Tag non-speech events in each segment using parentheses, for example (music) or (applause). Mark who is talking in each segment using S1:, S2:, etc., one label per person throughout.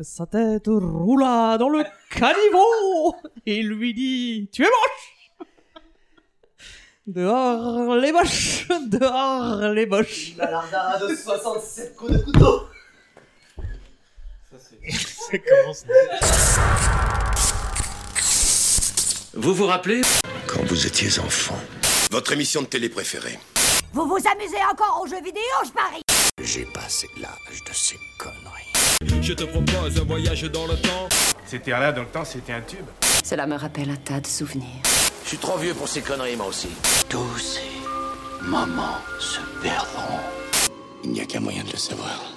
S1: Sa tête roula dans le caniveau et lui dit Tu es moche Dehors les moches Dehors les moches
S2: Balarda de 67 coups de couteau
S3: Ça commence.
S4: Vous vous rappelez
S5: Quand vous étiez enfant. Votre émission de télé préférée.
S6: Vous vous amusez encore aux jeux vidéo, je parie
S5: J'ai passé l'âge de ces conneries.
S7: Je te propose un voyage dans le temps.
S3: C'était là dans le temps, c'était un tube.
S8: Cela me rappelle un tas de souvenirs.
S5: Je suis trop vieux pour ces conneries, moi aussi. Tous ces moments se perdront. Il n'y a qu'un moyen de le savoir.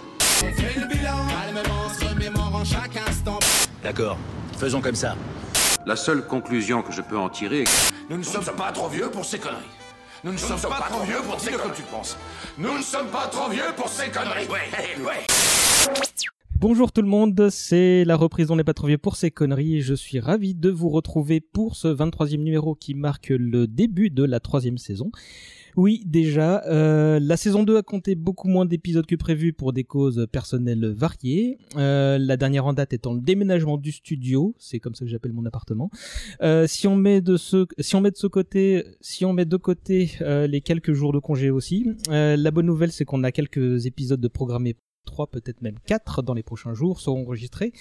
S4: D'accord, faisons comme ça. La seule conclusion que je peux en tirer est que... Nous ne sommes pas trop vieux pour ces conneries. Nous ne sommes pas trop vieux pour ces conneries. tu penses. Nous ne sommes pas trop vieux pour ces conneries.
S1: Bonjour tout le monde, c'est la reprise On n'est pas trop vieux pour ces conneries et je suis ravi de vous retrouver pour ce 23e numéro qui marque le début de la troisième saison. Oui, déjà, euh, la saison 2 a compté beaucoup moins d'épisodes que prévu pour des causes personnelles variées. Euh, la dernière en date étant le déménagement du studio, c'est comme ça que j'appelle mon appartement. Euh, si on met de ce, si on met de ce côté, si on met de côté euh, les quelques jours de congé aussi, euh, la bonne nouvelle c'est qu'on a quelques épisodes de programmés. 3, peut-être même 4 dans les prochains jours seront enregistrés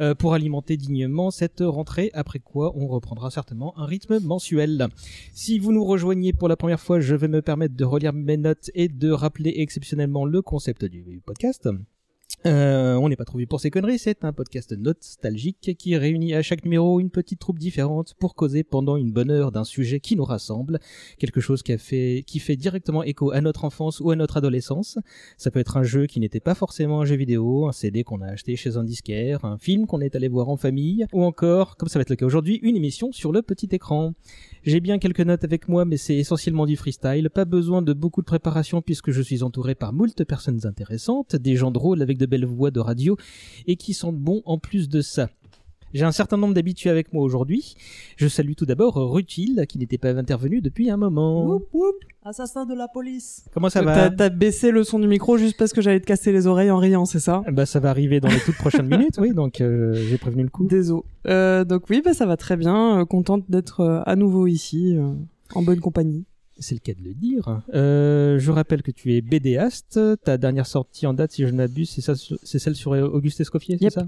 S1: euh, pour alimenter dignement cette rentrée, après quoi on reprendra certainement un rythme mensuel. Si vous nous rejoignez pour la première fois, je vais me permettre de relire mes notes et de rappeler exceptionnellement le concept du podcast. Euh, on n'est pas trouvé pour ces conneries, c'est un podcast nostalgique qui réunit à chaque numéro une petite troupe différente pour causer pendant une bonne heure d'un sujet qui nous rassemble, quelque chose qui, a fait, qui fait directement écho à notre enfance ou à notre adolescence. Ça peut être un jeu qui n'était pas forcément un jeu vidéo, un CD qu'on a acheté chez un disquaire, un film qu'on est allé voir en famille, ou encore, comme ça va être le cas aujourd'hui, une émission sur le petit écran. J'ai bien quelques notes avec moi, mais c'est essentiellement du freestyle. Pas besoin de beaucoup de préparation puisque je suis entouré par moult personnes intéressantes, des gens drôles avec de belles voix de radio et qui sentent bon en plus de ça. J'ai un certain nombre d'habitués avec moi aujourd'hui. Je salue tout d'abord Rutil, qui n'était pas intervenu depuis un moment.
S2: Woup woup Assassin de la police
S1: Comment ça
S2: T'as
S1: va
S2: t'as baissé le son du micro juste parce que j'allais te casser les oreilles en riant, c'est ça
S1: bah, Ça va arriver dans les toutes (laughs) prochaines minutes, oui, donc euh, j'ai prévenu le coup.
S2: Désolé. Euh, donc oui, bah, ça va très bien. Euh, contente d'être euh, à nouveau ici, euh, en bonne compagnie.
S1: C'est le cas de le dire. Euh, je rappelle que tu es BDaste. Ta dernière sortie en date, si je ne m'abuse, c'est ça- c'est celle sur Auguste Escoffier, c'est
S2: Yep.
S1: ça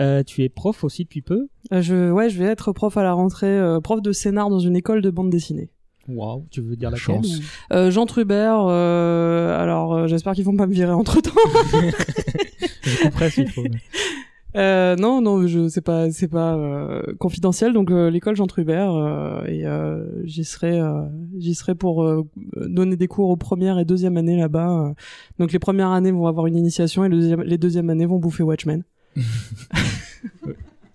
S1: Euh, Tu es prof aussi depuis peu.
S2: Euh, je, ouais, je vais être prof à la rentrée, euh, prof de scénar dans une école de bande dessinée.
S1: Waouh, tu veux dire la
S3: chance.
S1: chance
S2: Euh, Jean Trubert, euh, alors euh, j'espère qu'ils vont pas me virer entre-temps.
S1: Je comprends s'il faut.
S2: Euh, non, non, je c'est pas c'est pas euh, confidentiel. Donc euh, l'école Jean Trubert euh, et euh, j'y serai euh, j'y serai pour euh, donner des cours aux premières et deuxième années là-bas. euh. Donc les premières années vont avoir une initiation et le deuxième- les deuxièmes années vont bouffer Watchmen.
S1: (laughs)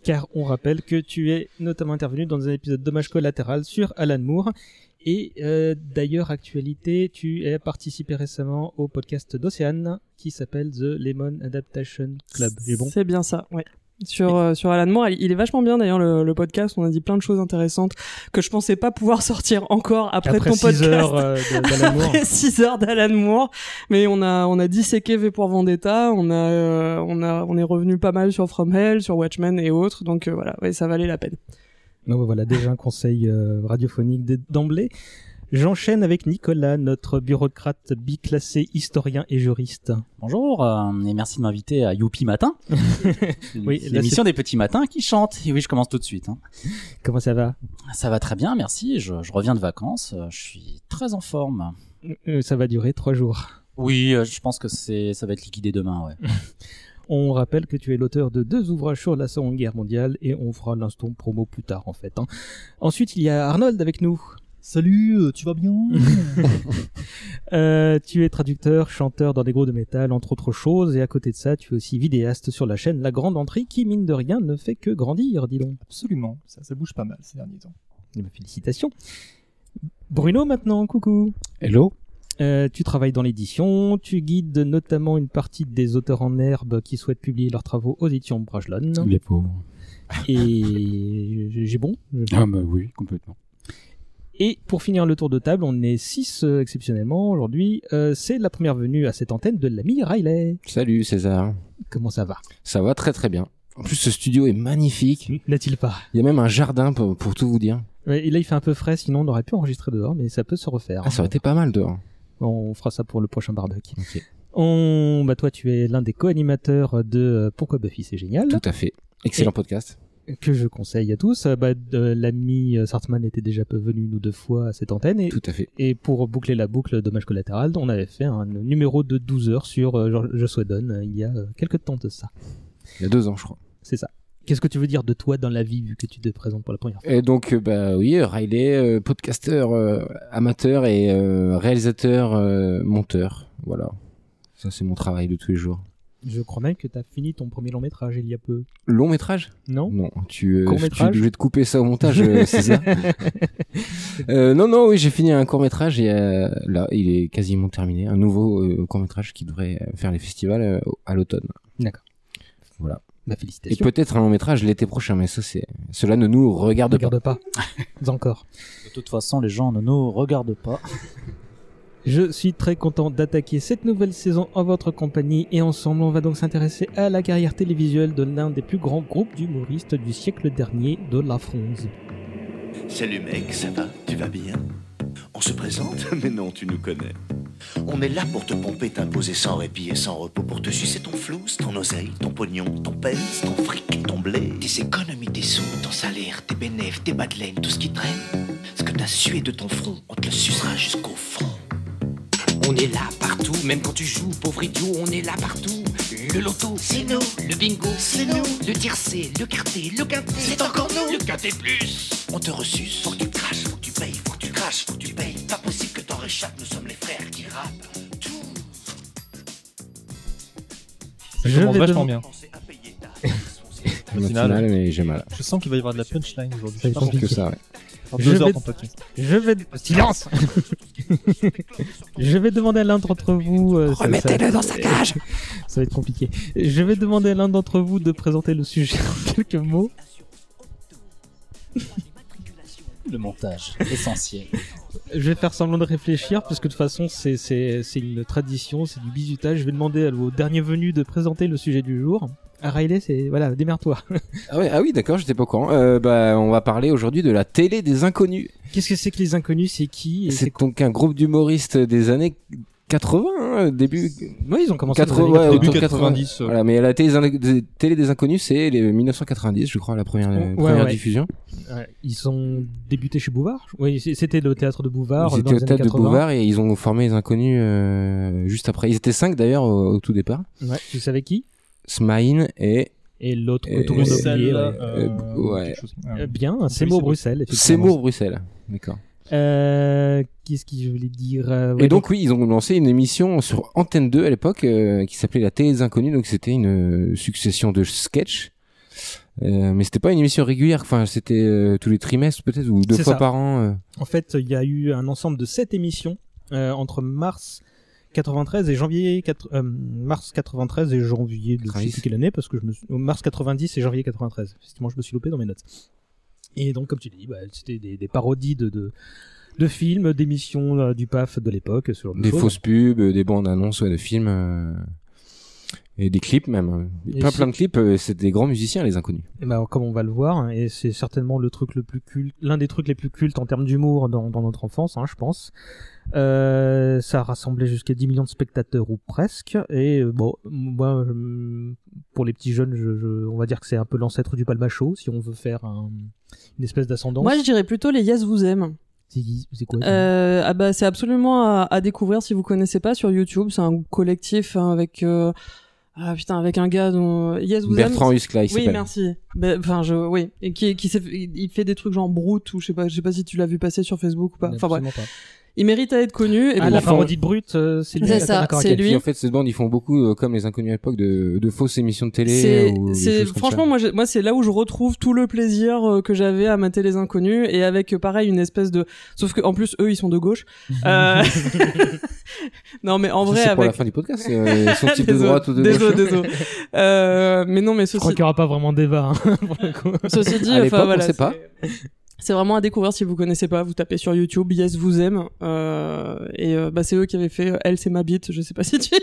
S1: Car on rappelle que tu es notamment intervenu dans un épisode Dommage collatéral sur Alan Moore. Et euh, d'ailleurs, actualité, tu as participé récemment au podcast d'Océane qui s'appelle The Lemon Adaptation Club. C'est bon
S2: C'est bien ça, ouais. Sur, euh, sur Alan Moore, il il est vachement bien d'ailleurs le, le podcast. On a dit plein de choses intéressantes que je pensais pas pouvoir (laughs) sortir encore après,
S1: Après
S2: ton
S1: 6
S2: podcast.
S1: heures euh, de- d'Alan
S2: (laughs)
S1: Moore.
S2: après 6 heures d'Alan Moore. Mais on a, on a disséqué V pour Vendetta, on a, euh, on a, on est revenu pas mal sur From Hell, sur Watchmen et autres. Donc euh, voilà, ouais, ça valait la peine.
S1: Donc voilà, déjà un conseil euh, radiophonique d- d'emblée. J'enchaîne avec Nicolas, notre bureaucrate biclassé, historien et juriste.
S9: Bonjour euh, et merci de m'inviter à Youpi Matin,
S1: (laughs) Oui, là,
S9: l'émission des petits matins qui chante. Et oui, je commence tout de suite. hein.
S1: Comment ça va
S9: Ça va très bien, merci. Je, je reviens de vacances, euh, je suis très en forme.
S1: Euh, Ça va durer trois jours.
S9: Oui, euh, je pense que c'est ça va être liquidé demain. Ouais.
S1: On rappelle que tu es l'auteur de deux ouvrages sur la Seconde Guerre mondiale et on fera l'instant promo plus tard en fait. hein. Ensuite, il y a Arnold avec nous.
S3: Salut, euh, tu vas (laughs) bien
S1: Euh, tu es traducteur, chanteur dans des groupes de métal, entre autres choses, et à côté de ça, tu es aussi vidéaste sur la chaîne La Grande Entrée qui, mine de rien, ne fait que grandir, dis donc.
S3: Absolument, ça, ça bouge pas mal ces derniers temps.
S1: Eh ben, félicitations. Bruno maintenant, coucou.
S3: Hello
S1: Euh, tu travailles dans l'édition, tu guides notamment une partie des auteurs en herbe qui souhaitent publier leurs travaux aux éditions Brajlon.
S9: Les pauvres.
S1: Et j'ai bon.
S10: Ah bah oui, complètement.
S1: Et pour finir le tour de table, on est 6 exceptionnellement aujourd'hui. Euh, c'est la première venue à cette antenne de l'ami Riley.
S10: Salut César.
S1: Comment ça va
S10: Ça va très très bien. En plus, ce studio est magnifique.
S1: N'a-t-il pas
S10: Il y a même un jardin pour, pour tout vous dire.
S1: Ouais, Et là, il fait un peu frais, sinon on aurait pu enregistrer dehors, mais ça peut se refaire.
S10: Ah, ça aurait été pas mal dehors.
S1: On fera ça pour le prochain barbecue.
S10: Ok.
S1: On... Bah, toi, tu es l'un des co-animateurs de euh, Pourquoi Buffy, c'est génial.
S10: Tout à fait. Excellent podcast.
S1: que je conseille à tous. Euh, Bah, de- L'ami euh, Sartman était déjà peu venu une ou deux fois à cette antenne. Et,
S10: Tout à fait.
S1: et pour boucler la boucle Dommage collatéral, on avait fait un numéro de 12 heures sur euh, George Joss Whedon euh, il y a euh, quelques temps de ça.
S10: Il y a deux ans, je crois.
S1: C'est ça. Qu'est-ce que tu veux dire de toi dans la vie vu que tu te présentes pour la première fois
S10: Et donc, euh, bah oui, euh, Riley, euh, podcasteur euh, amateur et euh, réalisateur euh, monteur. Voilà. Ça, c'est mon travail de tous les jours.
S1: Je crois même que tu as fini ton premier long métrage il y a peu.
S10: Long métrage
S1: Non
S10: Non, tu, euh, tu,
S1: Court-métrage
S10: je vais te couper ça au montage, euh, c'est ça Euh, Non, non, oui, j'ai fini un court métrage et euh, là, il est quasiment terminé. Un nouveau court métrage qui devrait euh, faire les festivals euh, à l'automne.
S1: (laughs) Bah,
S10: Et
S1: félicitations.
S10: peut-être un long métrage l'été prochain, mais ça, c'est cela ne nous regarde pas.
S1: Regarde
S10: (laughs)
S1: pas. Encore.
S9: De toute façon, les gens ne nous regardent pas.
S1: Je suis très content d'attaquer cette nouvelle saison en votre compagnie et ensemble on va donc s'intéresser à la carrière télévisuelle de l'un des plus grands groupes d'humoristes du siècle dernier de la France.
S5: Salut mec, ça va Tu vas bien On se présente (laughs) Mais non, tu nous connais. On est là pour te pomper, t'imposer sans répit et sans repos, pour te sucer ton flouze, ton oseille, ton pognon, ton pèse, ton fric, ton blé, tes économies, tes sous, ton salaire, tes bénéfices, tes bas de laine, tout ce qui traîne. Ce que t'as sué de ton front, on te le sucera jusqu'au front. On est là partout, même quand tu joues, pauvre idiot, on est là partout. Le loto, c'est nous. Le bingo, c'est nous. Le tiercé, le quarté, le quinté, c'est encore nous. Le quinté plus. On te ressuce. Faut que tu craches, faut que tu payes, faut que tu craches, faut que tu payes. Pas possible que t'en réchappes, nous sommes les frères qui rappent. Tout.
S3: Ça
S1: Je
S3: commence
S1: vais
S3: vachement
S1: demander-
S3: bien.
S5: Pensez à payer ta
S10: Le matinal, mais j'ai mal.
S3: Je sens qu'il va y avoir de la punchline aujourd'hui.
S1: Ça
S3: Je
S1: y
S3: pense
S1: sent
S10: Que
S3: que
S10: ça, ouais.
S3: ça
S1: Je
S3: deux heures
S1: vais-
S3: ton podcast.
S1: Je vais silence. Je vais demander à l'un d'entre vous. euh, ça- ça-
S5: dans sa cage.
S1: (laughs) Ça va être compliqué. Je vais demander à l'un d'entre vous de présenter le sujet en (laughs) quelques mots.
S9: Le montage, (laughs) essentiel.
S1: Je vais faire semblant de réfléchir, parce que de toute façon, c'est- c'est c'est une tradition, c'est du bizutage. Je vais demander au dernier venu de présenter le sujet du jour. À Riley, c'est. Voilà, démerde-toi.
S10: Ah, ouais, ah oui, d'accord, j'étais pas au courant. Euh, bah, on va parler aujourd'hui de la télé des inconnus.
S1: Qu'est-ce que c'est que les inconnus C'est qui et c'est
S10: C'est donc un groupe d'humoristes des années 80, hein, début
S1: Ouais, ils ont commencé dans les
S10: 80,
S1: années
S10: ouais,
S1: 80.
S10: autour de
S3: 90, euh.
S10: Voilà, mais la télé, des in- des- télé des inconnus, c'est les 1990, je crois, la première, la
S1: Ouais,
S10: première
S1: ouais.
S10: diffusion.
S1: Ouais, Ils ont débuté chez Bouvard. Oui, c- c'était le théâtre de Bouvard.
S10: Ils
S1: dans
S10: étaient
S1: les
S10: au
S1: années
S10: théâtre de
S1: 80.
S10: Bouvard et ils ont formé les inconnus euh, juste après. Ils étaient cinq d'ailleurs au, au tout départ.
S1: Ouais, tu savais qui
S10: Smine et
S1: Et l'autre que
S10: Et-
S1: tout le monde a
S10: Bruxelles,
S1: oublié. ouais.
S10: euh, ouais.
S3: quelque chose. Ouais.
S1: Euh, Bien, Seymour Bruxelles, effectivement.
S10: Seymour Bruxelles. D'accord.
S1: Euh, Qu'est-ce que je voulais dire euh, ouais,
S10: et donc oui, ils ont lancé une émission sur Antenne 2 à l'époque euh, qui s'appelait La télé des inconnus. Donc c'était une euh, succession de sketchs. Euh, mais c'était pas une émission régulière, enfin c'était euh, tous les trimestres peut-être ou deux
S1: C'est
S10: fois
S1: ça.
S10: par an. euh.
S1: En fait, il y a eu un ensemble de sept émissions euh, entre mars 93 et janvier quatre- euh, mars 93 et janvier de je sais
S10: 90.
S1: plus quelle année parce que je me suis- mars 90 et janvier 93. Effectivement, je me suis loupé dans mes notes. Et donc, comme tu dis, bah, c'était des, des parodies de, de de films, d'émissions euh, du PAF de l'époque, ce genre de
S10: des
S1: choses.
S10: fausses pubs, euh, des bandes annonces ouais, de films euh, et des clips même.
S1: Et
S10: plein
S1: si-
S10: plein de clips. euh, c'est des grands musiciens les inconnus.
S1: Et bah, comme on va le voir, hein, et c'est certainement le truc le plus culte, l'un des trucs les plus cultes en termes d'humour dans, dans notre enfance, hein, je pense. Euh, ça a rassemblé jusqu'à 10 millions de spectateurs ou presque. Et euh, bon, moi, je- pour les petits jeunes, je, je- on va dire que c'est un peu l'ancêtre du palmachot, si on veut faire un- une espèce d'ascendance.
S2: Moi, je dirais plutôt les Yes vous aime.
S1: c'est c'est quoi ça
S2: Euh, ah bah, c'est absolument à, à découvrir si vous connaissez pas sur YouTube. C'est un collectif hein, avec euh, ah putain avec un gars dont Yes vous aime.
S10: Bertrand Huskla, il
S2: Oui,
S10: s'appelle.
S2: merci. Ben, Enfin, je, oui, et qui, qui s'est- il il fait des trucs genre brut ou je sais pas, je sais pas si tu l'as vu passer sur Facebook ou pas. Enfin bref,
S1: Absolument pas.
S2: il mérite à être connu. Et
S1: Ah,
S2: puis,
S1: la
S2: enfin,
S1: parodie de Brut, euh, c'est lui.
S2: C'est
S1: d'accord,
S2: ça,
S1: d'accord,
S2: c'est
S1: ok.
S10: Et puis
S2: lui.
S10: en fait cette bande ils font beaucoup euh, comme les inconnus à l'époque de, de fausses émissions de télé.
S2: C'est,
S10: ou des
S2: c'est-
S10: choses comme
S2: franchement,
S10: ça.
S2: moi, j'ai- moi, c'est là où je retrouve tout le plaisir euh, que j'avais à mater les inconnus et avec euh, pareil une espèce de, sauf que en plus eux, ils sont de
S10: (laughs)
S2: gauche. Euh, (laughs) non, mais en
S10: Ça,
S2: vrai,
S10: c'est pour la
S2: avec
S10: fin du podcast.
S2: (laughs)
S10: euh, son type de
S2: Désolé,
S10: droite ou de
S2: désolé,
S10: gauche. (laughs)
S2: désolé. Euh, mais non, mais
S1: Je crois
S2: ceci,
S1: qu'il n'y aura pas vraiment de débat hein, (laughs) pour le coup.
S2: ceci dit,
S10: À l'époque,
S2: enfin
S10: on
S2: voilà,
S10: sait pas.
S2: c'est- C'est vraiment à découvrir si vous connaissez pas. Vous tapez sur YouTube, Yes vous aime. euh, et euh, bah, c'est eux qui avaient fait euh, Elle c'est ma bite. Je sais pas si tu.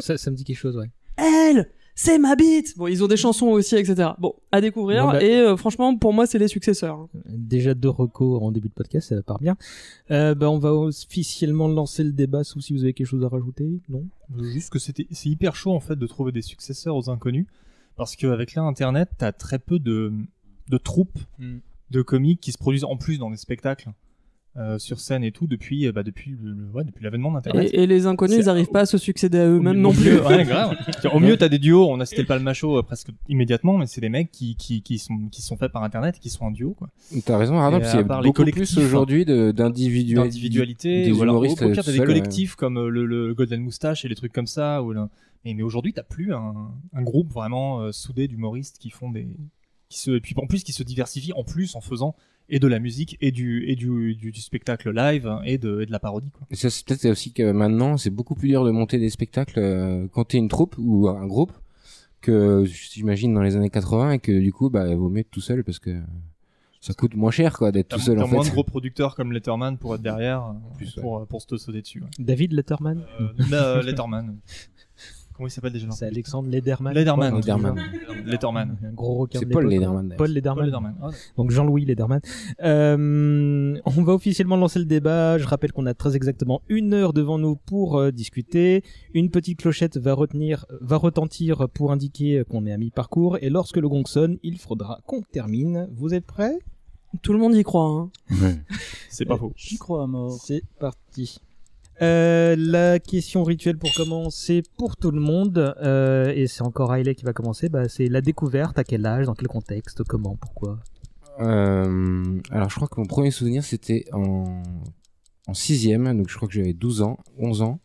S1: Ça, ça me dit quelque chose, ouais.
S2: Elle c'est ma bite. Bon, ils ont des chansons aussi, etc. Bon, à découvrir.
S1: Non, bah-
S2: Et euh, franchement, pour moi, c'est les successeurs. hein.
S1: Déjà deux recos en début de podcast, ça part bien. Euh, bah, on va officiellement lancer le débat, sauf si vous avez quelque chose à rajouter, non
S3: Juste que c'était, c'est hyper chaud en fait de trouver des successeurs aux inconnus, parce qu'avec l'internet, t'as très peu de, de troupes
S1: Mm.
S3: de comiques qui se produisent en plus dans des spectacles euh, sur scène et tout depuis, euh, bah, depuis, le- le- Bah ouais, depuis l'avènement d'internet.
S2: Et, et les inconnus,
S3: C'est-
S2: ils arrivent pas à se succéder à eux-mêmes
S3: Au
S2: non plus.
S3: mieux- ouais,
S2: (laughs)
S3: grave. C'est-à-dire, Au mieux, t'as des duos. On a cité le Macho presque immédiatement, mais c'est des mecs qui, qui, qui sont qui sont faits par internet, qui sont en duo quoi.
S10: T'as raison, Arnaud,
S3: Et
S10: parce
S3: à
S10: qu'il y a
S3: part les
S10: beaucoup
S3: collectifs, hein.
S10: plus aujourd'hui de- d'individu-
S3: d'individualité
S10: des
S3: ou alors, au-
S10: humoristes.
S3: au pire, t'as
S10: seuls,
S3: des
S10: ouais.
S3: collectifs comme euh, le, le Golden Moustache et des trucs comme ça ou le- mais, mais aujourd'hui t'as plus un, un groupe vraiment euh, soudé d'humoristes qui font des qui se et puis en plus qui se diversifient en plus en faisant et de la musique et du et du, du, du spectacle live hein, et de, et de la parodie quoi.
S10: Et Ça, c'est peut-être aussi que maintenant, c'est beaucoup plus dur de monter des spectacles euh, quand t'es une troupe ou un groupe que j'imagine dans les années 80 et que du coup, bah, vaut mieux être tout seul parce que ça coûte moins cher, quoi, d'être
S3: T'as
S10: tout seul,
S3: t'as
S10: en
S3: moins de
S10: fait.
S3: gros producteurs comme Letterman pour être derrière euh, pour, euh, pour se te sauter dessus. ouais.
S1: David Letterman
S3: Euh, euh, Letterman. (laughs) Comment il s'appelle déjà leur
S1: C'est
S3: producteur
S1: Alexandre Lederman.
S3: Lederman.
S1: Ouais,
S10: Lederman.
S3: Letterman.
S1: Un gros requin
S10: C'est
S1: de
S10: Paul
S1: l'époque. hein.
S10: Lederman, d'ailleurs.
S1: Paul
S3: Paul
S1: Lederman.
S3: Lederman. Ah,
S1: Donc Jean-Louis Lederman. Euh, on va officiellement lancer le débat. Je rappelle qu'on a très exactement une heure devant nous pour euh, discuter. Une petite clochette va, retenir, va retentir pour indiquer qu'on est à mi-parcours. Et lorsque le gong sonne, il faudra qu'on termine. Vous êtes prêts
S2: Tout le monde y croit. Hein.
S3: C'est pas faux.
S9: J'y crois à mort.
S1: C'est parti. Euh, la question rituelle pour commencer pour tout le monde, euh, et c'est encore Riley qui va commencer, bah, c'est la découverte, à quel âge, dans quel contexte, comment, pourquoi.
S10: Euh, alors, je crois que mon premier souvenir, c'était en, en sixième, donc je crois que j'avais 12 ans, 11 ans.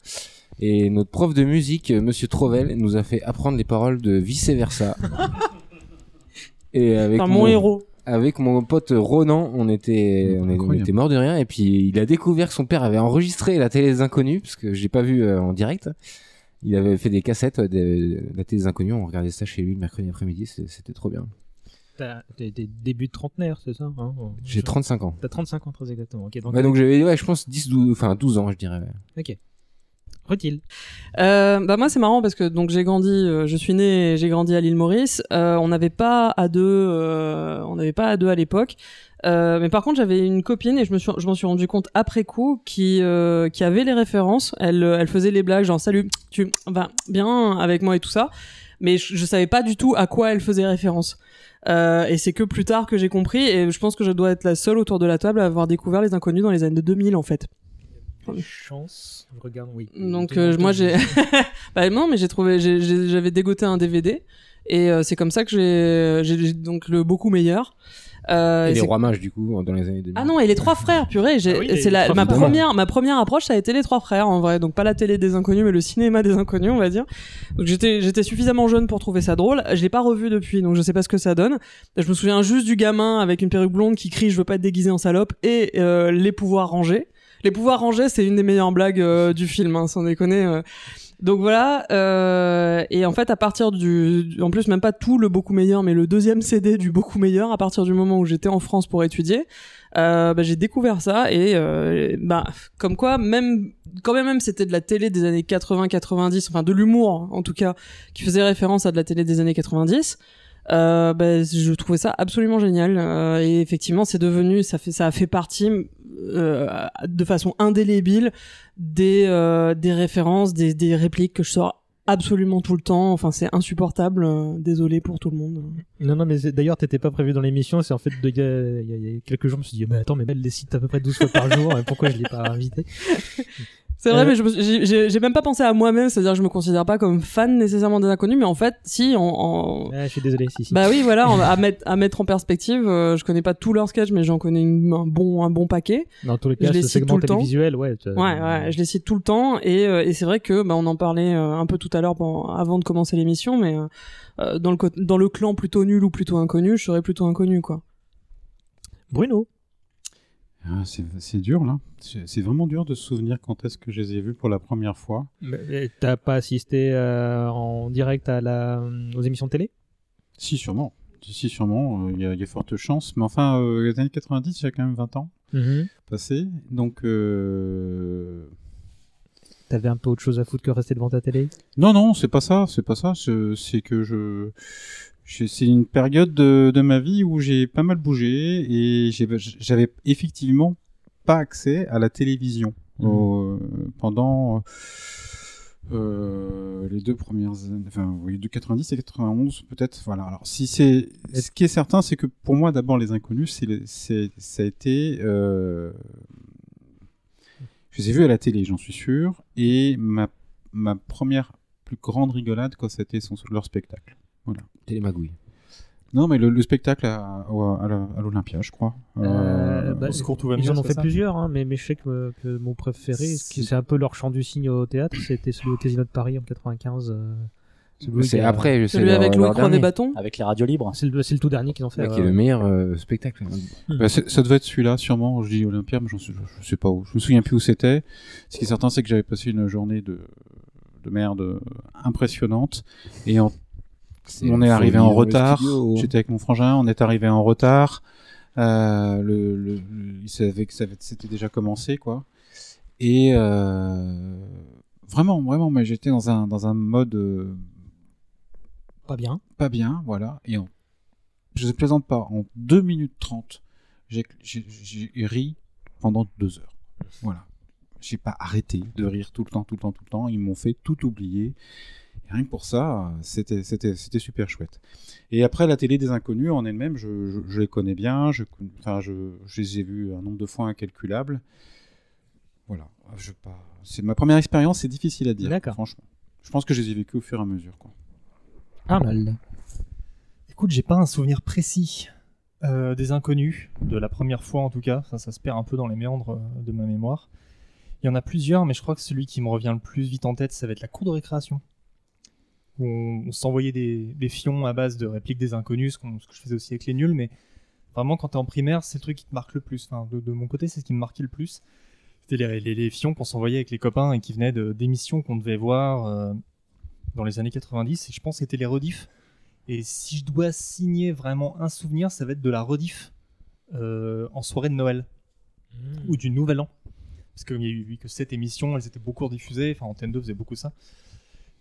S10: Et notre prof de musique, euh, Monsieur Trovel, nous a fait apprendre les paroles de Vice Versa. Et avec
S2: Enfin, mon héros.
S10: avec mon pote Ronan, on était, on, est- on
S3: Incroyable.
S10: était mort de rien. Et puis il a découvert que son père avait enregistré la télé des inconnus, parce que je l'ai pas vu euh, en direct. Il avait fait des cassettes euh, de de la télé des inconnus. On regardait ça chez lui le mercredi après-midi. c'est- C'était trop bien.
S1: T'as des débuts de trentenaire, c'est ça hein
S10: J'ai 35 ans.
S1: T'as 35 ans, très exactement. Ok, donc,
S10: Ouais, donc j'avais, ouais, je pense 10, 12, enfin 12 ans, je dirais.
S1: Rutil.
S2: Euh, bah moi c'est marrant parce que donc j'ai grandi, euh, je suis né, et j'ai grandi à l'île Maurice. Euh, on n'avait pas à deux, euh, on n'avait pas à deux à l'époque. Euh, mais par contre j'avais une copine et je me suis, je m'en suis rendu compte après coup qui euh, qui avait les références. Elle euh, elle faisait les blagues genre salut tu vas bien avec moi et tout ça. Mais je, je savais pas du tout à quoi elle faisait référence. Euh, et c'est que plus tard que j'ai compris et je pense que je dois être la seule autour de la table à avoir découvert les inconnus dans les années 2000 en fait.
S1: Chance, je regarde, oui.
S2: Donc euh,
S1: (laughs)
S2: moi j'ai bah non mais j'ai trouvé j'ai- j'ai- j'avais dégoté un DVD et euh, c'est comme ça que j'ai- j'ai j'ai donc le beaucoup meilleur. Euh,
S10: Et
S2: et
S10: les
S2: c'est-
S10: rois mages, du coup, dans les années 2000.
S2: ah non et les trois frères purée j'ai-
S1: Ah oui, les
S2: c'est la
S1: trois
S2: ma
S1: frères.
S2: première ma première approche ça a été les trois frères en vrai donc pas la télé des inconnus mais le cinéma des inconnus on va dire donc j'étais j'étais suffisamment jeune pour trouver ça drôle je l'ai pas revu depuis donc je sais pas ce que ça donne je me souviens juste du gamin avec une perruque blonde qui crie je veux pas être déguisé en salope et euh, les pouvoirs rangés les pouvoirs rangés c'est une des meilleures blagues euh, du film hein, sans déconner euh. Donc voilà, euh, et en fait à partir du, du- en plus même pas tout le beaucoup meilleur, mais le deuxième CD du beaucoup meilleur, à partir du moment où j'étais en France pour étudier, euh, bah, j'ai découvert ça et euh, bah comme quoi même quand même même c'était de la télé des années 80-90, enfin de l'humour hein, en tout cas qui faisait référence à de la télé des années 90. Euh, bah, je trouvais ça absolument génial Euh, et effectivement c'est devenu ça fait ça a fait partie euh, de façon indélébile des, euh, des références, des, des répliques que je sors absolument tout le temps. Enfin, c'est insupportable. Euh, Désolé pour tout le monde.
S1: Non, non, mais c'est- d'ailleurs, t'étais pas prévu dans l'émission. C'est en fait, de- il y, a- il y a- il y a quelques jours, je me suis dit, mais attends, mais elle les cite à peu près 12 fois par jour. Pourquoi je l'ai pas invité
S2: C'est vrai,
S1: Euh,
S2: mais je me suis- j'ai- j'ai j'ai même pas pensé à moi-même. C'est-à-dire, que je me considère pas comme fan nécessairement des inconnus, mais en fait, si, en, en-
S1: ah, Je suis désolé, si, si.
S2: Bah oui, voilà, on-
S10: (laughs)
S2: à mettre, à mettre en perspective, euh, je connais pas tous leurs sketchs, mais j'en connais une- un, bon, un bon paquet.
S1: dans tous les
S2: je
S1: cas,
S2: les
S1: ce
S2: cite tout
S1: segment
S2: le temps.
S1: télévisuel, ouais.
S10: Euh.
S1: tu-
S2: Ouais, ouais, je les cite tout le temps, et, euh, et c'est vrai que, bah, on en parlait euh, un peu tout à l'heure bon, avant de commencer l'émission, mais euh, euh, dans, le, co- dans le clan plutôt nul ou plutôt inconnu, je serais plutôt inconnu, quoi.
S1: Bruno.
S11: Ah, c'est c'est dur là. C'est c'est vraiment dur de se souvenir quand est-ce que je les ai vus pour la première fois.
S1: Mais T'as pas assisté euh, en direct à la, euh, aux émissions de télé
S11: Si, sûrement. si, sûrement, euh, il y, a- il y a fortes chances. Mais enfin, euh, les années 90, il y a quand même 20 ans
S1: Mhm.
S11: passés. Donc. euh,
S1: T'avais un peu autre chose à foutre que rester devant ta télé
S11: Non, non, c'est pas ça, c'est pas ça. C'est c'est que je. je- C'est une période de, de ma vie où j'ai pas mal bougé et j'ai- j'avais effectivement pas accès à la télévision
S9: Oh.
S11: au- pendant euh, les deux premières années, enfin oui, de 90 et 91 peut-être. Voilà. Alors si c'est, ce qui est certain, c'est que pour moi d'abord les inconnus, c'est, le- c'est, ça a été euh, je les ai vus à la télé, j'en suis sûr. Et ma, (laughs) ma première plus grande rigolade, quand c'était son, leur spectacle. Voilà.
S10: Télémagouille.
S11: Non, mais le, le spectacle à, au- à la- à l'Olympia, je crois.
S1: Euh, bah, Ils en ont fait
S11: plusieurs
S1: plusieurs, hein, mais, mais je sais que, que mon préféré, ce qui- c'est un peu leur chant du signe au théâtre, c'était celui au Casino de Paris en 95. euh, celui
S10: C'est
S1: qui a-
S10: après, je sais, Celui leur- avec leur Louis Croix dernier. des Bâtons
S9: Avec les radios libres.
S1: C'est le, c'est le tout dernier qu'ils ont fait.
S10: Là, qui
S1: ouais.
S10: est le meilleur euh, spectacle.
S11: Bah, c'est- ça devait être celui-là, sûrement. Je dis Olympia, mais j'en sais- je, je sais pas où. Je me souviens plus où c'était. Ce qui est certain, c'est que j'avais passé une journée de, de merde euh, impressionnante. Et en-
S10: C'est
S11: on
S10: une
S11: est arrivé
S10: folie
S11: en
S10: dans le
S11: retard.
S10: studio. hein.
S11: J'étais avec mon frangin, on est arrivé en retard. Euh, le, le- le- il savait que ça avait- c'était déjà commencé, quoi. Et euh, vraiment, vraiment, mais j'étais dans un, dans un mode. euh,
S1: Pas bien.
S11: pas bien, voilà. Et en, je ne plaisante pas, en 2 minutes 30, j'ai j'ai- j'ai ri pendant 2 heures. Voilà. J'ai pas arrêté de rire tout le temps, tout le temps, tout le temps. Ils m'ont fait tout oublier. Et rien que pour ça, euh, c'était c'était- c'était super chouette. Et après, la télé des inconnus en elle-même, je, je- je les connais bien. Je, con- enfin, je, je les ai vus un nombre de fois incalculable. Voilà. Je, sais pas. C'est ma première expérience, c'est difficile à dire. Franchement. Je pense que je les ai vécus au fur et à mesure. Quoi.
S1: Arnold.
S3: Écoute, j'ai pas un souvenir précis euh, des inconnus, de la première fois en tout cas, ça, ça se perd un peu dans les méandres euh, de ma mémoire. Il y en a plusieurs, mais je crois que celui qui me revient le plus vite en tête, ça va être la cour de récréation. Où on, on s'envoyait des, des fions à base de répliques des inconnus, ce, qu'on- ce que je faisais aussi avec les nuls, mais vraiment quand t'es en primaire, c'est le truc qui te marque le plus. Enfin, de, de mon côté, c'est ce qui me marquait le plus. C'était les, les- les fions qu'on s'envoyait avec les copains et qui venaient de- d'émissions qu'on devait voir euh, dans les années 90, et je pense que c'était les rediffs. Et si je dois signer vraiment un souvenir, ça va être de la rediff euh, en soirée de Noël
S1: Mmh. Mm.
S3: ou du Nouvel An. Parce qu'il y a eu eu que cette émission, elles étaient beaucoup rediffusées, enfin Antenne 2 faisait beaucoup ça.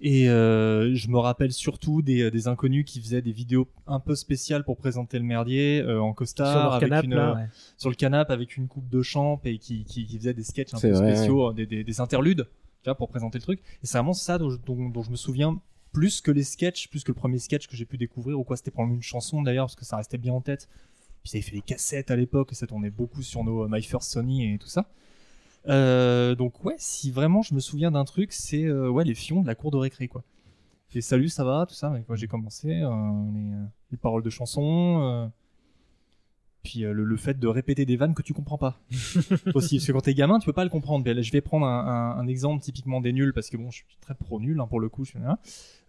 S3: Et euh, je me rappelle surtout des, des inconnus qui faisaient des vidéos un peu spéciales pour présenter le merdier euh, en costard
S1: Sur leur
S3: avec
S1: canapé,
S3: une, euh,
S1: là, ouais.
S3: sur le canapé avec une coupe de champ et qui, qui, qui faisait des sketchs un
S10: C'est
S3: peu
S10: vrai,
S3: spéciaux, euh, des, des- des interludes tu vois, pour présenter le truc. Et c'est vraiment ça dont je, dont- dont je me souviens plus que les sketchs, plus que le premier sketch que j'ai pu découvrir ou quoi. C'était probablement une chanson d'ailleurs parce que ça restait bien en tête. Puis ça avait fait les cassettes à l'époque et ça tournait beaucoup sur nos euh, My First Sony et tout ça. Euh, donc ouais, si vraiment je me souviens d'un truc, c'est euh, ouais les fions de la cour de récré quoi. Et salut, ça va, tout ça. Avec moi j'ai commencé euh, les, euh, les paroles de chansons. euh, puis euh, le, le fait de répéter des vannes que tu comprends pas (laughs) aussi parce que quand t'es gamin tu peux pas le comprendre Mais là, je vais prendre un, un- un exemple typiquement des nuls parce que bon je suis très pro nul hein, pour le coup je suis- hein.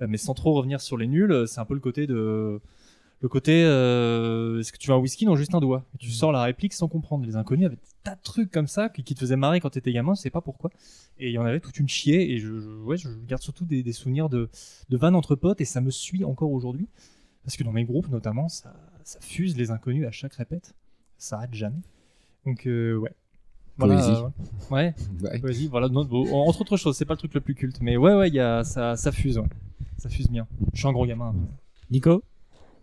S3: Euh, mais sans trop revenir sur les nuls euh, c'est un peu le côté de le côté euh, est-ce que tu veux un whisky non juste un doigt Et tu sors la réplique sans comprendre les inconnus avaient des tas de trucs comme ça qui, qui te faisaient marrer quand t'étais gamin je sais pas pourquoi et il y en avait toute une chier et je, je- ouais je garde surtout des, des souvenirs de de vannes entre potes et ça me suit encore aujourd'hui parce que dans mes groupes notamment ça ça fuse les inconnus à chaque répète ça arrête jamais donc euh, ouais
S10: Poésie.
S3: euh, ouais.
S10: Ouais.
S3: Poésie, voilà. Non, bon, entre autres choses, c'est pas le truc le plus culte, mais ouais, ouais, il y a, ça, ça fuse, ouais. ça fuse bien. Je suis un gros gamin.
S1: Nico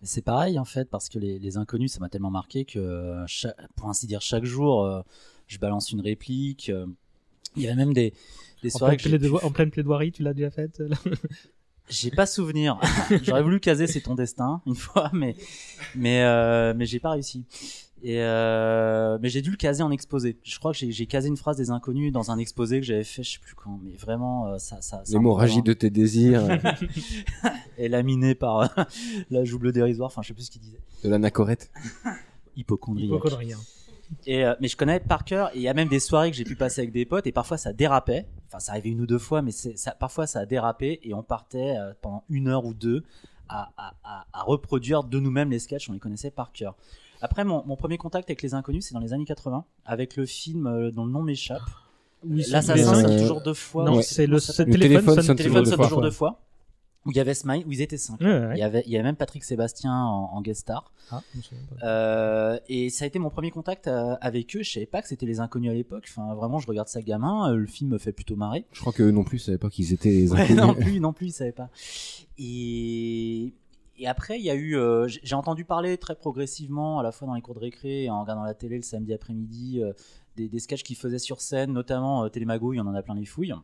S9: C'est pareil en fait, parce que les, les inconnus, ça m'a tellement marqué que, euh, cha- pour ainsi dire, chaque jour, euh, je balance une réplique. euh. Il y avait même des, des
S1: En
S9: soirées
S1: pleine,
S9: que j'ai
S1: plaidoi- en pleine plaidoirie, tu l'as déjà faite là
S9: J'ai pas souvenir. (laughs) J'aurais voulu caser C'est ton destin une fois, mais mais euh, mais j'ai pas réussi. Et euh, mais j'ai dû le caser en exposé. Je crois que j'ai- j'ai casé une phrase des inconnus dans un exposé que j'avais fait, je sais plus quand, mais vraiment euh, ça ça. ça
S10: L'hémorragie
S9: me revient.
S10: de tes désirs. euh,
S11: (laughs)
S9: Et laminé par (laughs) euh, la joue bleue dérisoire. Enfin, je sais plus ce qu'il disait.
S10: de l'anachorète.
S9: Hypochondriaque.
S1: Hypochondriaque.
S9: Et, euh, mais je connais par cœur. Et il y a même des soirées que j'ai pu passer avec des potes. Et parfois ça dérapait. Enfin, ça arrivait une ou deux fois, mais c'est- ça, parfois ça a dérapé. Et on partait euh, pendant une heure ou deux à, à- à- à reproduire de nous-mêmes les sketchs. On les connaissait par cœur. Après, mon, mon premier contact avec les inconnus, c'est dans les années 80, avec le film euh, dont le nom m'échappe.
S1: Oui,
S9: L'assassin
S1: c'est-
S9: sonne
S1: euh,
S9: toujours deux fois.
S1: Non,
S9: je
S1: c'est
S9: sais plus
S1: le-
S9: comment ça
S1: c'est-
S9: s'appelle.
S1: le téléphone sonne
S9: Le téléphone
S1: toujours
S9: sonne
S1: deux
S9: toujours
S1: fois.
S9: deux fois. où il y avait Smile, où ils étaient 5.
S1: Ouais, ouais, ouais.
S9: Il, y avait, il y avait même Patrick Sébastien en, en guest star.
S1: Ah, je me souviens pas.
S9: Euh, et ça a été mon premier contact euh, avec eux. Je savais pas que c'était les inconnus à l'époque. Enfin, vraiment, je regarde ça gamin. euh, le film me fait plutôt marrer.
S10: Je crois qu'eux non plus savaient pas qu'ils étaient les
S9: Ouais,
S10: inconnus.
S9: non plus, non plus, ils savaient pas. Et, et après, il y a eu. euh, j- J'ai entendu parler très progressivement, à la fois dans les cours de récré et en regardant la télé le samedi après-midi, euh, des, des sketchs qu'ils faisaient sur scène, notamment euh, Télémagouille, on en a plein les fouilles.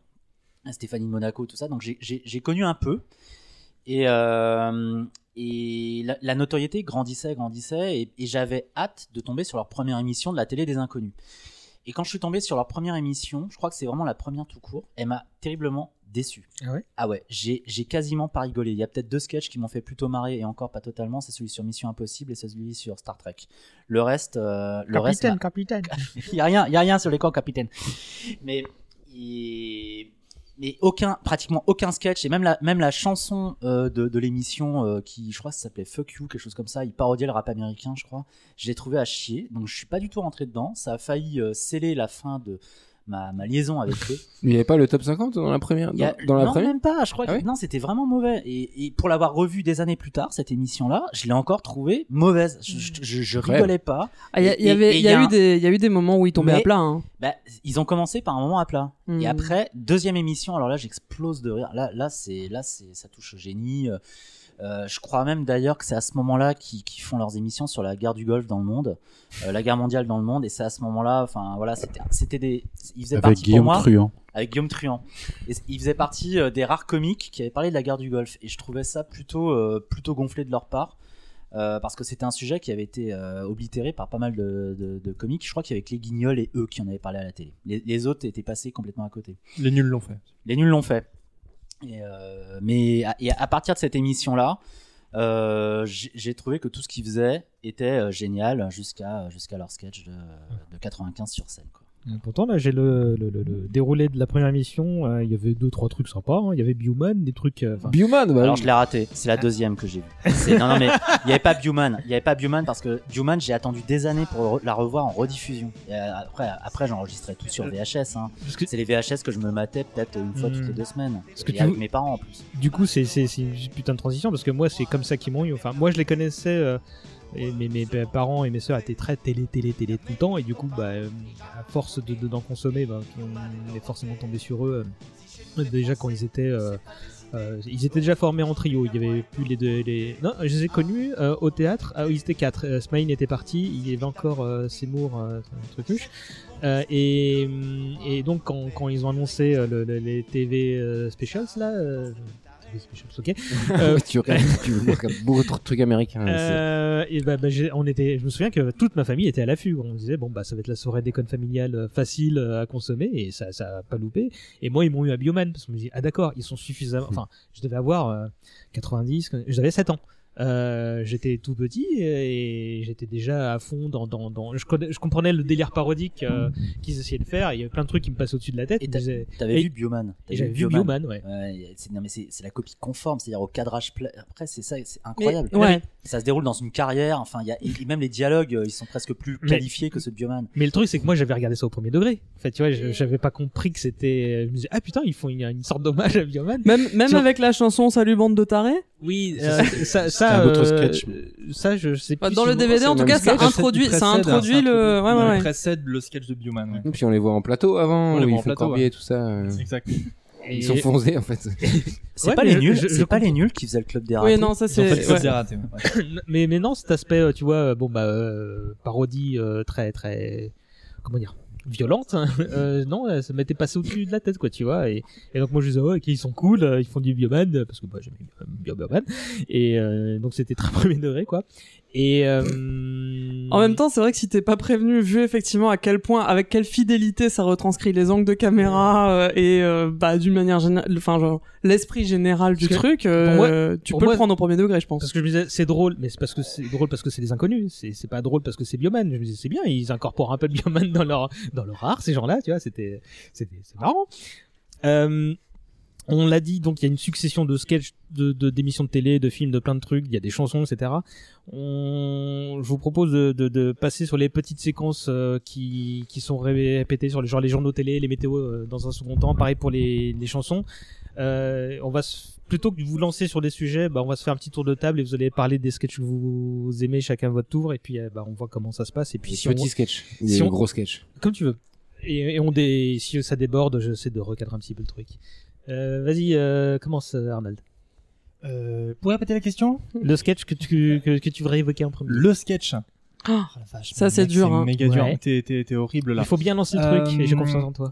S9: Stéphanie de Monaco, tout ça. Donc j'ai- j'ai j'ai connu un peu. Et, euh, et la, la notoriété grandissait, grandissait. Et, et j'avais hâte de tomber sur leur première émission de la télé des inconnus. Et quand je suis tombé sur leur première émission, je crois que c'est vraiment la première tout court, elle m'a terriblement déçu.
S1: Ah ouais
S9: Ah ouais, j'ai j'ai quasiment pas rigolé. Il y a peut-être deux sketchs qui m'ont fait plutôt marrer, et encore pas totalement, c'est celui sur Mission Impossible et celui sur Star Trek. Le reste... euh, le reste m'a-
S1: capitaine.
S9: il (laughs) y a rien, il y a rien sur les corps capitaine. Mais il- mais aucun, pratiquement aucun sketch et même la même la chanson euh, de, de l'émission euh, qui, je crois, ça s'appelait Fuck You, quelque chose comme ça. Il parodiait le rap américain, je crois. Je l'ai trouvé à chier, donc je suis pas du tout rentré dedans. Ça a failli euh, sceller la fin de ma, ma liaison avec
S10: (laughs)
S9: eux.
S10: Il n'y avait pas le top 50 dans la première
S9: Il y a-
S10: dans, dans la Ah
S9: non,
S10: première
S9: même pas. Je crois que non, c'était vraiment mauvais. Et, et pour l'avoir revu des années plus tard, cette émission-là, je l'ai encore trouvée mauvaise. Je, je, je- je
S2: Ouais.
S9: rigolais pas.
S2: Ah, il y a-
S9: Et-
S2: il y avait-
S9: et- et
S2: il y a eu
S9: un-
S2: des- il y a eu des moments où ils tombaient à
S9: mais,
S2: plat, hein.
S9: bah, ils ont commencé par un moment à plat.
S2: Mm.
S9: Et après, deuxième émission, alors là, j'explose de rire. Là, là, c'est, là, c'est, ça touche au génie. Euh, je crois même d'ailleurs que c'est à ce moment-là qu'ils, qu'ils font leurs émissions sur la guerre du Golfe dans le monde, euh, la guerre mondiale dans le monde, et c'est à ce moment-là, enfin voilà, c'était, c'était des, ils faisaient
S11: Avec
S9: partie
S11: Guillaume
S9: pour moi,
S11: Truand.
S9: avec Guillaume Truand, et c- ils faisaient partie euh, des rares comiques qui avaient parlé de la guerre du Golfe, et je trouvais ça plutôt, euh, plutôt gonflé de leur part. Euh, parce que c'était un sujet qui avait été euh, oblitéré par pas mal de, de, de comiques. Je crois qu'il y avait que les guignols et eux qui en avaient parlé à la télé. Les, les autres étaient passés complètement à côté.
S3: Les nuls l'ont fait.
S9: Les nuls l'ont fait. Et, euh, mais à, et à partir de cette émission-là, euh, j'ai j'ai trouvé que tout ce qu'ils faisaient était euh, génial jusqu'à jusqu'à leur sketch de, de 95 sur scène. quoi.
S1: Et Euh, Pourtant, là, j'ai le, le- le- le déroulé de la première émission. euh, Il y avait deux, trois trucs sympas. hein. Il y avait Bioman, des trucs. euh, enfin-
S10: bah
S9: Alors je l'ai raté, c'est la deuxième que j'ai vue. C'est- Non, non, mais il n'y avait pas Bioman. Il n'y avait pas Bioman parce que Bioman, j'ai attendu des années pour re- la revoir en rediffusion. Et euh, après, après j'enregistrais tout sur VHS. hein. C'est les VHS que je me matais peut-être une fois
S1: Hmm.
S9: toutes les deux semaines. Parce
S1: que tu
S9: avec
S1: vou-
S9: mes parents en plus.
S1: Du coup, c'est c'est- c'est une putain de transition parce que moi, c'est comme ça qu'ils m'ont eu. Enfin, moi, je les connaissais. euh, et mes, mes parents et mes soeurs étaient très télé, télé, télé tout le temps. Et du coup, bah, euh, à force de- de- d'en consommer, bah, on est forcément tombé sur eux. euh, déjà quand ils étaient. euh, euh, ils étaient déjà formés en trio. Il y avait plus les deux. Les... Non, je les ai connus euh, au théâtre. Ah, oui, ils étaient quatre. Euh, Smaïn était parti. Il y avait encore euh, Seymour, euh, trucuche. Euh, et, hum, et donc quand, quand ils ont annoncé euh, le- le- les TV euh, specials là, euh, TV specials, ok. Euh,
S10: (laughs) Ouais, tu regardes, tu regardes beaucoup de trucs américains. c'est-
S1: euh, et bah, bah, j'ai- on était, je me souviens que toute ma famille était à l'affût. On disait bon bah ça va être la soirée déconne familiale euh, facile euh, à consommer et ça ça a pas loupé. Et moi ils m'ont eu à Bioman parce que je me dis ah d'accord ils sont suffisamment. Enfin je devais avoir euh, 90, j'avais 7 ans. Euh, j'étais tout petit et j'étais déjà à fond dans, dans, dans... Je, connais- je comprenais le délire parodique euh, qu'ils essayaient de faire. Il y avait plein de trucs qui me passaient au-dessus de la tête. mais j'ai-
S9: T'avais
S1: et-
S9: vu Bioman.
S1: et
S9: T'avais
S1: J'avais vu Bioman, ouais.
S9: Ouais, c'est- non, mais c'est c'est la copie conforme, c'est-à-dire au cadrage. pla- Après, c'est ça, c'est incroyable.
S1: Mais- ouais.
S9: Ça se déroule dans une carrière. Enfin, il y a et même les dialogues, euh, ils sont presque plus
S1: Mais-
S9: qualifiés que ceux de Bioman.
S1: Mais le truc, c'est que moi, j'avais regardé ça au premier degré. En fait, tu vois, je- j'avais pas compris que c'était. Je me disais, ah putain, ils font une, une sorte d'hommage à Bioman.
S2: Même, même
S1: Sur-
S2: avec la chanson Salut bande de tarés
S1: Oui, euh, ça,
S2: C'est
S1: ça,
S2: un autre
S1: euh,
S2: sketch.
S1: ça, je sais
S2: Bah,
S1: plus.
S2: dans
S1: si
S2: le
S1: vous-
S2: DVD, en tout cas, ça
S1: précède-
S2: introduit- ça introduit le- ouais, ouais, ouais.
S3: hein, Il précède le sketch de Bioman. ouais.
S10: Et Puis on les voit en plateau avant,
S3: On les
S10: où
S3: voit
S10: ils
S3: en
S10: font
S3: plateau,
S10: Corbier
S3: ouais.
S10: et tout ça. euh.
S3: Exact.
S10: Ils sont foncés en fait.
S9: C'est pas les nuls, c'est pas les nuls qui faisaient le club des ratés.
S2: Oui, non, ça,
S9: Ils ont
S2: c'est-
S9: fait le club
S2: ouais.
S9: des ratés, ouais.
S1: (coughs) mais, mais non, cet aspect, euh, tu vois, euh, bon, bah, euh, parodie euh, très, très. Comment dire violente, hein, (laughs) euh, non, euh, ça m'était passé au-dessus de la tête, quoi, tu vois. Et, et donc moi je disais, ouais, ok, ils sont cool, euh, ils font du bioman, euh, parce que bah, j'aimais bien bioman. Et euh, donc c'était très (laughs) premier degré, quoi. Et euh,
S2: En même temps, c'est vrai que si t'es pas prévenu, vu effectivement à quel point, avec quelle fidélité ça retranscrit les angles de caméra euh, et euh, bah d'une manière générale, enfin genre l'esprit général du
S1: Parce que
S2: truc, euh,
S1: pour moi-
S2: tu
S1: pour
S2: peux
S1: moi-
S2: le prendre au premier degré, je pense.
S1: Parce que je me disais, c'est drôle, mais c'est parce que c'est drôle parce que c'est des inconnus. C'est, c'est pas drôle parce que c'est Bioman. Je me disais, c'est bien, ils incorporent un peu de Bioman dans leur, dans leur art, ces gens-là, tu vois, c'était, c'était, c'est marrant. Euh, on l'a dit, donc il y a une succession de sketchs, de, de- d'émissions de télé, de films, de plein de trucs, il y a des chansons, etc. On, je vous propose de, de, de passer sur les petites séquences euh, qui, qui sont ré- répétées sur les, genre les journaux télé, les météos euh, dans un second temps, pareil pour les, les chansons. Euh, on va se plutôt que de vous lancer sur des sujets, bah, on va se faire un petit tour de table et vous allez parler des sketchs que vous aimez chacun votre tour et puis euh, bah, on voit comment ça se passe et puis
S10: Des
S1: si on-
S10: petits sketchs, des
S1: si on-
S10: gros sketchs.
S1: comme tu veux. Et, et on dé... si ça déborde, j'essaie de recadrer un petit peu le truc. Euh, Vas-y, euh, commence euh, Arnold.
S3: Euh, pourrais répéter la question
S1: Le sketch que tu, que, que tu voudrais évoquer en premier.
S3: Le sketch.
S2: Oh,
S3: Oh
S2: ça c'est
S3: mec,
S2: dur. hein.
S3: Méga dur.
S1: Ouais.
S3: T'es- T'es t'es horrible là.
S1: Il faut bien lancer le
S3: Euh,
S1: truc, et j'ai confiance en toi.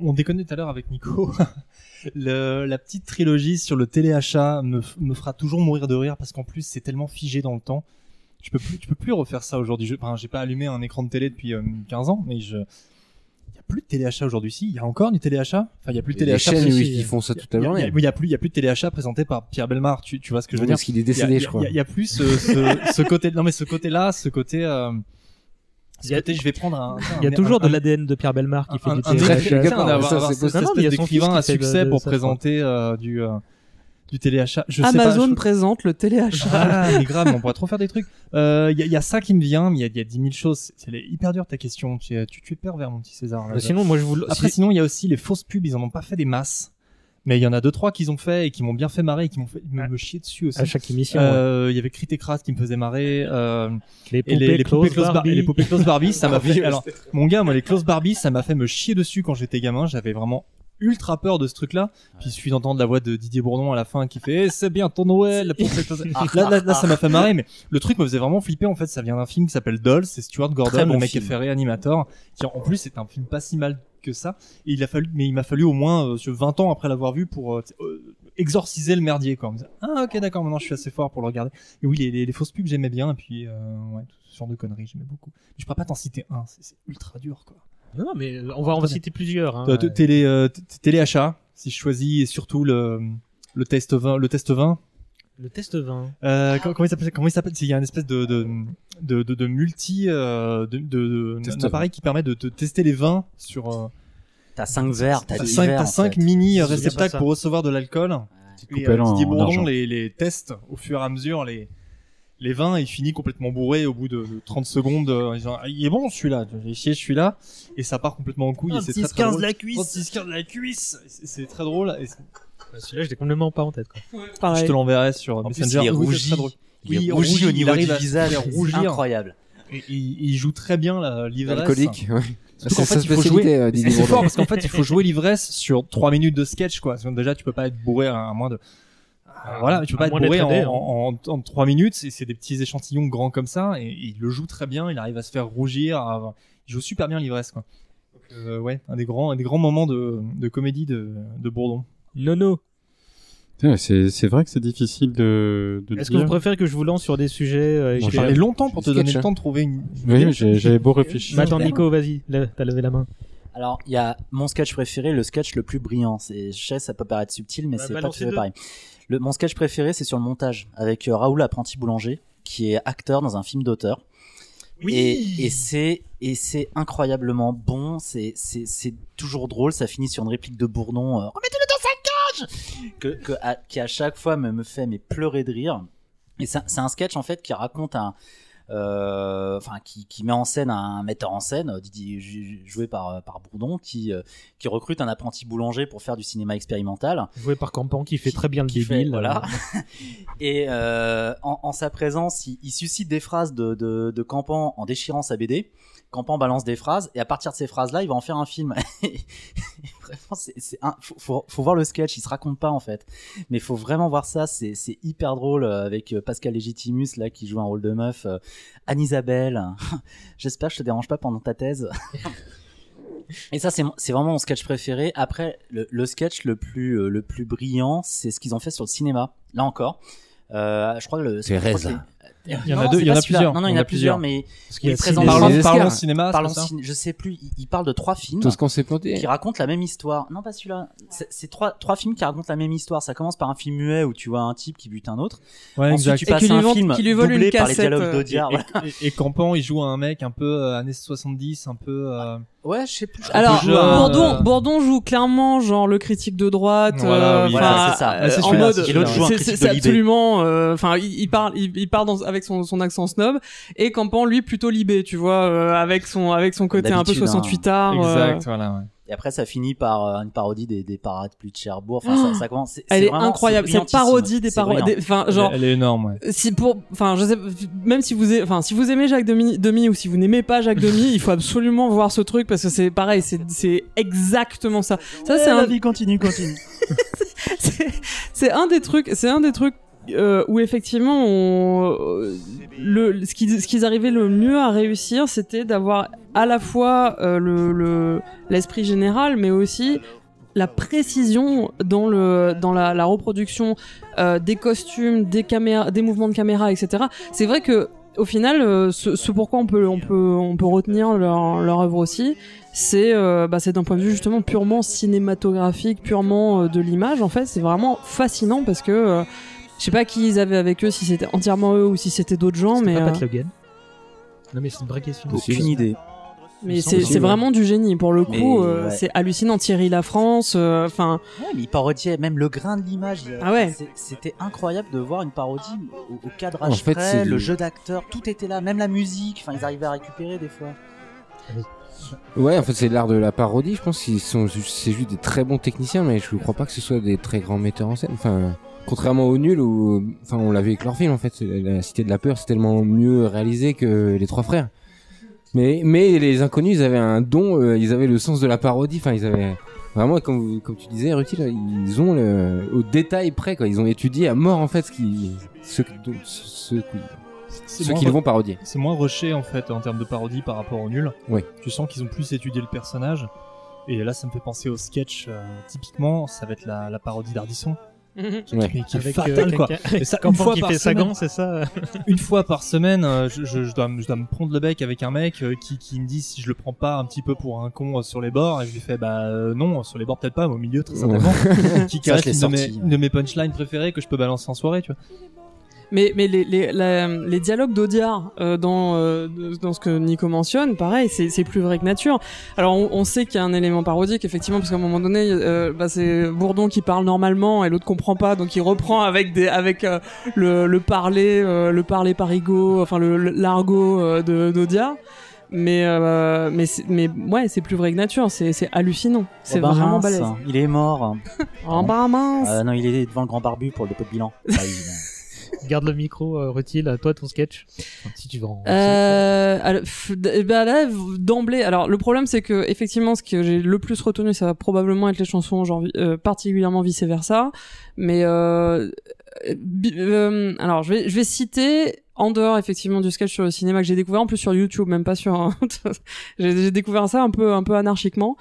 S3: On déconnait tout à l'heure avec Nico. (laughs) Le- la petite trilogie sur le téléachat me, f- me fera toujours mourir de rire parce qu'en plus c'est tellement figé dans le temps. Je peux plus, tu peux plus refaire ça aujourd'hui. Je- Enfin, j'ai pas allumé un écran de télé depuis euh, 15 ans, mais je. Il y a plus de téléachat aujourd'hui. Si, il y a encore du téléachat. Enfin, il y a plus de
S10: Il y a des
S3: téléachat.
S10: chaînes
S3: précis.
S10: oui, qui font ça toute la
S3: Il y a-
S10: journée.
S3: il y a- oui, il y a plus, il y a plus de téléachat présenté par Pierre Belmar. Tu, tu vois ce que je veux
S10: Oui,
S3: dire
S10: parce qu'il est décédé,
S3: Il y a-
S10: je crois.
S3: Il y a- il y a plus ce, ce-
S10: (laughs)
S3: ce côté. Non, mais ce côté-là, ce côté. euh, ce côté, je vais prendre
S10: (laughs)
S3: un.
S1: Il y a
S3: un-
S1: toujours de
S3: un-
S1: l'ADN de Pierre Belmar qui fait
S3: un,
S1: du
S3: un des
S1: téléachat.
S3: quelqu'un
S1: Non,
S3: hein, d'avoir
S1: ça,
S3: avoir
S1: c'est
S3: cette
S1: possible. Non, non, mais il y
S3: espèce
S1: a son fils
S3: d'écrivain
S1: qui
S3: à
S1: fait de-
S3: succès
S1: de
S3: pour
S1: ça, je
S3: présenter euh, du euh, du téléachat. Je sais pas.
S2: Amazon
S3: (laughs) je-
S2: présente le téléachat.
S3: Ah, mais grave, mais on pourrait trop faire des trucs. Euh, Il y, a- y a ça qui me vient, mais il y a- il y, a 10 000 choses. C'est elle est hyper dur ta question. Tu, es- tu, tu es pervers, mon petit César. là.
S1: Bah, sinon, moi, je vous le-
S3: Après,
S1: si-
S3: sinon, il y a aussi les fausses pubs. Ils en ont pas fait des masses. Mais il y en a deux trois qu'ils ont fait et qui m'ont bien fait marrer et qui m'ont fait me, me chier dessus aussi.
S1: À chaque émission, hein,
S3: Euh, Il y avait Crit et Crass qui me faisait marrer. euh,
S1: Les
S3: et
S1: poupées closes
S3: closes Bar-
S1: Barbie.
S3: et les poupées closes Barbie, ça
S1: (laughs)
S3: m'a fait.
S1: Barbie,
S3: Alors, mon gars, moi, les closes Barbie, ça m'a fait me chier dessus quand j'étais gamin. J'avais vraiment ultra peur de ce truc-là. Puis il suffit d'entendre la voix de Didier Bourdon à la fin qui fait Eh, c'est bien ton Noël pour cette chose.
S9: Ah,
S3: là, là, là, ça m'a fait marrer mais le truc me faisait vraiment flipper en fait ça vient d'un film qui s'appelle Doll c'est Stuart Gordon
S9: Très bon
S3: le mec qui a
S9: film.
S3: fait Reanimator qui en plus c'est un film pas si mal que ça et il a fallu mais il m'a fallu au moins euh, sur 20 ans après l'avoir vu pour euh, t- euh, exorciser le merdier quoi On me disait, ah ok d'accord maintenant je suis assez fort pour le regarder et oui les, les- les fausses pubs j'aimais bien et puis euh, ouais tout ce genre de conneries j'aimais beaucoup mais je pourrais pas t'en citer un c'est c'est ultra dur quoi
S1: Non, non, mais on va, on va citer plusieurs. hein.
S3: euh, t- télé, euh, t- téléachat, si je choisis, et surtout le, le test 20. Le test 20.
S1: Le test 20.
S3: Euh, co- comment il s'appelle Comment il s'appelle Il y a une espèce de, de, de, de, de multi. euh, de, de, de,
S9: Test
S3: un appareil qui permet de, de tester les vins sur. euh,
S9: T'as 5 verres, t'as
S3: T'as
S9: 10
S3: cinq-
S9: verres.
S3: t'as
S9: en
S3: cinq
S9: fait.
S3: mini
S9: Je
S3: euh,
S9: me souviens pas
S3: réceptacles
S9: ça.
S3: pour recevoir de l'alcool. Et
S11: coupelles
S3: euh,
S11: en-
S3: Didier
S11: en
S3: Bourdon
S11: argent.
S3: les, les tests au fur et à mesure, les, les vins, il finit complètement bourré au bout de, de 30 secondes. euh, en disant, Ah, il est bon celui-là, j'ai essayé celui-là. Et ça part complètement en couille. et c'est très, très
S1: 36-15
S3: drôle.
S1: la cuisse.
S3: 36-15 la cuisse. C'est- C'est très drôle. et c'est-
S1: Bah, Celui-là, je l'ai complètement pas en tête. Quoi.
S2: Pareil.
S3: Je te l'enverrai sur
S9: En plus,
S3: Messenger.
S9: il est
S3: Oui,
S9: rougi.
S3: c'est très drôle.
S9: Il est
S3: Oui,
S9: rougi au niveau
S3: arrive
S9: du
S3: à-
S9: visage,
S3: il
S9: c'est
S3: rougir.
S9: incroyable.
S3: Et il, il joue très bien la- l'ivresse.
S10: Alcoolique, ouais.
S3: Surtout qu'en
S10: C'est sa
S3: fait, il faut
S10: spécialité,
S3: jouer-
S10: euh, Didier
S3: et c'est
S10: Bourdon.
S3: fort parce qu'en fait, il faut jouer l'ivresse sur 3 minutes de sketch, quoi. Parce que Déjà, tu peux pas être bourré à, à moins de. Euh, Voilà, tu peux
S1: À
S3: pas être
S1: moins
S3: bourré
S1: d'être aidé,
S3: en, en, 3 minutes. Et c'est des petits échantillons grands comme ça. Et, et il le joue très bien. Il arrive à se faire rougir. à- Il joue super bien l'ivresse, quoi. Donc, euh, ouais, un des grands, un des grands moments de, de comédie de, de Bourdon.
S1: Nono,
S11: Putain, C'est c'est vrai que c'est difficile de, de
S1: est-ce que
S11: dire.
S1: vous préférez que je vous lance sur des sujets euh,
S3: J'ai
S1: je-
S3: parlé longtemps pour te
S10: sketch,
S3: donner
S10: hein.
S3: le temps de trouver une.
S11: Oui, j'ai- j'avais beau réfléchir.
S1: Bah, attends, Nico, vas-y, là, t'as levé la main.
S9: Alors, il y a mon sketch préféré, le sketch le plus brillant. C'est- Je sais, ça peut paraître subtil, mais
S1: Bah,
S9: c'est pas tout à
S1: balancez
S9: fait
S1: deux.
S9: pareil. Le, mon sketch préféré, c'est sur le montage, avec euh, Raoul Apprenti Boulanger, qui est acteur dans un film d'auteur. Et, et c'est et c'est incroyablement bon, c'est c'est c'est toujours drôle, ça finit sur une réplique de Bourdon, euh, remettez-le dans sa cage, que, que à- qui à chaque fois me me fait mais pleurer de rire. Et c'est un- c'est un sketch en fait qui raconte un euh, enfin qui, qui met en scène un metteur en scène euh, Didier- ju- joué par euh, par Bourdon qui euh, qui recrute un apprenti boulanger pour faire du cinéma expérimental
S1: Joué par Campan qui fait très bien le
S9: qui fait,
S1: débile.
S9: voilà. (laughs) Et euh, en, en sa présence, il, il suscite des phrases de, de, de Campan en déchirant sa BD. Campan balance des phrases et à partir de ces phrases-là, il va en faire un film. (laughs) Et vraiment, c'est, c'est un- faut, faut, faut voir le sketch, il se raconte pas en fait, mais faut vraiment voir ça. C'est, c'est hyper drôle euh, avec euh, Pascal Legitimus là qui joue un rôle de meuf, euh, Anne Isabelle. (laughs) J'espère que je te dérange pas pendant ta thèse. (laughs) Et ça, c'est mon- c'est vraiment mon sketch préféré. Après, le, le sketch le plus, euh, le plus brillant, c'est ce qu'ils ont fait sur le cinéma. Là encore. Euh, je crois que le. je crois que
S10: Thérèse.
S9: c'est-
S3: Il y en a
S9: Non,
S3: deux,
S9: c'est
S3: il y en
S9: pas
S3: a
S9: celui-là.
S3: plusieurs.
S9: Non, non, il y en a plusieurs, mais.
S1: Parce qu'il y
S9: Il
S1: a
S9: présente
S10: cinéma-
S9: parlons,
S10: Les
S3: Parlons
S10: Oscars.
S3: cinéma, c'est
S9: parlons
S3: ça
S9: ciné- je sais plus, il, il parle de trois films
S10: Tout ce qu'on s'est planté.
S9: qui racontent la même histoire. Non, pas celui-là. C'est c'est trois, trois films qui racontent la même histoire. Ça commence par un film muet où tu vois un type qui bute un autre.
S3: Ouais,
S9: Ensuite, tu
S2: Et
S9: passes
S2: qui
S9: à
S2: lui
S9: un
S2: vend-
S9: film
S2: qui lui vole
S9: doublé
S2: une
S9: par les
S2: cassette,
S9: dialogues
S2: euh,
S9: d'Audiard.
S3: Et-
S9: voilà.
S3: et, et Campan, il joue un mec un peu euh, années 70, un peu. euh,
S9: Ouais, je sais plus.
S2: Alors,
S3: Toujours, euh,
S2: Bourdon, Bourdon joue clairement genre le critique de droite.
S3: Voilà,
S2: euh,
S3: oui,
S2: enfin,
S9: voilà, c'est ça.
S2: euh,
S3: Ah, c'est
S2: en
S3: celui-là,
S2: mode,
S3: c'est celui-là,
S2: c'est-
S9: ouais.
S2: c'est-
S9: critique de
S2: c'est
S9: Libé.
S2: absolument. euh, Enfin, il, il parle, il, il part dans, avec son, son accent snob et Campan lui plutôt libé, tu vois, euh, avec son avec son côté un peu
S9: D'habitude, hein.
S10: Ah,
S2: 68 art. euh,
S3: Exact, voilà. ouais.
S9: Et après, ça finit par euh, une parodie des, des parades plus de Cherbourg. Enfin, ça, ça commence. c'est-
S2: Oh, Elle
S9: c'est
S2: est,
S9: vraiment-
S2: incroyable.
S9: c'est
S2: Cette
S9: brillantissime.
S2: parodie des
S9: C'est
S2: parodies.
S9: brillant.
S2: Enfin, genre.
S3: Elle est énorme, ouais.
S2: Si pour, enfin, je sais, même si vous, aimez- enfin, si vous aimez Jacques Demi, Demi ou si vous n'aimez pas Jacques
S9: (laughs)
S2: Demi, il faut absolument voir ce truc parce que c'est pareil, c'est, c'est exactement ça. Ça,
S9: Ouais,
S2: c'est
S9: la
S2: un,
S9: vie continue, continue.
S2: (laughs) c'est- c'est un des trucs, c'est un des trucs euh, où effectivement, on, euh, le, ce qu'ils, ce qu'ils arrivaient le mieux à réussir, c'était d'avoir à la fois euh, le, le- l'esprit général, mais aussi la précision dans le dans la, la reproduction euh, des costumes, des caméras, des mouvements de caméra, etc. C'est vrai que au final, euh, ce, ce pourquoi on peut on peut on peut retenir leur leur œuvre aussi, c'est euh, bah, c'est d'un point de vue justement purement cinématographique, purement euh, de l'image. En fait, c'est vraiment fascinant parce que euh, je sais pas qui ils avaient avec eux, si c'était entièrement eux ou si c'était d'autres gens, mais
S1: Pas
S2: euh,
S1: Pat Logan. Non, mais c'est une vraie question.
S9: Aucune idée.
S2: mais
S1: Il
S2: c'est
S1: semble
S2: c'est
S1: que-
S2: vraiment du génie pour le coup.
S9: Mais,
S2: euh,
S9: ouais.
S2: C'est hallucinant. Thierry La
S1: (laughs)
S2: France, enfin.
S9: Ouais, mais il parodiait même le grain de l'image. il-
S2: Ah ouais.
S9: c'est- C'était incroyable de voir une parodie au, au cadrage
S10: En fait,
S9: près,
S10: c'est
S9: le
S10: du-
S9: jeu d'acteur, tout était là, même la musique. Enfin, ils arrivaient à récupérer des fois.
S10: Ouais, en fait, c'est l'art de la parodie. Je pense qu'ils sont, ju- c'est juste des très bons techniciens, mais je crois pas que ce soit des très grands metteurs en scène. Enfin, contrairement au nul où, enfin, on l'a vu avec leur film. En fait, la Cité de la peur, c'est tellement mieux réalisé que les Trois Frères. Mais, mais les inconnus, ils avaient un don. euh, ils avaient le sens de la parodie. Enfin, ils avaient vraiment, comme, vous- comme tu disais, Ruti, là, ils ont le, au détail près. Quoi. Ils ont étudié à mort en fait ce qui, ce, dont- ce, ce-
S3: C'est
S10: ceux
S3: moins
S10: qui le
S3: re-
S10: vont parodier.
S3: C'est moins rushé en fait en termes de parodie par rapport au nul.
S10: Oui.
S3: Tu sens qu'ils ont plus étudié le personnage. Et là, ça me fait penser au sketch. euh, typiquement, ça va être la, la parodie d'Ardisson.
S10: Ouais.
S3: Mais qui est
S1: Avec,
S3: fatale,
S1: euh,
S3: quoi.
S1: quelqu'un-
S3: Et ça,
S1: Quand
S3: une
S1: Franck,
S3: fois
S1: il
S3: par
S1: fait sa
S3: semaine.
S1: gant, c'est ça euh,
S3: une fois par semaine, euh, je, je- je dois, me- je dois me prendre le bec avec un mec euh, qui, qui me dit si je le prends pas un petit peu pour un con euh, sur les bords. Et je lui fais bah euh, non, sur les bords peut-être pas, mais au milieu très certainement. qui
S9: (laughs) Ça, je
S3: cache
S9: l'ai
S3: une, de
S9: sorti,
S3: mes-
S9: ouais.
S3: une de mes punchlines préférées que je peux balancer en soirée, tu vois.
S2: Mais, mais les, les, la- les dialogues d'Audiard euh, dans, euh, dans ce que Nico mentionne, pareil, c'est c'est plus vrai que nature. Alors on, on sait qu'il y a un élément parodique, effectivement, parce qu'à un moment donné, euh, bah, c'est Bourdon qui parle normalement et l'autre comprend pas, donc il reprend avec, des, avec euh, le, le parler, euh, le parler parigot, enfin le le- l'argot euh, de- d'Audiard. Mais, euh, mais, c'est- mais ouais, c'est plus vrai que nature, c'est c'est hallucinant. C'est
S9: Robin
S2: vraiment
S9: Oh, bah, Mince, hein.
S2: balèze.
S9: Il est mort.
S2: Oh bah mince
S9: Euh, non, il est devant le grand barbu pour le dépôt de bilan. (laughs) Ah, il-
S1: Garde le micro, euh, Rutil, à toi ton sketch. Enfin, si tu veux en-
S2: Euh, alors, pff, d- eh ben là, v- d'emblée, alors le problème c'est que effectivement, ce que j'ai le plus retenu, ça va probablement être les chansons, genre euh, particulièrement vice versa. Mais euh, euh, bi- euh, alors, je vais, je vais citer en dehors effectivement du sketch sur le cinéma que j'ai découvert en plus sur YouTube, même pas (laughs) sur. j'ai j'ai découvert ça un peu, un peu anarchiquement.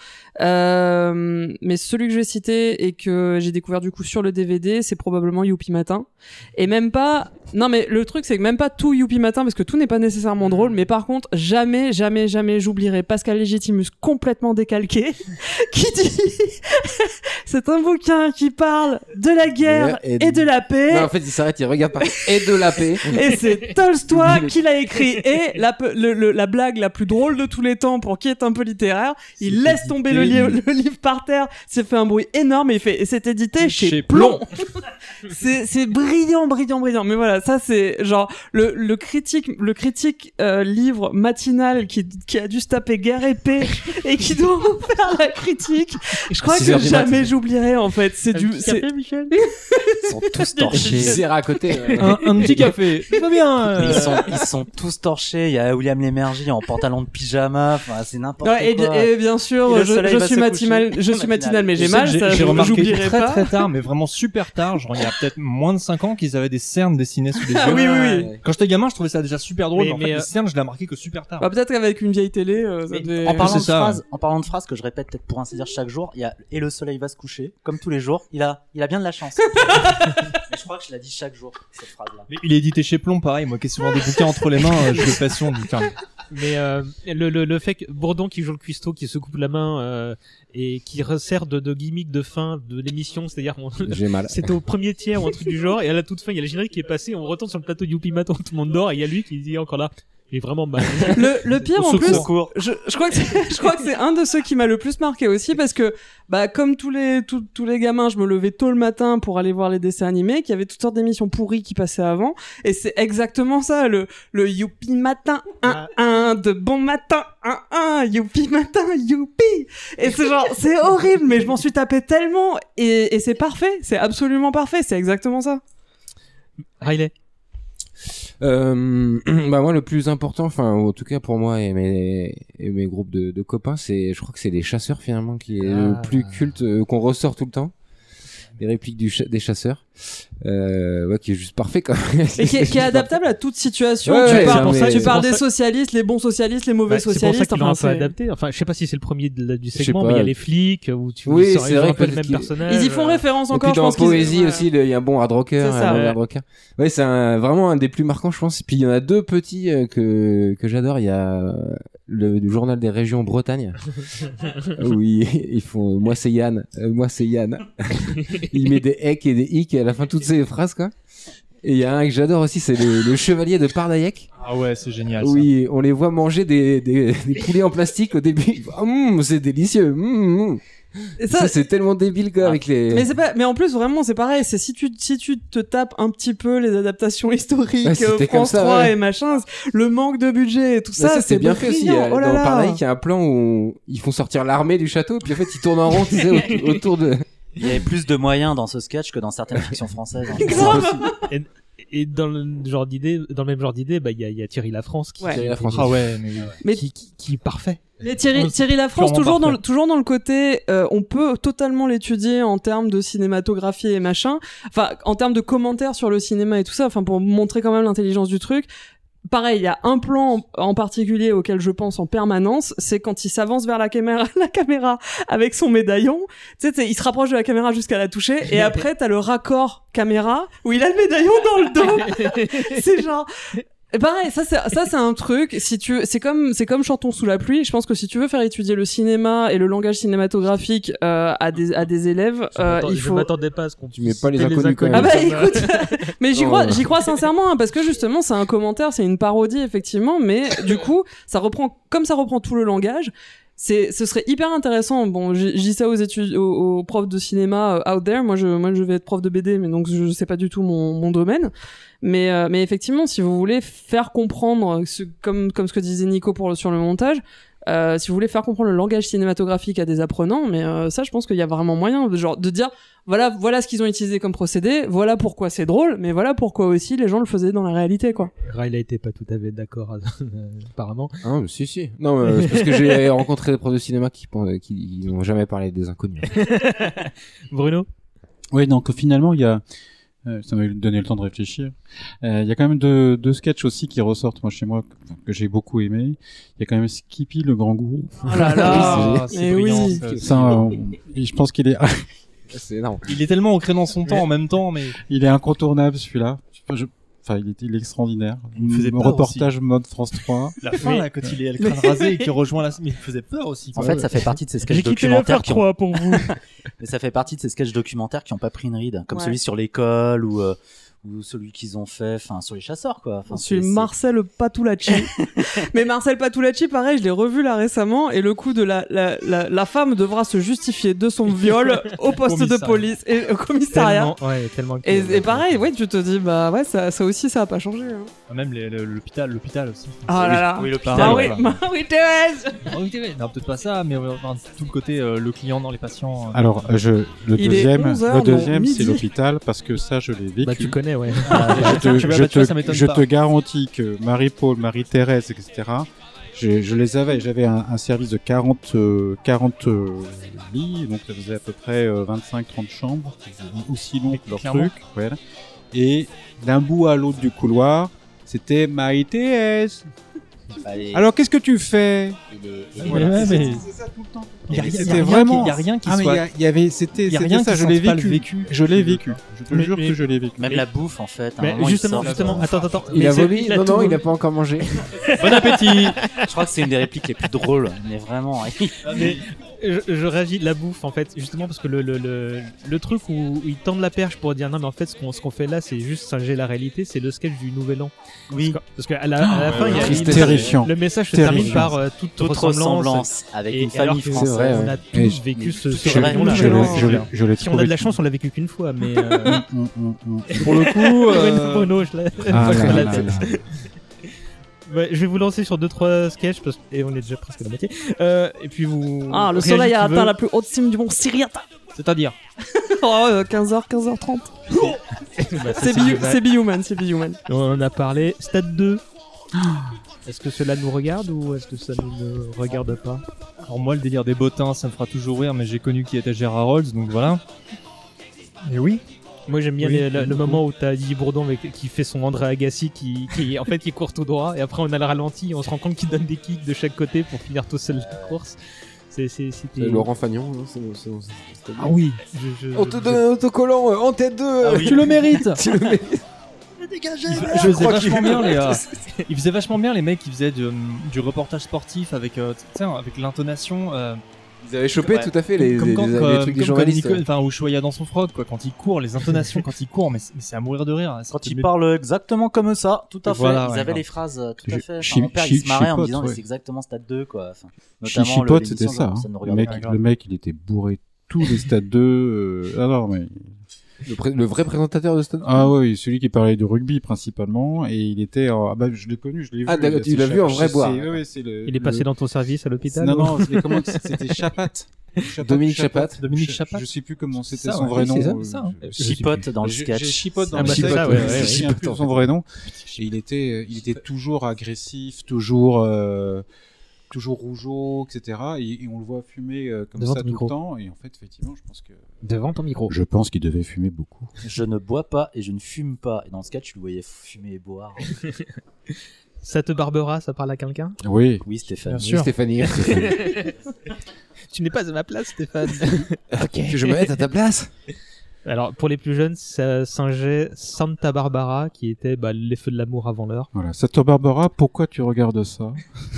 S2: Euh, mais celui que je vais citer et que j'ai découvert du coup sur le DVD, c'est probablement Youpi Matin. Et même pas. Non, mais le truc, c'est que même pas tout Youpi Matin, parce que tout n'est pas nécessairement drôle. Mais par contre, jamais, jamais, jamais, j'oublierai Pascal Legitimus complètement décalqué, (laughs) qui dit (laughs) C'est un bouquin qui parle de la guerre
S10: Et-
S2: et,
S10: et-
S2: de la paix.
S10: Non, en fait, ils s'arrêtent, ils regardent par et de la paix.
S2: (laughs) Et c'est Tolstoy qui l'a écrit. Et la, pe- le- le- la blague la plus drôle de tous les temps, pour qui est un peu littéraire, il
S3: C'est
S2: laisse tomber le,
S3: édité,
S2: li- le livre par terre. Ça fait un bruit énorme et il fait. et C'est édité chez,
S3: Chez
S2: Plomb. (laughs) c'est c'est brillant, brillant, brillant. Mais voilà, ça c'est genre le, le critique, le critique euh, livre matinal qui, qui a dû se taper guerre et paix et qui doit faire la critique. Je crois
S10: Six heures
S2: que
S10: du mat.
S2: jamais j'oublierai en fait. C'est du. c'est-
S9: Ils
S2: (laughs)
S9: sont tous
S10: J'ai
S9: torchés.
S10: zéro à côté. euh. ouais.
S3: Un, un petit (laughs) café, tout va bien. euh.
S9: Ils sont, ils sont tous torchés. Il y a William Lémergie en pantalon de pyjama. Enfin, c'est n'importe
S2: Ouais, et,
S9: quoi.
S2: bien- et bien sûr,
S9: Et le
S2: je,
S9: soleil
S2: je
S9: va
S2: suis
S9: se
S2: matinal,
S9: coucher.
S2: je suis matinal, mais j'ai
S3: Je sais
S2: mal,
S3: que
S2: ça,
S3: j'ai
S2: je-
S3: remarqué
S2: j'oublierai
S3: très
S2: pas.
S3: très tard, mais vraiment super tard, genre il y a peut-être moins de 5 ans qu'ils avaient des cernes dessinées sous les yeux.
S2: Ah oui, oui, oui.
S3: Quand j'étais gamin, je trouvais ça déjà super
S1: Mais-
S3: drôle, mais, en
S1: mais,
S3: fait,
S1: euh,
S3: les cernes, je l'ai marqué que super tard.
S2: Bah, peut-être qu'avec une vieille télé, euh, ça
S9: Mais
S2: devait-
S9: en, parlant
S3: c'est
S9: de
S3: ça,
S9: phrases, en parlant de phrases que je répète peut-être pour ainsi dire chaque jour, il y a et le soleil va se coucher, comme tous les jours. Il a, il a bien de la chance. Mais je crois que je la dis chaque jour, cette phrase-là.
S3: Mais il est édité chez Plomb, pareil, moi qui ai souvent des bouquins entre les mains, euh, je le passionne. Putain,
S1: Mais euh, le, le, le fait que Bourdon qui joue le cuistot, qui se coupe la main euh, et qui resserre de, de gimmick de fin de l'émission, c'est-à-dire on-
S10: J'ai mal.
S1: c'était au premier tiers ou un truc du genre, et à la toute fin il y a le générique qui est passé, on retourne sur le plateau de Youpi Maton, tout le monde dort, et il y a lui qui dit encore là,
S12: J'ai vraiment mal.
S2: (laughs) Le, le pire
S12: Au
S2: en plus,
S12: secours.
S2: je, je crois que c'est- je crois que c'est un de ceux qui m'a le plus marqué aussi parce que bah comme tous les tous, tous les gamins, je me levais tôt le matin pour aller voir les dessins animés, qu'il y avait toutes sortes d'émissions pourries qui passaient avant et c'est exactement ça le le youpi matin un
S1: Ah.
S2: un de bon matin un un youpi matin youpi et c'est genre c'est horrible mais je m'en suis tapé tellement et, et c'est parfait, c'est absolument parfait, c'est exactement ça.
S1: Riley.
S10: (laughs) Euh, (clears throat) bah moi le plus important, enfin en tout cas pour moi et mes, et mes groupes de, de copains, c'est je crois que c'est les chasseurs finalement qui est
S12: Ah.
S10: le plus culte euh, qu'on ressort tout le temps. Les répliques du cha- des chasseurs, euh, ouais, qui est juste parfait quand même.
S2: Et qui est,
S10: (laughs)
S2: qui est adaptable à toute situation.
S10: Ouais,
S2: tu
S10: ouais,
S2: parles,
S10: c'est pour ça-
S2: tu
S10: c'est
S2: parles
S10: pour
S2: des
S10: ça-
S2: socialistes, les bons socialistes, les mauvais
S1: Bah, c'est pour
S2: socialistes.
S1: ça qu'ils l'ont un peu
S2: enfin, c'est-
S1: adapté. Enfin, je sais pas si c'est le premier de la- du
S10: sais
S1: segment,
S10: pas.
S1: mais il y a les flics où tu
S10: Oui,
S1: ils ont
S10: c'est vrai,
S1: un peu le
S10: peut-être
S1: même
S10: qu'ils-
S1: personnage.
S2: Ils y font référence
S10: Et
S2: encore,
S10: puis
S2: je
S10: dans
S2: pense. qu'ils-
S10: Poésie
S2: ouais.
S10: aussi, le- il y a un bon hard rocker,
S2: C'est ça.
S10: un mauvais
S2: Ouais.
S10: hard rocker. Ouais, c'est un- vraiment un des plus marquants, je pense. Puis il y en a deux petits euh, que, que j'adore. Il y a euh, le, du journal des
S2: (laughs)
S10: régions Bretagne. où ils, ils font euh, Moi c'est Yann, euh, moi
S2: (laughs)
S10: c'est Yann. il met des hecs et des hic à la fin de toutes ces phrases, quoi. Et il y a un que j'adore aussi, c'est le, le chevalier de Pardaïek.
S3: Ah ouais, c'est génial. ça.
S10: Oui, on les voit manger des, des, des poulets en plastique au début. Ah, mm, c'est délicieux. mm, mm.
S2: Et ça- ah.
S10: Ça, c'est tellement débile quoi, avec les.
S2: Mais c'est pas, mais en plus vraiment c'est pareil, c'est si tu si tu te tapes un petit peu les adaptations historiques
S10: Ouais, c'était
S2: euh, France
S10: comme ça,
S2: 3
S10: ouais.
S2: et machin, le manque de budget et tout
S10: Mais
S2: ça,
S10: c'est bien fait aussi. Il y a-
S2: brillant. Oh là
S10: dans
S2: là.
S10: Pareil, il y a un plan où ils font sortir l'armée du château, puis en fait ils tournent en rond tu sais, au- autour de.
S9: Il y avait plus de moyens dans ce sketch que dans certaines fictions françaises. hein.
S10: Ah,
S1: et, et dans le genre d'idée, dans le même genre d'idée, bah il y, a- il y a Thierry Lafrance qui
S2: Ouais. Thierry
S10: Lafrance.
S1: Ah
S3: ouais, mais,
S1: Qui, qui- qui est
S2: (laughs)
S1: parfait.
S2: Mais Thierry,
S1: Ouais,
S2: Thierry Lafrance,
S1: purement
S2: toujours dans, le,
S1: parfait.
S2: toujours dans le côté, euh, on peut totalement l'étudier en termes de cinématographie et machin, enfin en termes de commentaires sur le cinéma et tout ça, enfin pour montrer quand même l'intelligence du truc. Pareil, il y a un plan en- en particulier auquel je pense en permanence, c'est quand il s'avance vers la caméra, (laughs) la caméra avec son médaillon. Tu sais, t'sais, il se rapproche de la caméra jusqu'à la toucher, et après t'as le raccord caméra où il a le médaillon dans le dos. (laughs) c'est genre, et Pareil, ça c'est ça c'est un truc. Si tu c'est comme c'est comme chantons sous la pluie. Je pense que si tu veux faire étudier le cinéma et le langage cinématographique euh, à des à des élèves, euh,
S1: Attends,
S2: il
S1: je
S2: faut.
S1: m'attendais pas à ce qu'on
S10: Tu mets pas les
S1: citer
S10: inconnus, quand même.
S2: Ah bah
S1: comme, euh,
S2: écoute, (laughs) mais j'y
S10: Non,
S2: crois
S10: ouais.
S2: j'y crois sincèrement hein, parce que justement c'est un commentaire, c'est une parodie effectivement, mais du coup ça reprend comme ça reprend tout le langage. C'est, ce serait hyper intéressant. Bon, j- je dis ça aux études, aux, aux profs de cinéma euh, out there. Moi, je, moi, je vais être prof de BD, mais donc je sais pas du tout mon, mon domaine. Mais, euh, mais effectivement, si vous voulez faire comprendre, ce, comme, comme ce que disait Nico pour le, sur le montage, euh, si vous voulez faire comprendre le langage cinématographique à des apprenants, mais euh, ça, je pense qu'il y a vraiment moyen, de- genre, de dire, voilà, voilà ce qu'ils ont utilisé comme procédé, voilà pourquoi c'est drôle, mais voilà pourquoi aussi les gens le faisaient dans la réalité, quoi.
S1: Riley était pas tout à fait d'accord (laughs) euh, apparemment.
S10: Ah, mais si, si. Non, mais c'est parce que j'ai rencontré des profs de cinéma qui pen- qui n'ont jamais parlé des inconnus.
S1: Bruno
S11: Oui, donc finalement, il y a. euh, Ça m'a donné le temps de réfléchir. Euh, Il y a quand même deux, deux sketchs aussi qui ressortent moi chez moi que, que j'ai beaucoup aimé. Il y a quand même Skippy le grand gourou.
S2: Oh là
S11: (laughs)
S2: là,
S3: c'est mais brillant, oui. ça.
S11: Ça,
S3: (laughs)
S11: euh, et je pense qu'il est. (laughs)
S10: C'est énorme.
S3: Il est tellement ancré dans son temps
S11: Mais-
S3: en même temps, mais
S11: Il est incontournable celui-là. Je- je- Enfin, il est, il est extraordinaire.
S3: me faisait
S11: Mon
S3: peur
S11: reportage mode France 3.
S3: la fin là, quand il est le crâne rasé et qu'il rejoint la, mais il faisait peur aussi.
S9: En fait, ça fait partie de ces sketchs
S3: J'ai quitté
S9: documentaires
S3: l'affaire
S9: qui ont...
S3: trois pour vous.
S9: Mais ça fait partie de ces sketchs documentaires qui n'ont pas pris une ride, comme
S2: Ouais.
S9: celui sur l'école ou euh, ou celui qu'ils ont fait, enfin sur les chasseurs quoi. Enfin,
S2: Sur Marcel Patulacci. Mais Marcel Patulacci, pareil, je l'ai revu là récemment et le coup de la, la, la, la femme devra se justifier de son viol au poste de
S1: Commissariat.
S2: police et au commissariat.
S1: Tellement- ouais, tellement que-
S2: Et, et pareil, ouais, tu te dis, bah ouais, ça, ça aussi, ça a pas changé. hein.
S3: Même les- le- l'hôpital, l'hôpital aussi.
S2: Ah là là.
S3: (laughs) Oui, l'hôpital.
S2: Ah oui,
S3: voilà.
S2: ah oui, Thérèse
S3: Ah oui, t'es- Non, peut-être pas ça, mais euh, enfin, tout le côté euh, le client dans les patients. euh.
S11: Alors, euh, je, le
S3: Il est
S11: deuxième,
S3: 11 heures,
S11: le
S3: non,
S11: deuxième, c'est
S3: midi.
S11: l'hôpital parce que ça, je l'ai vécu.
S1: Bah, tu connais, ouais.
S11: Ah, je te,
S3: Tu vois, bah,
S11: je
S3: tu vois,
S11: te-
S3: ça m'étonne
S11: je
S3: pas.
S11: te garantis que Marie-Paul, Marie-Thérèse, etc. Je, je les avais. J'avais un, un service de 40, euh, 40 euh, lits, donc ça faisait à peu près euh, 25-30 chambres, aussi long que leur
S3: clairement.
S11: truc. voilà. Et d'un bout à l'autre du couloir, c'était Marie-Thérèse.
S9: Allez.
S11: Alors qu'est-ce que tu fais
S9: Et
S11: Voilà.
S3: Ouais, mais-
S11: C'est ça tout le temps.
S3: Y a rien- y a
S11: C'était
S3: rien
S11: vraiment.
S3: qui- y a rien qui
S11: Ah, mais
S3: soit-
S11: y a- y avait. C'était.
S3: y a
S11: c'était
S3: rien
S11: ça.
S3: qui
S11: Je l'ai
S3: sente pas le
S11: vécu.
S3: vécu.
S11: Je l'ai
S3: Mais-
S11: vécu. Je te
S3: mais-
S11: jure
S3: mais-
S11: que je l'ai vécu.
S9: Même la bouffe en fait. à un
S1: Mais
S9: moment, ils
S1: justement,
S9: sortent,
S1: justement,
S9: euh,
S1: attends, attends, attends.
S10: Il
S1: Mais
S10: a
S1: c'est-
S10: vomi
S1: il a
S10: Non,
S1: tout
S10: non, il
S1: vomi.
S10: a pas encore mangé.
S3: Bon appétit
S9: Je crois que c'est une des répliques les plus drôles, mais vraiment. hein,
S3: Mais
S1: je, je réagis de la bouffe en fait, justement parce que le, le, le, le truc où ils tendent la perche pour dire non mais en fait ce qu'on ce qu'on fait là c'est juste singer la réalité, c'est le sketch du Nouvel An. Oui. Parce qu'à la, à la
S11: Oh,
S1: fin il y a
S11: triste,
S1: il-
S11: terrifiant.
S1: le message se
S11: Terrifiant.
S1: termine par euh, toute,
S9: Toute ressemblance avec
S1: Et-
S9: une
S1: et alors
S9: famille
S1: que
S9: française. C'est vrai,
S1: On a
S9: ouais.
S1: tous
S9: Et je-
S1: vécu ce,
S9: je-
S1: ce
S9: je l'ai-
S1: réveillon-là.
S9: je l'ai- je l'ai- je l'ai
S1: Si on a de
S9: trouvé.
S1: la chance, on l'a vécu qu'une fois, mais euh,
S11: Mm, mm, mm, mm.
S3: Pour
S1: (laughs)
S3: le (laughs) coup,
S1: Pour une
S3: euh,
S1: fois, non, je l'ai-
S11: Ah
S1: je
S11: là
S1: l'ai-
S11: là là.
S1: Ouais, Bah, je vais vous lancer sur 2-3 sketchs parce que et on est déjà presque à la moitié. Euh, et puis vous.
S2: Ah, le
S1: réagissez
S2: soleil a
S1: qui veut.
S2: atteint la plus haute cime du mont Syriac.
S1: C'est-à-dire.
S2: oh, 15h, 15h30.
S1: Bah, ça,
S2: C'est Be You-
S1: du-
S2: c'est Be Human, c'est Be Human.
S1: On en a parlé. Stade 2. Ah. Est-ce que cela nous regarde ou est-ce que ça ne nous regarde pas
S3: Alors moi, le délire des bottins, ça me fera toujours rire, mais j'ai connu qui était Gérard Rolls, donc voilà. Et oui.
S1: Moi j'aime bien
S3: Oui,
S1: les- le, le
S3: beaucoup.
S1: moment où t'as Didier Bourdon avec- qui fait son André Agassi qui, qui en fait qui court tout droit et après on a le ralenti et on se rend compte qu'il donne des kicks de chaque côté pour finir tout seul la course. C'est c'est- c'était-
S10: C'est Laurent Fagnon, non C'est- c'est- c'est- c'est-
S1: Ah oui. Je, je-
S10: On te donne un autocollant euh, en tête de. euh,
S3: Ah oui.
S10: Tu le mérites.
S3: Je faisais
S10: crois
S3: vachement
S10: qu'il-
S3: bien les. euh, ils faisaient vachement bien les mecs qui faisaient du, du reportage sportif avec, euh, tu sais, avec l'intonation. euh,
S10: Ils avaient chopé
S3: Ouais.
S10: tout à fait les,
S3: Comme
S10: les-
S3: quand,
S10: les- les
S3: euh,
S10: trucs des
S3: comme quand
S10: journalistes.
S3: Nico-
S10: ouais.
S3: Enfin, Ushuaïa dans son froc, quoi. Quand il court, les intonations quand il court, mais c'est mais c'est à mourir de rire. hein.
S9: Quand
S3: C'était
S9: ils
S3: mes-
S9: parlent exactement comme ça, tout à fait.
S3: Voilà,
S9: ils
S3: ouais,
S9: avaient
S3: grave.
S9: les phrases euh, tout à
S11: Chi-
S9: fait. Enfin,
S11: chi-
S9: mon père, il
S11: chi-
S9: se marrait en me
S11: chipote,
S9: disant mais
S11: ouais.
S9: c'est exactement Stade 2 quoi. Enfin, notamment le-
S11: Chichipote,
S9: l'émission,
S11: c'était ça.
S9: genre,
S11: hein.
S9: ne
S11: Le
S9: regardait
S11: mec,
S9: pas.
S11: le mec, il était bourré tous les stades 2. euh, Alors, mais.
S10: euh. Le, pré- le vrai présentateur de Stade.
S11: Ah oui, celui qui parlait de rugby principalement, et il était. en- Ah bah, je l'ai connu, je l'ai vu.
S10: Ah, d'accord, tu l'as vu en vrai boire.
S1: Il est passé dans ton service à l'hôpital
S11: Non,
S1: ou-
S11: non, c'est- comment c'était Chapat. Chapat,
S10: Dominique
S11: Chapat.
S10: Chapat.
S3: Dominique
S11: Je-
S3: Chapat.
S11: Je sais plus comment c'était
S3: ça,
S11: son
S3: ouais.
S11: vrai
S10: Oui,
S11: nom.
S10: c'est ça,
S11: euh,
S3: c'est ça, hein.
S11: je- je sais
S9: Chipote
S11: plus.
S9: dans le
S11: J'ai-
S9: sketch.
S11: J'ai chipote dans
S1: Ah
S11: le
S1: bah, c'est
S11: sketch.
S1: ça, ouais, ouais, ouais.
S11: Je sais plus de son vrai nom. Et il était, euh, il était toujours agressif, toujours, euh, toujours rougeau, etc. Et, et on le voit fumer euh, comme
S1: Devant
S11: ça
S1: ton
S11: tout
S1: micro.
S11: le temps. Et en fait, effectivement, je pense que.
S1: Devant ton micro.
S11: Je pense qu'il devait fumer beaucoup.
S9: Je ne bois pas et je ne fume pas. Et dans le sketch, je le voyais fumer et boire.
S1: Ça te barbera, ça parle à quelqu'un
S11: Oui.
S9: Oui, Stéphane.
S10: Oui, Stéphanie.
S1: Tu n'es pas à ma place, Stéphane.
S10: ok. Que je me mette à ta place.
S1: Alors pour les plus jeunes, ça singeait Santa Barbara qui était bah, les feux de l'amour avant l'heure.
S11: Voilà. Santa Barbara, pourquoi tu regardes ça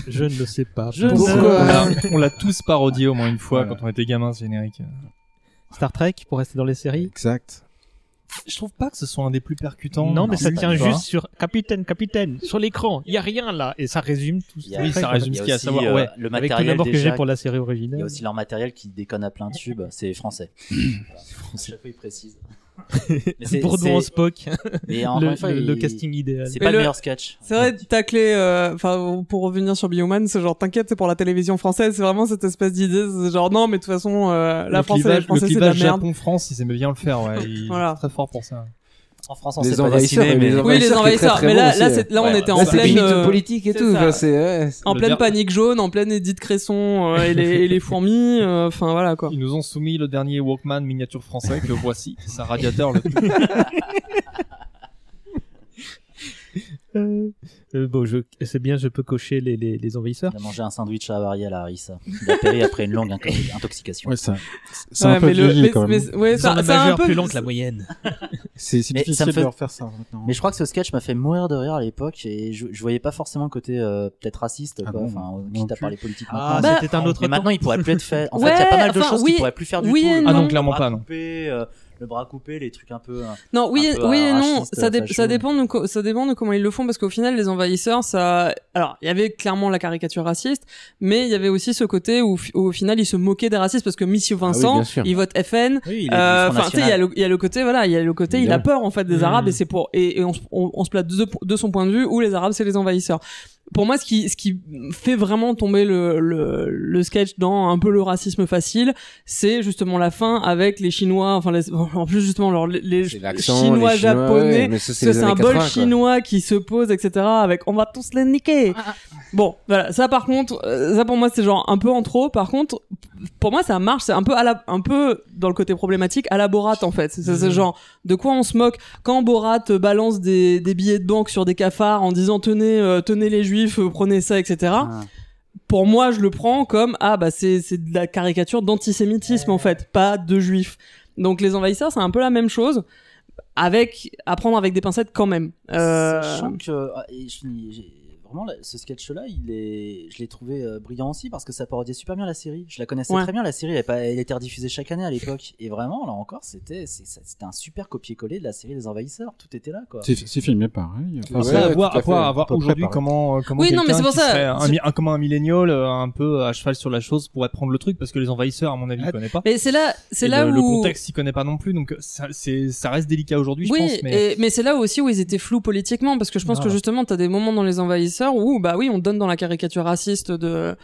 S1: Je ne sais pas.
S3: Je
S10: Pourquoi
S3: sais pas. On l'a- On l'a tous parodié au moins une fois
S11: Voilà.
S3: quand on était gamin, ce générique.
S1: Star Trek pour rester dans les séries.
S11: Exact.
S3: Je trouve pas que ce soit un des plus percutants.
S1: Non, mais ça
S3: Tu
S1: tient
S3: vois.
S1: juste sur capitaine, capitaine, sur l'écran. Il y a rien là et ça résume tout.
S9: Il y a-
S3: Oui,
S1: Star
S3: ça
S1: Trek,
S9: Il
S3: résume
S9: y
S3: ce
S9: a
S3: qu'il y a à
S9: aussi,
S3: savoir.
S9: euh,
S3: Ouais.
S9: le
S1: Avec tout
S9: matériel
S1: l'amour que
S9: déjà
S1: j'ai pour la série
S9: Il y a
S1: originale. (laughs)
S9: aussi leur matériel qui déconne à plein de tubes, c'est français. Voilà. Chaque fois, ils précisent. (laughs) Mais c'est-
S1: Bourdon en
S9: c'est-
S1: Spock,
S9: mais encore une
S1: le,
S9: fois,
S1: le-
S9: il-
S1: le casting idéal.
S2: Mais
S9: C'est pas le
S2: le-
S9: meilleur sketch.
S2: C'est vrai, tacler, euh, enfin, pour revenir sur Be Human, c'est genre, t'inquiète, c'est pour la télévision française, c'est vraiment cette espèce d'idée, c'est genre, non, mais de toute façon, euh, la
S3: le
S2: France,
S3: clivage,
S2: la française,
S3: le
S2: c'est de la
S3: clivage
S2: merde.
S3: Japon-France, ils aimaient bien le faire. Ouais. Ils
S2: Voilà.
S3: sont très forts pour ça.
S9: En France, on
S10: Les
S9: sait pas
S10: envahisseurs,
S9: dessiner, mais
S10: les
S2: Oui, les
S10: Envahisseur qui est très,
S2: envahisseurs,
S10: très
S2: mais
S10: bon
S2: là,
S10: aussi,
S2: là,
S10: ouais.
S2: c'est- là, on
S9: Ouais,
S2: était
S9: ouais.
S2: en
S10: Là, c'est
S2: pleine,
S10: limite
S2: euh,
S10: politique et
S2: c'est
S10: tout.
S2: ça.
S10: quoi, C'est. ouais, c'est-
S2: en
S3: Le
S2: pleine
S3: der-
S2: panique jaune, en pleine Edith Cresson, euh, et les, et les fourmis, euh, enfin, voilà, quoi.
S3: Ils nous ont soumis le dernier Walkman miniature français que voici. (laughs) C'est un radiateur. Le...
S1: Euh, euh, bon, je- c'est bien, je peux cocher les, les, les envahisseurs.
S9: Il a mangé un sandwich à Avariel à Harissa. Il a péri après une longue inco- intoxication.
S11: Ouais, (laughs) ça. C'est un
S2: Ouais,
S11: peu
S2: mais le-
S11: vieilli
S2: mais-
S11: quand même.
S2: mais- ouais,
S1: Ils ont
S2: ça,
S1: un
S2: ça a un
S1: majeur
S2: peu,
S1: plus lent que la moyenne.
S11: C'est c'est
S9: Mais ça
S11: difficile
S9: me fait-
S11: de refaire ça maintenant.
S9: Mais je crois que ce sketch m'a fait mourir de rire à l'époque et je, je voyais pas forcément le côté euh, peut-être raciste,
S11: Ah
S9: quoi.
S11: bon,
S9: enfin,
S11: non
S9: quitte à
S11: plus.
S9: parler politique.
S1: Ah,
S9: maintenant.
S1: c'était un autre
S9: Mais
S1: temps.
S9: maintenant, il pourrait plus être fait. En
S2: bah, Ouais,
S9: fait, il y a pas mal de
S2: enfin,
S9: choses
S2: oui,
S9: qui pourraient plus faire du
S2: oui
S9: tout.
S2: et
S9: Le
S2: Ah non,
S9: bras
S3: clairement pas, non.
S9: Coupé, euh, le bras coupé, les trucs un peu. hein.
S2: Non, oui,
S9: un peu
S2: oui et non.
S9: raciste,
S2: Ça, dé-
S9: facho.
S2: ça dépend de co- ça dépend de comment ils le font parce qu'au final, les envahisseurs, ça. Alors, il y avait clairement la caricature raciste, mais il y avait aussi ce côté où, fi- où au final, ils se moquaient des racistes parce que
S9: Ah
S2: Monsieur
S10: oui,
S2: Vincent,
S10: bien sûr.
S2: il vote FN.
S9: Oui, il est
S2: euh,
S9: du Front
S2: Enfin, tu sais, il y a
S9: National. Mmh.
S2: le- il y, a le côté, voilà, il y a le côté, il a
S10: Évidemment.
S2: peur en fait des
S1: Mm.
S2: Arabes et c'est pour et, et on, se- on, on se place de, de son point de vue où les Arabes c'est les envahisseurs. Pour moi, ce qui ce qui fait vraiment tomber le le, le sketch dans un peu le racisme facile, c'est justement la fin avec les Chinois, enfin les, (laughs) en plus justement leur les, les
S10: C'est l'accent, les
S2: Chinois japonais
S10: ouais, mais ça, c'est
S2: ce
S10: les années
S2: symbole
S10: 80, quoi.
S2: chinois qui se pose, etc. Avec on va tous les niquer. Bon, voilà. Ça par contre, euh, ça pour moi c'est genre un peu en trop. Par contre, pour moi ça marche. C'est un peu à la, un peu dans le côté problématique à la Borat en fait. C'est
S10: Mhm.
S2: c'est genre de quoi on se moque quand Borat euh, balance des, des billets de banque sur des cafards en disant tenez euh, tenez les juifs, euh, prenez ça, etc.
S9: Ah.
S2: Pour moi, je le prends comme ah bah c'est c'est de la caricature d'antisémitisme en fait, pas de juifs. Donc les envahisseurs, c'est un peu la même chose avec à prendre avec des pincettes quand même. Euh,
S9: Sachant que, ah, et je finis- j'ai- vraiment, là, ce sketch-là, il est, je l'ai trouvé euh, brillant aussi parce que ça parodiait super bien la série. Je la connaissais
S2: Ouais.
S9: très bien, la série, elle, est pas- elle était rediffusée chaque année à l'époque. Et vraiment, là encore, c'était c'est- ça- c'était un super copier-coller de la série Les Envahisseurs. Tout était là, quoi.
S11: C'est c'est filmé hein, pareil.
S3: Après, à voir, à voir- à voir
S11: À peu près
S3: aujourd'hui
S11: pareil.
S3: comment, euh, comment
S9: Oui, non, mais
S3: quelqu'un
S9: c'est pour
S3: qui
S9: ça.
S3: serait un,
S9: C'est-
S3: mi- un- comment un millénial euh, un peu à cheval sur la chose pourrait prendre le truc parce que les envahisseurs à mon avis ne connaît pas
S2: Ah, mais c'est là- c'est
S3: Et
S2: là
S3: le, le
S2: où-
S3: contexte s'y connaît pas non plus donc ça, c'est- ça reste délicat aujourd'hui je
S2: oui,
S3: pense mais
S2: et- c'est là aussi où ils étaient flous politiquement, parce que je pense
S3: Ah.
S2: que justement, t'as des moments dans Les Envahisseurs où, bah oui, on donne dans la caricature raciste de.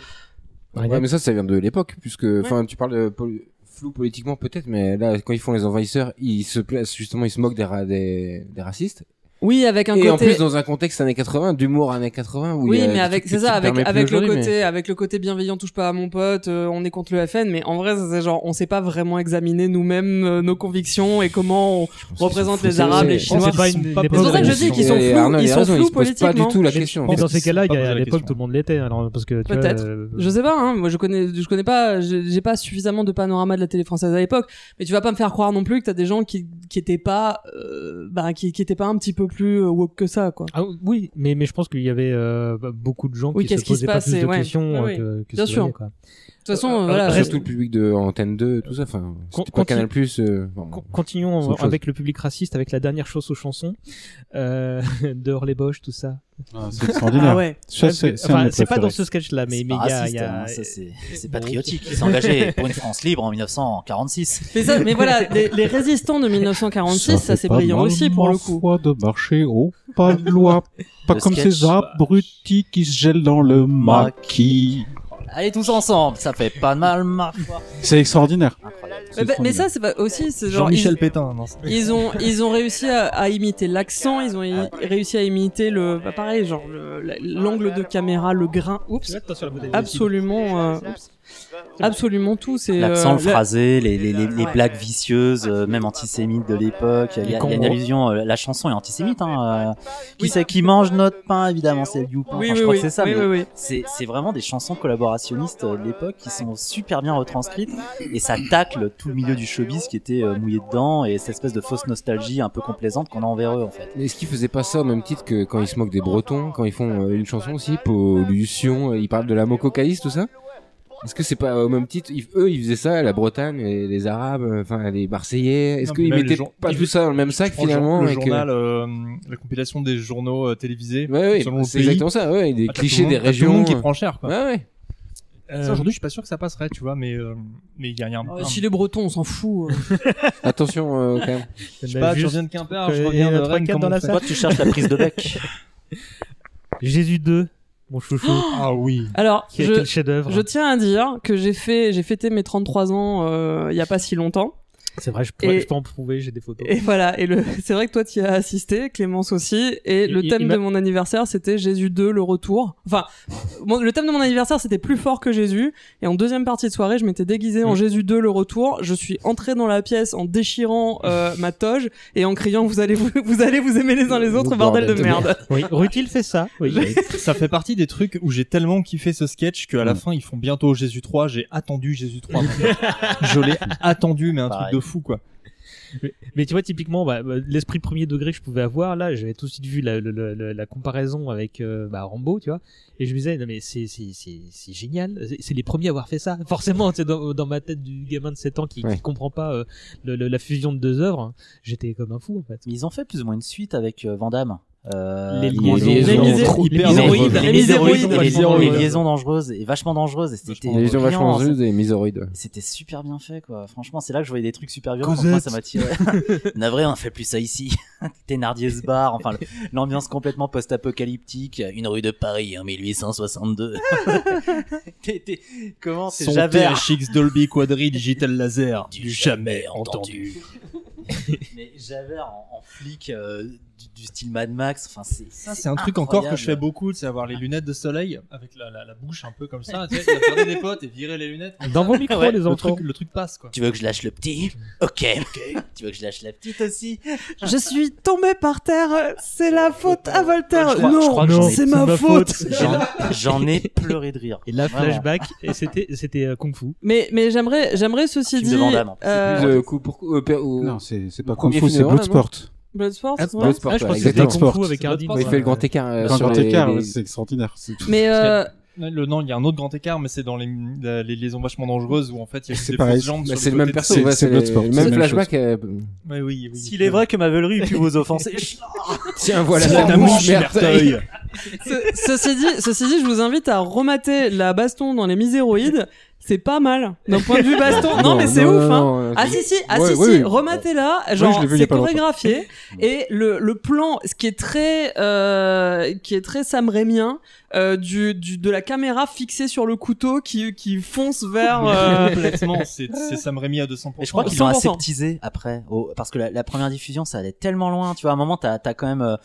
S10: Ouais, mais ça, ça vient de l'époque, puisque, enfin, tu parles de pol- flou politiquement peut-être, mais là, quand ils font les envahisseurs, ils se placent justement, ils se moquent des, ra- des, des racistes.
S2: Oui, avec un
S10: et
S2: côté.
S10: en plus, dans un contexte années 80, d'humour années 80, où il
S2: oui,
S10: y a
S2: mais
S10: des
S2: avec
S10: trucs
S2: c'est
S10: qui
S2: ça,
S10: te
S2: avec
S10: permettent
S2: avec le
S10: aujourd'hui, mais-
S2: côté, avec le côté bienveillant, touche pas à mon pote, euh, on est contre le FN, mais en vrai, ça, c'est genre on sait pas vraiment examiner nous-mêmes euh, nos convictions et comment on représente les Arabes, les Chinois.
S1: C'est pas une- pas
S2: pour ça que je dis qu'ils sont
S10: Et Arnaud,
S2: flous,
S10: il
S2: ils
S10: a
S2: sont
S10: raison,
S2: flous
S10: se posent
S2: politiquement.
S10: pas du tout la question.
S1: Mais dans ces cas-là, il y a-
S10: Pas
S1: à
S10: poser la
S1: l'époque, tout le monde l'était. Alors, parce que tu vois,
S2: Peut-être.
S1: euh,
S2: Je sais pas. Hein. Moi, je connais, je connais pas. J'ai j'ai pas suffisamment de panorama de la télé française à l'époque. Mais tu vas pas me faire croire non plus que t'as des gens qui qui étaient pas, euh, bah, qui qui étaient pas un petit peu plus euh, woke que ça, quoi.
S1: Ah oui, mais, mais je pense qu'il y avait euh, beaucoup de gens
S2: Oui,
S1: qui se
S2: qu'est-ce qui se
S1: posaient pas
S2: passe,
S1: plus de
S2: ouais.
S1: questions
S2: Oui,
S1: euh,
S2: oui.
S1: que, que
S2: Bien
S1: ce
S2: sûr.
S1: voyait, quoi.
S2: De toute façon,
S1: Euh,
S2: voilà,
S1: reste-
S10: Surtout le public de Antenne 2, tout ça, enfin, c'était
S1: Con-
S10: pas Canal Plus.
S1: Con- Continuons
S10: autre chose.
S1: avec le public raciste, avec la dernière chose aux chansons, euh, (laughs) dehors les boches, tout ça.
S11: Ah, c'est extraordinaire. Ah ouais. Ça, c'est-
S1: Parce que-
S11: c'est un de
S1: enfin,
S11: mes
S1: c'est pas
S11: préférés.
S1: dans ce sketch-là, mais
S9: C'est
S1: mais
S9: pas
S1: il y a-
S9: raciste,
S1: il y a. euh,
S9: hein, ça, c'est- c'est
S1: Bon.
S9: patriotique. Ils s'engageaient pour une France libre en 1946.
S2: Mais, ça, mais voilà, les, les résistants de 1946, ça, c'est brillant aussi pour le coup.
S11: de marcher au pas de loi. Pas
S9: Le
S11: comme
S9: sketch,
S11: ces abrutis qui se gèlent dans le maquis.
S9: Allez tous ensemble, ça fait pas de mal, Marc.
S11: C'est extraordinaire.
S2: Mais, bah- mais ça, c'est pas aussi, c'est genre
S3: Jean-Michel
S2: ils-
S3: Pétain non, c'est-
S2: Ils ont, ils ont réussi à, à imiter l'accent, ils ont i- réussi à imiter le, bah, pareil, genre le- la- l'angle de caméra, le grain, oups, absolument, euh, oups. absolument tout, c'est
S9: L'accent,
S2: euh,
S9: le
S2: la-
S9: phrasé, les, les, les, les blagues vicieuses, euh, même antisémites de l'époque. Il y, a- il y a une allusion, euh, la chanson est antisémite. Hein, euh, qui c'est qui mange notre pain Évidemment, c'est le Youpin.
S2: Oui,
S9: Enfin, je
S2: oui,
S9: crois
S2: oui.
S9: que c'est ça.
S2: Oui,
S9: mais
S2: oui, oui.
S9: C'est, c'est vraiment des chansons collaborationnistes euh, de l'époque qui sont super bien retranscrites et ça tacle tout le milieu du showbiz qui était euh, mouillé dedans et cette espèce de fausse nostalgie un peu complaisante qu'on a envers eux en fait.
S10: Mais est-ce qu'ils faisaient pas ça au même titre que quand ils se moquent des Bretons, quand ils font euh, une chanson aussi, pollution, euh, ils parlent de la mococaïse, tout ça Est-ce que c'est pas au même titre Ils- Eux, ils faisaient ça, la Bretagne, les, les Arabes, euh, enfin les Marseillais. Est-ce
S3: Non, mais
S10: qu'ils
S3: même les
S10: mettaient
S3: gens-
S10: pas
S3: ils-
S10: tout ça dans le même sac
S3: je prends le jour-
S10: finalement
S3: le
S10: et que-
S3: journal, euh, la compilation des journaux euh, télévisés
S10: Ouais, ouais,
S3: selon le
S10: c'est
S3: pays.
S10: exactement ça, ouais, des
S3: Ah, t'as
S10: clichés
S3: tout le monde-
S10: des
S3: t'as tout le
S10: régions,
S3: monde qui
S10: euh.
S3: prend cher quoi (laughs)
S10: Ouais, ouais.
S1: Euh,
S3: Ça, aujourd'hui je suis pas sûr que ça passerait tu vois mais euh, mais il y a, il y a un,
S9: Oh.
S2: euh,
S3: un-
S2: si les Bretons, on s'en fout. euh.
S10: Attention euh, quand même.
S3: Je sais pas, tu reviens de Quimper,
S1: Bah,
S3: je
S1: que-
S3: reviens
S1: et
S3: de
S1: un trois
S3: Rennes.
S1: quarts
S3: comment
S1: dans la
S3: on fait
S1: salle.
S9: Toi, tu cherches la prise de bec. (laughs)
S1: Jésus 2, mon chouchou.
S3: Ah oui.
S2: Alors,
S1: Quel-
S2: je,
S1: quel chef-d'œuvre.
S2: je tiens à dire que j'ai fait, j'ai fêté mes 33 ans euh, il y a pas si longtemps.
S1: C'est vrai, je, pourrais-
S2: Et-
S1: je peux en prouver, j'ai des photos.
S2: Et voilà, et le, (laughs) c'est vrai que toi tu y as assisté, Clémence aussi, et le
S1: Il- il-
S2: thème
S1: il m'a-
S2: de mon anniversaire c'était Jésus 2, le retour. Enfin, mon- le thème de mon anniversaire c'était plus fort que Jésus, et en deuxième partie de soirée je m'étais déguisé en Jésus 2, le retour, je suis entré dans la pièce en déchirant euh, ma toge et en criant vous allez vous, vous allez vous aimer les uns les autres, bordel, de merde.
S1: Oui, Rutil fait ça. Oui.
S3: ça fait partie des trucs où j'ai tellement kiffé ce sketch qu'à la fin ils font bientôt Jésus 3. J'ai attendu Jésus 3. je l'ai attendu, mais un truc de fou quoi.
S1: Mais, mais tu vois, typiquement, bah, bah, l'esprit premier degré que je pouvais avoir, là, j'avais tout de suite vu la, le- le- le- la comparaison avec euh, bah, Rambo, tu vois, et je me disais, non mais c'est c'est- c'est- c'est génial, c'est- c'est les premiers à avoir fait ça. (laughs) Forcément, c'est dans, dans ma tête du gamin de 7 ans qui, qui
S9: Ouais.
S1: comprend pas euh, le- le- la fusion de deux œuvres, hein, j'étais comme un fou en fait.
S9: Mais ils ont fait plus ou moins une suite avec euh, Van Damme. Euh,
S1: Les liaisons. Les
S9: Les
S1: misé-
S9: trop-
S1: les
S9: hyper
S1: miséroïdes.
S9: dangereuses.
S1: Les
S9: Les
S1: miséroïdes.
S9: miséroïdes, les-
S1: Vachement
S9: les
S1: dangereuses.
S9: liaisons dangereuses et vachement dangereuses. Et c'était
S10: Les gens
S9: brillant, hein,
S10: vachement
S9: ça.
S10: rudes et misoroïdes.
S9: C'était super bien fait, quoi. Franchement, c'est là que je voyais des trucs super violents. donc moi, ça m'a tiré. (laughs) Navré, on fait plus ça ici. (laughs) Thénardier se barre. Enfin, le- l'ambiance complètement post-apocalyptique. Une rue de Paris en 1862. (laughs) T'es- t'es- Comment c'est
S3: Son
S9: Javert
S3: THX Dolby Quadri Digital Laser du jamais entendu.
S9: (laughs) Mais Javert en, en flic euh, du, du style Mad Max. Enfin, c'est
S3: Ça, c'est un truc encore que je fais beaucoup, c'est avoir les lunettes de soleil avec la, la- la bouche un peu comme ça. Tu sais, il a perdu des potes et virer les lunettes.
S1: Ah,
S3: comme ça. Ouais, le truc- Le truc passe quoi.
S9: Tu veux que je lâche le
S3: (laughs)
S9: petit Ok. (laughs) tu veux que je lâche la petite aussi
S2: Je suis tombé par terre, c'est la faute à Voltaire.
S9: Je crois- je
S2: non,
S9: crois que j'en ai-
S2: c'est ma, faute.
S3: (laughs)
S9: J'en- J'en ai pleuré de rire.
S1: Et là,
S9: Vraiment.
S1: flashback, et c'était c'était euh, Kung Fu.
S2: Mais, mais j'aimerais, j'aimerais ceci
S9: Film de
S2: dit.
S9: Van Damme, en plus.
S2: euh,
S3: Ah,
S10: Plus, euh, coup pour- euh, per- ou-
S11: Non, c'est c'est pas
S10: premier
S11: Kung Fu,
S10: film
S11: c'est
S10: de Ronan, non
S11: Bloodsport.
S2: Bloodsport,
S10: Ah,
S2: c'est ça
S10: Bloodsport,
S2: Ah, je
S10: ouais,
S2: pensais que
S10: exactement.
S2: c'était Kung Fu avec Hardin.
S10: Ouais, il fait le grand écart. euh,
S11: Dans
S10: sur
S11: grand
S10: les-
S11: écart,
S10: les-
S11: ouais, c'est extraordinaire. c'est tout.
S2: Mais, euh,
S3: Ouais, Le, non, il y a un autre grand écart, mais c'est dans les, la- les liaisons vachement dangereuses où en fait il y a juste
S11: C'est
S3: des
S11: pareil,
S3: fausses jambes.
S10: Bah,
S3: sur
S10: c'est le
S3: côté
S10: même
S3: de-
S10: perso, ouais, c'est le-
S11: Bloodsport,
S10: le
S11: c'est
S10: même
S11: la même
S10: flashback.
S11: chose.
S10: euh,
S3: Ouais, oui, oui.
S9: S'il est vrai que Mavelry eût pu vous offenser,
S10: Tiens, voilà
S9: C'est
S10: la
S9: la
S10: mouche
S9: mouche,
S10: merteuil.
S3: (laughs)
S2: Ce- ceci, dit, ceci dit, je vous invite à remater la baston dans les Miséroïdes. C'est pas mal. D'un point de vue baston. Non,
S10: Non,
S2: mais c'est
S10: non,
S2: ouf,
S10: non,
S2: hein.
S10: non,
S2: ah
S10: c'est-
S2: si, si, ah,
S10: Ouais,
S2: si,
S10: oui,
S2: si.
S10: oui.
S2: Rematez-la.
S10: je
S2: Genre,
S10: l'ai vu il y a
S2: c'est
S10: pas longtemps.
S2: chorégraphié. Et le, le plan, ce qui est très, euh, qui est très Sam Raimien, euh, du, du, de la caméra fixée sur le couteau qui, qui fonce
S10: (laughs)
S2: vers, euh,
S3: Complètement, c'est c'est Sam Raimi à 200%.
S9: Et je crois qu'ils l'ont aseptisé après, au- parce que la, la première diffusion, ça allait tellement loin. Tu vois, à un moment, t'as as quand même euh,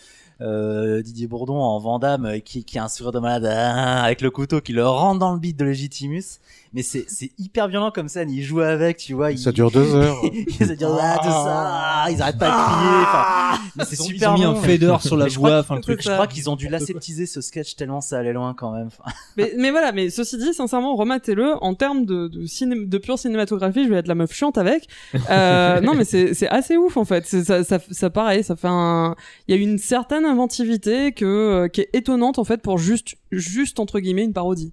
S9: euh, Didier Bourdon en Vandame euh, qui, qui a un sourire de malade ah, avec le couteau qui le rentre dans le beat de Legitimus. Mais c'est c'est hyper violent comme scène. Ils jouent avec, tu vois.
S11: Ça
S9: ils-
S11: dure deux
S9: (laughs)
S11: heures.
S9: ils adorent, ah, tout ça, ah, ils arrêtent pas de crier. enfin, mais c'est
S3: Ah. Ils ont- ils
S9: super
S3: ont mis
S9: long.
S3: un fader
S9: (laughs)
S3: sur la
S9: Mais je crois
S3: voix,
S9: que-
S3: enfin, le truc.
S9: Je crois qu'ils ont dû l'aseptiser ce sketch tellement ça allait loin quand même. Enfin,
S2: mais, mais voilà, mais ceci dit, sincèrement, rematez-le. En termes de, de, ciné- de pure cinématographie, je vais être la meuf chiante avec. Euh, non, mais c'est c'est assez ouf en fait. C'est- Ça, ça, ça, pareil, ça fait un. Il y a une certaine inventivité que, euh, qui est étonnante en fait pour juste, juste entre guillemets, une parodie.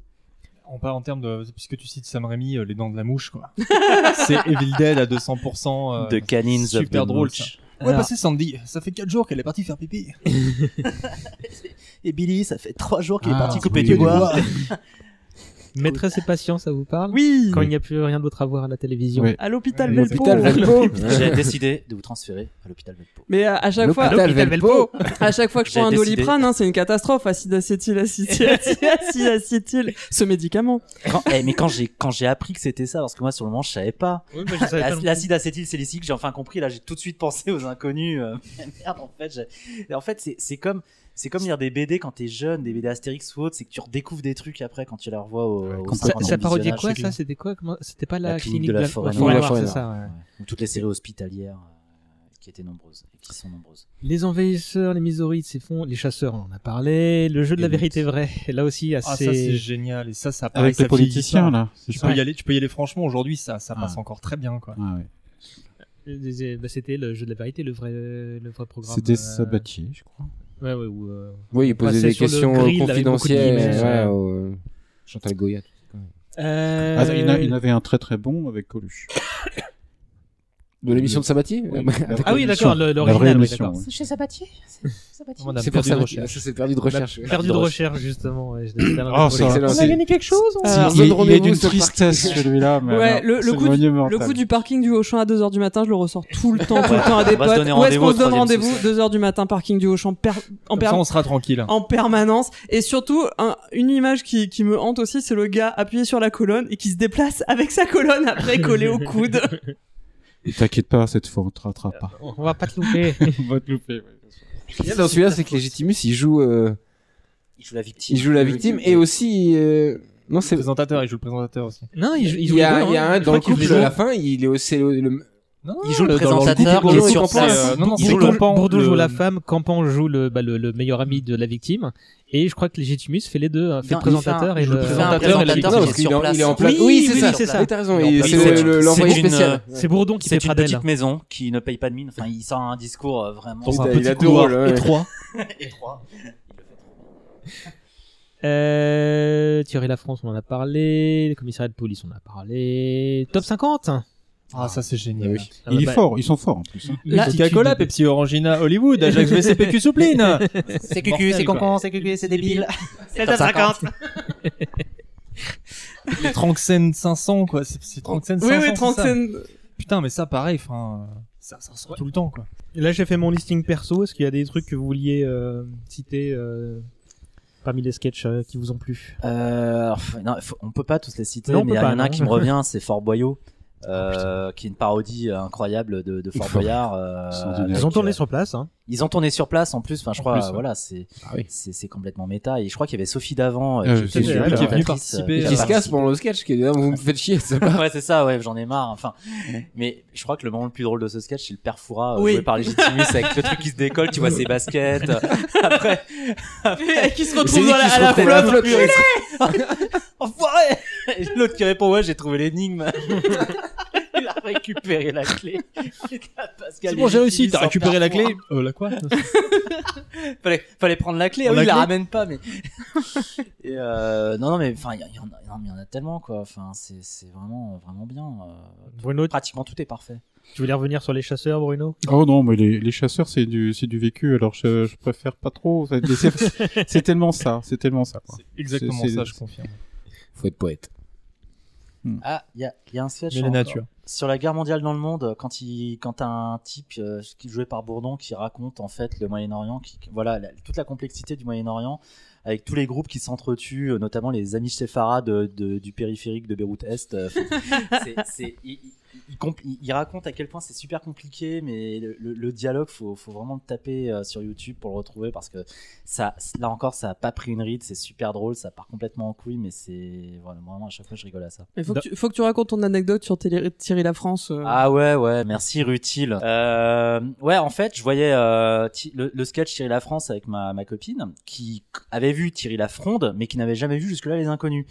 S3: En, par- en termes de. Puisque tu cites Sam Raimi, euh, les dents de la mouche, quoi. (laughs) c'est Evil Dead à 200%. euh,
S9: The Canines of
S3: Super
S9: the
S3: drôle,
S9: Mouch.
S3: ça. Ouais,
S9: Alors-
S3: bah c'est Sandy, ça fait 4 jours qu'elle est partie faire pipi.
S9: Et Billy, ça fait trois jours qu'il est
S3: Ah,
S9: parti couper
S3: oui,
S9: du
S3: oui,
S9: bois.
S1: Maîtresse et patience, ça vous parle
S2: Oui.
S1: Quand il n'y a plus rien d'autre à voir à la télévision.
S11: Oui.
S2: À l'hôpital
S1: Ouais,
S2: Velpo.
S1: l'hôpital Velpo.
S9: (laughs) J'ai décidé de vous transférer à l'hôpital Belpo.
S2: Mais à, à chaque fois,
S1: L'hôpital Velpo.
S2: à chaque fois que je
S9: J'ai
S2: prends un
S9: décidé.
S2: doliprane, hein, c'est une catastrophe. Acide acétyl, acide acétyl, acide acétyl. Ce médicament.
S9: Quand- eh, mais quand j'ai quand j'ai appris que c'était ça, parce que moi sur le moment je savais pas. L'ac- L'acide acétylsélicique, j'ai enfin compris. Là, j'ai tout de suite pensé aux inconnus. euh, (laughs) merde, en fait, j'ai- en fait, c'est- c'est comme c'est comme lire des BD quand t'es jeune, des BD Astérix ou autre, c'est que tu redécouvres des trucs après quand tu les revois au. au
S1: Ça,
S9: 50 ans
S1: ça
S9: de
S1: parodiait
S9: visionnage.
S1: quoi ça C'était quoi Comment- C'était pas la,
S9: La clinique de la forêt
S1: forêt
S9: noire.
S1: noire, c'est
S10: Ouais.
S1: ça, ouais.
S9: Ou Toutes les séries hospitalières euh, qui étaient nombreuses et qui sont nombreuses.
S1: Les envahisseurs, les misourides, c'est fond. Les chasseurs, on en a parlé. Le jeu de la
S9: Et
S1: vérité vraie, (laughs) là aussi
S3: Ah, ça c'est
S1: assez.
S3: génial, et ça, ça pareil,
S11: Avec
S3: Ah, ça
S11: les politiciens,
S3: vieillit pas.
S11: là. c'est
S3: Tu
S11: ça
S3: peux, y aller, tu peux y aller franchement, aujourd'hui ça, ça passe
S11: Ah.
S3: encore très bien quoi.
S11: Ah, ouais.
S1: Euh, bah, C'était le jeu de la vérité, le vrai, le vrai programme.
S11: C'était
S1: euh,
S11: Sabatier, je crois.
S1: Ouais, ouais, ou, euh,
S10: Oui, il
S1: on
S10: posait
S1: passait
S10: des
S1: sur le
S10: questions
S1: grill avec beaucoup de
S10: confidentielles.
S1: guillemets,
S10: ouais,
S1: euh.
S10: au, euh, Chantal Goya.
S1: Euh,
S11: Ah, il, y en a- il y en avait un très très bon avec Coluche.
S10: De l'émission de Sabatier
S11: Oui.
S1: Ah oui,
S11: L'émission.
S1: d'accord, le-
S11: La vraie
S1: l'original, oui,
S11: émission,
S1: d'accord.
S11: ouais.
S8: Chez Sabatier Sabatier.
S3: On a perdu
S10: C'est pour ça
S3: de
S10: que
S3: recherche.
S10: c'est perdu de
S1: On a
S10: recherche.
S1: Perdu de recherche, justement. ouais, je-
S11: Ah, ça-
S10: Excellent.
S11: c'est-
S8: quelque chose
S11: Il-
S2: Euh, Alors,
S11: il, il est
S10: rendez-vous
S11: d'une
S10: sur le parking.
S11: tristesse celui-là. mais
S2: Ouais,
S11: alors,
S2: le,
S11: c'est
S2: le, coup du,
S11: monumental.
S2: le coup du parking du Auchan à 2h du matin, je le ressors tout le temps, tout le
S9: Ouais,
S2: temps à
S9: on
S2: des
S9: va se
S2: potes.
S9: donner
S2: Où est-ce qu'on se
S9: rendez-vous au
S2: donne
S9: troisième
S2: rendez-vous
S9: sous-sol.
S2: 2h du matin, parking du Auchan per- en,
S3: Comme
S2: per-
S3: ça on sera tranquille.
S2: en permanence. Et surtout, un- une image qui, qui me hante aussi, c'est le gars appuyé sur la colonne et qui se déplace avec sa colonne
S9: (laughs)
S2: après collée au coude.
S11: Et T'inquiète pas, cette fois on te rattrape hein. pas.
S1: On va pas te louper.
S11: (laughs) on va te louper. ouais.
S10: Dans celui-là, c'est que Legitimus, il joue, euh,
S9: Il joue la victime.
S10: il joue la victime et aussi. euh, Non, c'est.
S3: Le présentateur, il joue le présentateur aussi.
S1: (laughs) non, il joue,
S10: Il
S1: joue
S10: y
S1: les
S10: a,
S1: deux,
S10: il y a
S1: hein.
S10: un
S1: Je
S10: dans
S1: crois
S10: le
S1: qu'il
S10: couple
S1: joue
S10: à
S1: les
S10: la
S1: deux.
S10: fin, il est aussi le, le-
S9: Il joue le
S3: dans- dans
S9: présentateur
S10: couple,
S9: qui
S10: il
S9: est
S10: joue
S9: sur
S10: en
S9: scène.
S10: place.
S3: Euh, non, non,
S1: Il
S3: c'est
S1: joue le-
S3: Campan,
S1: Bordeaux
S3: le-
S1: joue la femme, Campan joue le, bah, le, le meilleur ami de la victime. Et je crois que Legitimus fait les deux, hein, fait
S9: Non,
S1: le présentateur
S9: il
S1: et
S9: fait un-
S1: le
S9: il fait un
S1: présentateur et la
S9: présentateur
S1: victime.
S9: qui
S10: Non,
S9: est
S10: parce qu'il
S9: sur
S10: est en-
S9: place.
S10: il est en
S1: Oui,
S10: plein.
S1: oui,
S10: c'est
S1: oui,
S10: ça.
S1: c'est ça.
S10: Oui, t'as raison.
S9: Il est en
S10: il-
S9: plein.
S10: C'est
S9: C'est
S10: le-
S9: une-
S10: l'envoyé
S9: c'est une,
S10: spécial.
S1: C'est Bourdon qui fait
S9: C'est une
S1: Pradel.
S9: petite maison qui ne paye pas de mine. Enfin, il sort un discours euh, vraiment.
S3: Dans un
S10: Il a- il a
S3: petit
S10: deux
S3: couloir
S10: rôles, ouais.
S3: étroit.
S9: étroit. Il le fait trop bien.
S1: Euh, Thierry La France, on en a parlé. Le commissariat de police, on en a parlé. Top 50
S3: Ah ça c'est
S10: Ah
S3: génial.
S10: oui.
S1: Ah
S11: Il
S1: bah,
S11: est
S1: bah,
S11: fort, ils sont forts en plus. hein.
S1: Là,
S3: Coca-Cola,
S1: tu-
S3: Pepsi Orangina, Hollywood, Ah, Ajax VCPQ (laughs) Soupline.
S9: C'est
S3: cucu, Mortel, c'est quoi.
S9: concon, c'est cucu, c'est débile. C'est
S1: top 50.
S3: Les Tranxen 500 quoi, c'est c'est Tranxen 500.
S2: oui, oui,
S3: c'est ça.
S2: trentaine.
S9: (laughs)
S3: Putain mais ça pareil, enfin euh, ça ça ressort tout le temps quoi.
S1: Là, j'ai fait mon listing perso. Est-ce qu'il y a des trucs que vous vouliez euh, citer euh, parmi les sketchs euh, qui vous ont plu
S9: Euh, alors, f- non, faut- on peut pas tous les citer,
S1: Non, on
S9: mais il y
S1: peut pas,
S9: en a un
S1: non. (laughs)
S9: qui me revient, c'est Fort Boyau, euh, qui est une parodie euh, incroyable de, de Fort
S11: Fort-
S9: Boyard. euh,
S11: Extraordinaire.
S1: Ils
S9: avec,
S1: ont tourné
S9: euh,
S1: sur place. Hein.
S9: ils ont tourné sur place en plus. Enfin, je
S3: En
S9: crois,
S3: plus,
S9: euh,
S3: ouais.
S9: voilà, c'est
S10: Ah oui.
S9: c'est c'est complètement méta. Et je crois qu'il y avait Sophie Davant,
S11: Euh,
S9: euh, qui
S11: c'est
S9: était
S11: elle
S9: la
S11: qui est
S3: venue
S9: présentatrice, euh,
S3: participer
S10: Et
S3: à-
S9: qui
S10: qui se casse pendant le sketch, qui est là, vous me faites chier, ça
S9: (laughs)
S10: part.
S9: ouais, c'est ça, ouais, j'en ai marre. Enfin, mais je crois que le moment le plus drôle de ce sketch, c'est le père Foura euh,
S2: Oui.
S9: joué par Legitimus avec le truc qui se décolle, tu vois ses
S3: (laughs)
S9: baskets. Après,
S2: Et qui se
S10: C'est
S2: retrouve
S10: lui
S2: dans la,
S10: qui se
S2: à la
S10: retrouve
S2: flotte.
S10: flotte.
S3: (laughs)
S9: enfoiré Et L'autre qui répond, ouais, j'ai trouvé l'énigme. il a récupéré la clé.
S3: C'est bon, j'ai réussi, t'as récupéré la clé. (laughs) Euh, la quoi
S9: fallait, fallait prendre la clé. Ah
S3: On
S9: oui,
S3: a
S9: il la
S3: clé
S9: ramène pas, mais. (laughs) Et euh, non, non, mais enfin, il y, en a- non, mais il y en a tellement, quoi. Enfin, c'est c'est vraiment, vraiment bien. euh, tout-
S1: Bruno,
S9: pratiquement tout est parfait.
S1: Tu voulais revenir sur les chasseurs, Bruno
S11: Oh non, mais les, les chasseurs, c'est du, c'est du vécu, alors je, je préfère pas trop. Ça- mais (laughs) C'est c'est tellement ça, c'est tellement ça. quoi.
S3: exactement
S11: C'est- c'est-
S3: ça, je confirme.
S10: Faut être poète.
S9: Ah, il y a, il y a un sketch
S3: Mais la
S9: encore.
S3: nature.
S9: sur la guerre mondiale dans le monde, quand il, quand t'as un type euh, qui joué par Bourdon qui raconte en fait le Moyen-Orient, qui, voilà la- toute la complexité du Moyen-Orient avec tous les groupes qui s'entretuent, euh, notamment les amis séfarades de- de- du périphérique de Beyrouth Est. euh, c'est- c'est- il, il- il compl- il- il raconte à quel point c'est super compliqué, mais le, le- le dialogue, faut, faut vraiment le taper euh, sur YouTube pour le retrouver parce que ça, là encore, ça a pas pris une ride, c'est super drôle, ça part complètement en couille, mais c'est voilà, vraiment à chaque fois je rigole à ça.
S2: Il faut, que tu- faut que tu racontes ton anecdote sur Télé- Thierry La France. euh.
S9: Ah ouais, ouais, merci Rutile. Euh, ouais, en fait, je voyais euh, Thi- le, le sketch Thierry La France avec ma, ma copine qui c- avait vu Thierry La Fronde, mais qui n'avait jamais vu jusque-là Les Inconnus.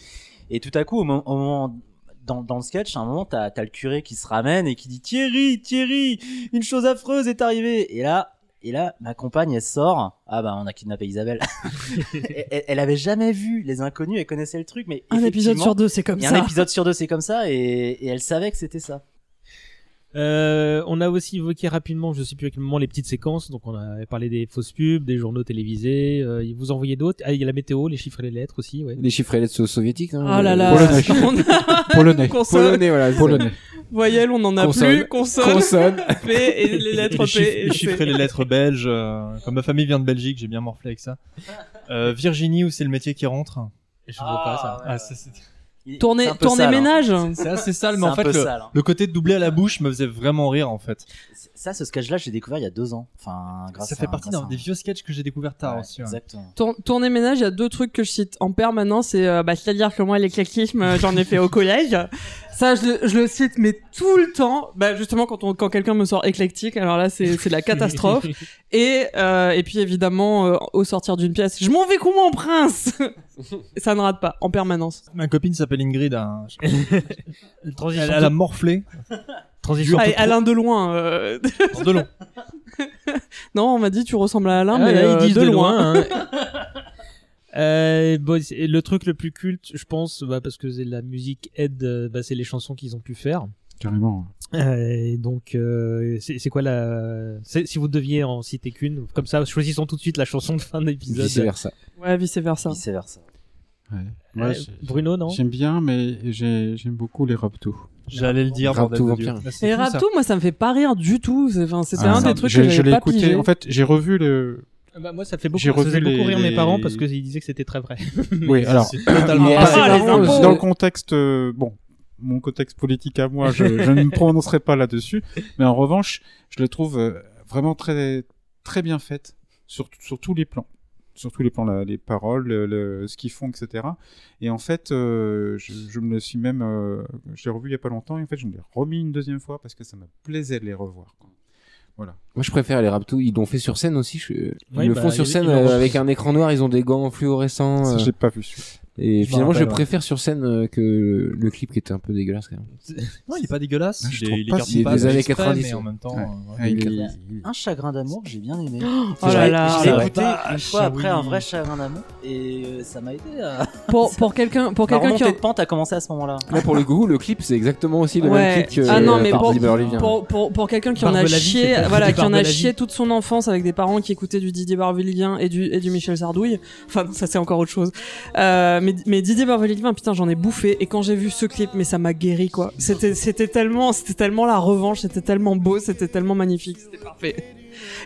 S9: Et tout à coup, au, mo- au moment. Dans, dans le sketch, à un moment, t'as as le curé qui se ramène et qui dit Thierry, Thierry, une chose affreuse est arrivée. Et là, et là, ma compagne, elle sort. Ah bah, on a
S2: (laughs)
S9: kidnappé Isabelle. elle, elle avait jamais vu les inconnus, elle connaissait le truc, mais
S2: Un épisode
S9: effectivement,
S2: sur deux, c'est comme
S9: il y a
S2: ça.
S9: Un épisode sur deux, c'est comme ça, et, et elle savait que c'était ça.
S1: Euh, on a aussi évoqué rapidement, je sais plus à quel moment, les petites séquences. Donc, on a parlé des fausses pubs, des journaux télévisés. euh, il vous envoyez d'autres. Ah, il y a la météo, les chiffres et les lettres aussi. Ouais.
S10: Les chiffres et lettres so- soviétiques. Hein,
S2: Oh là là.
S10: Polonais.
S2: (laughs) On a-
S10: Polonais.
S2: Consonne.
S10: Polonais, voilà.
S2: (laughs)
S10: c'est
S11: Polonais.
S2: Voyelle, on en a
S10: Consonne.
S2: plus. Consonne.
S10: Consonne.
S2: P et les lettres P.
S3: Les chiffres,
S2: et
S3: les
S2: C.
S3: chiffres et les lettres belges. euh, comme ma famille vient de Belgique, j'ai bien morflé avec ça. Euh, Virginie, où c'est le métier qui rentre Je vois pas ça. Ah, c'est- c'est-
S2: Tournez,
S9: C'est un peu
S2: tournez
S9: sale, hein.
S2: ménage.
S3: C'est assez sale, mais
S9: C'est
S3: en
S9: un
S3: fait,
S9: peu
S3: le,
S9: sale, hein.
S3: le côté de doubler à la bouche me faisait vraiment rire, en fait.
S9: Ça, ce sketch-là, j'ai découvert il y a deux ans. Enfin, grâce
S3: Ça
S9: à-
S3: fait partie
S9: grâce
S3: d'un
S9: à-
S3: des vieux sketchs que j'ai découvert tard
S9: Ouais,
S3: aussi. hein. ouais.
S9: Exactement.
S2: Tour- Tournée ménage, il y a deux trucs que je cite en permanence. Et, euh, bah, C'est-à-dire que moi, l'éclectisme, euh, j'en ai fait au collège. Ça, je, le- je le cite, mais tout le temps. Bah, justement, quand, on- quand quelqu'un me sort éclectique, alors là, c'est c'est la catastrophe. et, euh, et puis, évidemment, euh, au sortir d'une pièce, je m'en vais comme mon prince Ça ne rate pas, en permanence.
S3: Ma copine s'appelle Ingrid. (laughs) hein.
S1: Transition
S3: Elle, elle a morflé.
S1: Transition.
S2: Ah, et
S1: toute
S2: Alain de loin. euh, (laughs)
S3: de long.
S2: non, on m'a dit, tu ressembles à Alain,
S1: Ah,
S2: mais
S1: là, ils
S2: euh,
S1: disent
S2: de,
S1: de
S2: loin. hein.
S1: loin, (laughs) Euh, bon, c'est- le truc le plus culte, je pense, bah, parce que c'est la musique aide, euh, bah, c'est les chansons qu'ils ont pu faire.
S11: Carrément.
S1: Euh, et donc, euh, c'est c'est quoi la. c'est- Si vous deviez en citer qu'une, comme ça, choisissons tout de suite la chanson de fin d'épisode.
S10: Vice versa.
S2: Ouais, vice versa.
S9: Vice versa.
S11: Ouais. Ouais,
S1: Euh,
S11: j'ai-
S1: Bruno, non
S11: J'aime bien, mais j'ai- j'aime beaucoup les raptos.
S3: J'allais le dire.
S10: Grave
S3: bordel
S10: tout
S3: de Dieu.
S10: vampire.
S3: Ah, c'est
S2: Et
S3: fou, ça.
S2: Rapto, moi, ça me fait pas rire du tout. C'est enfin, c'était
S11: Ah,
S2: un
S11: ça,
S2: des trucs
S11: je-
S2: que
S11: je
S2: j'avais
S11: l'ai
S2: pas
S11: écouté.
S2: pigé.
S11: En fait, j'ai revu le.
S1: Bah, moi, ça fait beaucoup,
S11: J'ai
S1: ça faisait
S11: revu
S1: beaucoup
S11: les-
S1: rire mes
S11: les-
S1: parents parce qu'ils disaient que c'était très vrai. (laughs)
S11: Oui, alors.
S3: C'est totalement
S10: Mais
S3: pas-
S10: assez
S2: ah, les
S11: dans,
S2: impôts.
S11: dans le contexte, euh, bon, mon contexte politique à moi, je, je ne me prononcerai pas là-dessus. Mais en revanche, je le trouve euh, vraiment très, très bien faite sur, sur tous les plans. Sur tous les plans, la- les paroles, le- le- ce qu'ils font, etc. Et en fait, euh, je, je me le suis même. euh, je l'ai revu il n'y a pas longtemps et en fait, je me l'ai remis une deuxième fois parce que ça me plaisait de les revoir. quoi.
S10: euh, Moi, je préfère les raptous. Ils l'ont fait sur scène aussi. je- Ils
S1: Oui,
S10: le
S1: bah,
S10: font sur
S1: ils-
S10: scène
S1: ils l'ont
S10: euh,
S1: refait.
S10: avec un écran noir. Ils ont des gants fluorescents.
S11: Ça,
S10: euh,
S11: j'ai pas vu celui
S10: Et
S3: Je m'en
S10: finalement, je
S3: rappelle, ouais.
S10: préfère sur scène euh, que le clip qui était un peu dégueulasse quand même.
S3: Non, il est pas dégueulasse.
S11: Ah, je
S3: il est,
S11: trouve
S3: il est
S11: pas
S3: carton
S11: si-
S3: pâte,
S11: des
S3: il est
S10: années
S3: exprès,
S10: 90,
S3: mais en
S10: ouais.
S3: même temps.
S11: Ouais.
S3: euh, ouais.
S11: Ah, il est-
S9: Un chagrin d'amour que j'ai bien aimé.
S2: Oh là
S9: J'ai-
S2: là.
S9: J'ai
S3: Ah,
S9: écouté
S3: vache,
S9: une fois après
S3: oui.
S9: un vrai chagrin d'amour et euh, ça m'a aidé à.
S2: pour pour quelqu'un pour
S9: Ma
S2: quelqu'un qui
S9: remontée
S2: en-
S9: de pente a commencé à ce moment-là.
S10: Là, pour le coup, le clip, c'est exactement aussi le
S2: Ouais.
S10: même clip que
S2: Ah non, mais
S10: par
S2: pour-
S10: Didi Barolivien.
S2: pour, pour, pour quelqu'un qui en a
S1: Barbelavie, c'est
S2: chié
S1: pas-
S2: voilà
S1: c'est
S2: qui en a
S1: Barbelavie.
S2: chié toute son enfance avec des parents qui écoutaient du Didier Barbelivien et du et du Michel Sardouille enfin non, ça c'est encore autre chose euh, mais mais Didier Barbelivien putain j'en ai bouffé et quand j'ai vu ce clip mais ça m'a guéri quoi c'était c'était tellement c'était tellement la revanche c'était tellement beau c'était tellement magnifique c'était parfait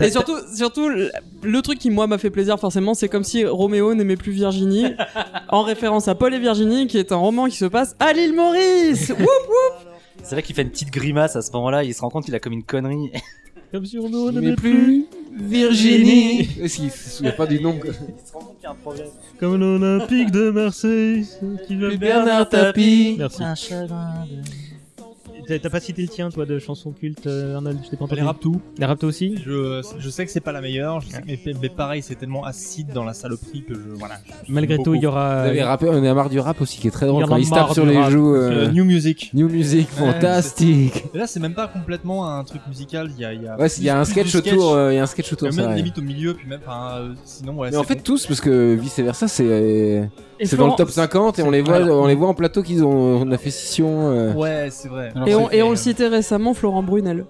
S2: et surtout, surtout, le- le truc qui moi m'a fait plaisir forcément, c'est comme si Roméo n'aimait plus Virginie, en référence à Paul et Virginie, qui est un roman qui se passe à l'île Maurice. Wouh
S9: C'est vrai qu'il fait une petite grimace à ce moment-là, il se rend compte qu'il a commis une connerie. (laughs)
S1: Comme si on ne
S10: Mais
S1: l'aimait
S10: plus Virginie Est-ce qu'il se souvient pas du nom quoi
S9: il se rend compte qu'il y a un problème.
S1: Comme l'Olympique de Marseille qui va
S10: Bernard Tapie
S9: Ah.
S1: Merci.
S9: Un chagrin d'amour.
S1: Et T'as t'as pas cité le tien, toi, de chansons cultes, euh, Arnold Je t'ai pas entendu.
S3: Les Raptou.
S1: Les Raptou aussi
S3: je, je sais que c'est pas la meilleure, je sais- mais, mais pareil, c'est tellement acide dans la saloperie que je. Voilà. je-
S1: Malgré
S3: j'aime
S1: tout, il y
S3: beaucoup.
S1: aura.
S10: Vous avez rappé, on est à marre du rap aussi, qui est très
S1: Il y
S10: drôle
S1: en
S10: quand
S1: a
S10: il se
S1: marre
S10: tape sur
S1: du
S10: les
S1: rap.
S10: joues.
S1: Euh,
S3: New Music.
S10: New Music,
S3: Ouais,
S10: fantastique.
S3: c'est- Et là, c'est même pas complètement un truc musical. Il y a, il y a
S10: Ouais, il y a
S3: plus-
S10: un
S3: plus
S10: sketch
S3: de
S10: autour, euh, il y a un sketch autour,
S3: Et
S10: c'est
S3: Même
S10: vrai.
S3: limite au milieu, puis même. enfin, euh, sinon, ouais.
S10: Mais en
S3: c'est
S10: fait
S3: bon.
S10: tous parce que vice versa c'est euh,
S3: Et
S10: c'est dans le
S3: Florent-
S10: top 50 et on les voit
S3: Voilà.
S10: on les voit en plateau qu'ils ont on a fait scission. euh.
S3: Ouais, c'est vrai.
S2: Et on, et on le citait récemment, Florent Brunel.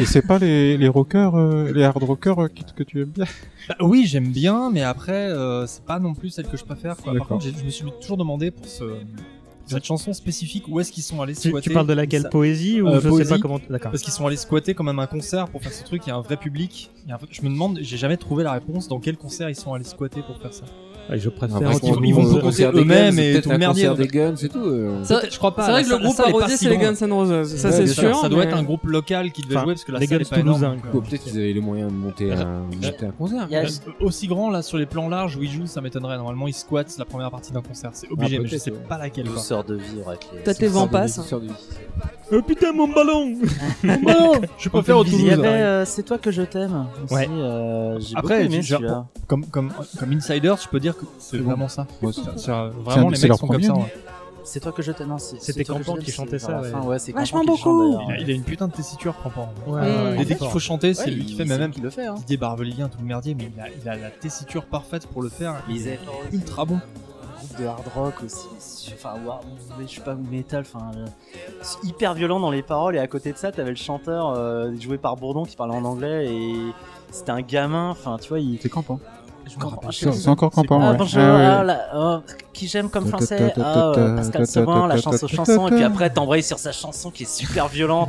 S11: Et c'est pas les, les rockers, euh, les hard rockers euh, qui- que tu aimes bien
S3: Bah oui, j'aime bien, mais après, euh, c'est pas non plus celle que je préfère. Quoi. Par
S11: D'accord.
S3: contre, j'ai- je me suis toujours demandé pour ce, pour cette chanson spécifique où est-ce qu'ils sont allés
S1: Tu- tu
S3: squatter.
S1: parles de laquelle, Poésie ou je sais pas comment- d'accord.
S3: Parce qu'ils sont allés squatter quand même un concert pour faire ce truc. Il y a un vrai public. Il y a un- Je me demande, j'ai jamais trouvé la réponse dans quel concert ils sont allés squatter pour faire ça.
S1: Ouais, je préfère.
S3: Ils vont-
S10: Après,
S3: ils vont,
S10: ils vont au
S3: se
S10: concert des
S3: eux-mêmes
S10: Guns,
S3: et
S10: peut-être
S3: tout
S10: un
S3: merdier.
S10: concert des Guns et tout, euh.
S2: Ça-
S3: Peut-être, je crois pas.
S2: c'est vrai que
S3: la
S2: le
S3: salle- la
S2: groupe
S3: salle est pas
S2: arrosé,
S3: si
S2: c'est les
S3: grande.
S2: Guns N' Roses. Ça, c'est
S3: bien sûr,
S2: sûr,
S3: Ça doit
S2: mais-
S3: être un groupe local qui devait
S10: Enfin,
S3: jouer parce que la
S10: les
S3: salle
S10: Guns
S3: est pas énorme,
S10: toulousains,
S3: quoi.
S10: quoi. Peut-être qu'ils avaient les moyens de monter un, monter un concert.
S3: Il y a- Aussi grand là sur les plans larges où ils jouent, ça m'étonnerait. Normalement, ils squattent la première partie d'un concert. C'est obligé,
S10: Ah,
S3: mais je
S10: peut-être,
S3: sais
S10: ouais.
S3: pas laquelle. quoi.
S9: Douceur de vivre avec les.
S2: T'as tes vents passent.
S1: Oh putain, mon ballon
S9: Mon
S3: (laughs) ballon Je préfère au
S9: Il y
S3: Toulouse,
S9: avait,
S3: ouais.
S9: euh, C'est toi que je t'aime. aussi,
S3: Ouais.
S9: euh, j'ai
S3: Après,
S9: beaucoup aimé
S3: genre,
S9: celui-là.
S3: comme, comme, comme Insider, je peux dire que c'est
S9: bon.
S3: vraiment ça.
S9: Ouais,
S3: C'est-
S9: c'est-
S3: c'est- euh,
S9: c'est
S3: vraiment,
S9: un-
S3: les
S9: c'est
S3: mecs
S9: leur
S3: sont comme
S9: premier,
S3: ça.
S9: non
S3: ouais.
S9: C'est toi que je t'aime. non, c'est-
S1: C'était
S9: c'est toi que je
S1: Campan
S9: t'aime,
S1: qui
S9: c'est
S1: chantait
S9: vers la
S1: ça,
S9: fin,
S1: ouais.
S9: ouais, c'est
S1: Vachement
S9: Campan qui le chante,
S1: beaucoup.
S9: d'ailleurs.
S3: Il a, il a une putain de tessiture, Campan.
S1: Ouais,
S3: Et
S1: ouais, ouais.
S3: dès qu'il faut chanter, c'est
S9: Ouais,
S3: lui qui
S9: il-
S3: fait, mais
S9: c'est
S3: même
S9: lui qui le fait, hein.
S3: Didier Barbelivien, tout le merdier, mais il a, il a la tessiture parfaite pour le faire. Il est ultra bon.
S9: groupe de hard rock aussi, mais- enfin, war- mais je sais pas, ou metal, enfin, euh, c'est hyper violent dans les paroles. Et à côté de ça, t'avais le chanteur euh, joué par Bourdon qui parlait en anglais et c'était un gamin, enfin, tu vois, il.
S11: C'est Campan.
S9: Je comprends pas, je sais
S1: Bah,
S11: C'est
S9: plus.
S11: encore Campan,
S9: Ah,
S11: ouais.
S9: bonjour,
S11: Ah, ouais.
S9: ah, la- oh, qui j'aime comme français, ah, euh, Pascal Sevin, la chanson chanson, et puis après t'embrayes sur sa chanson qui est super
S3: (laughs)
S9: violente.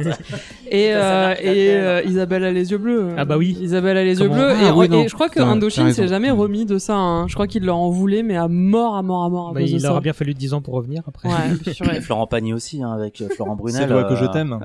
S2: Et, euh, et euh, Isabelle a les yeux bleus.
S1: Ah bah oui.
S2: Isabelle a les yeux
S1: Comment-
S2: bleus.
S1: Ah
S2: et,
S1: oui,
S2: et
S1: non,
S2: je crois que
S1: putain,
S2: Indochine
S1: t'as
S2: s'est
S1: raison.
S2: jamais remis de ça. hein. Je crois qu'il leur en voulait, mais à mort, à mort, à mort. À
S1: Bah,
S2: cause de
S1: il
S2: ça.
S1: aura bien fallu 10 ans pour revenir après.
S2: Ouais, purée.
S9: Et Florent Pagny aussi, hein, avec euh, Florent Brunel.
S3: C'est toi que je
S9: euh,
S3: t'aime.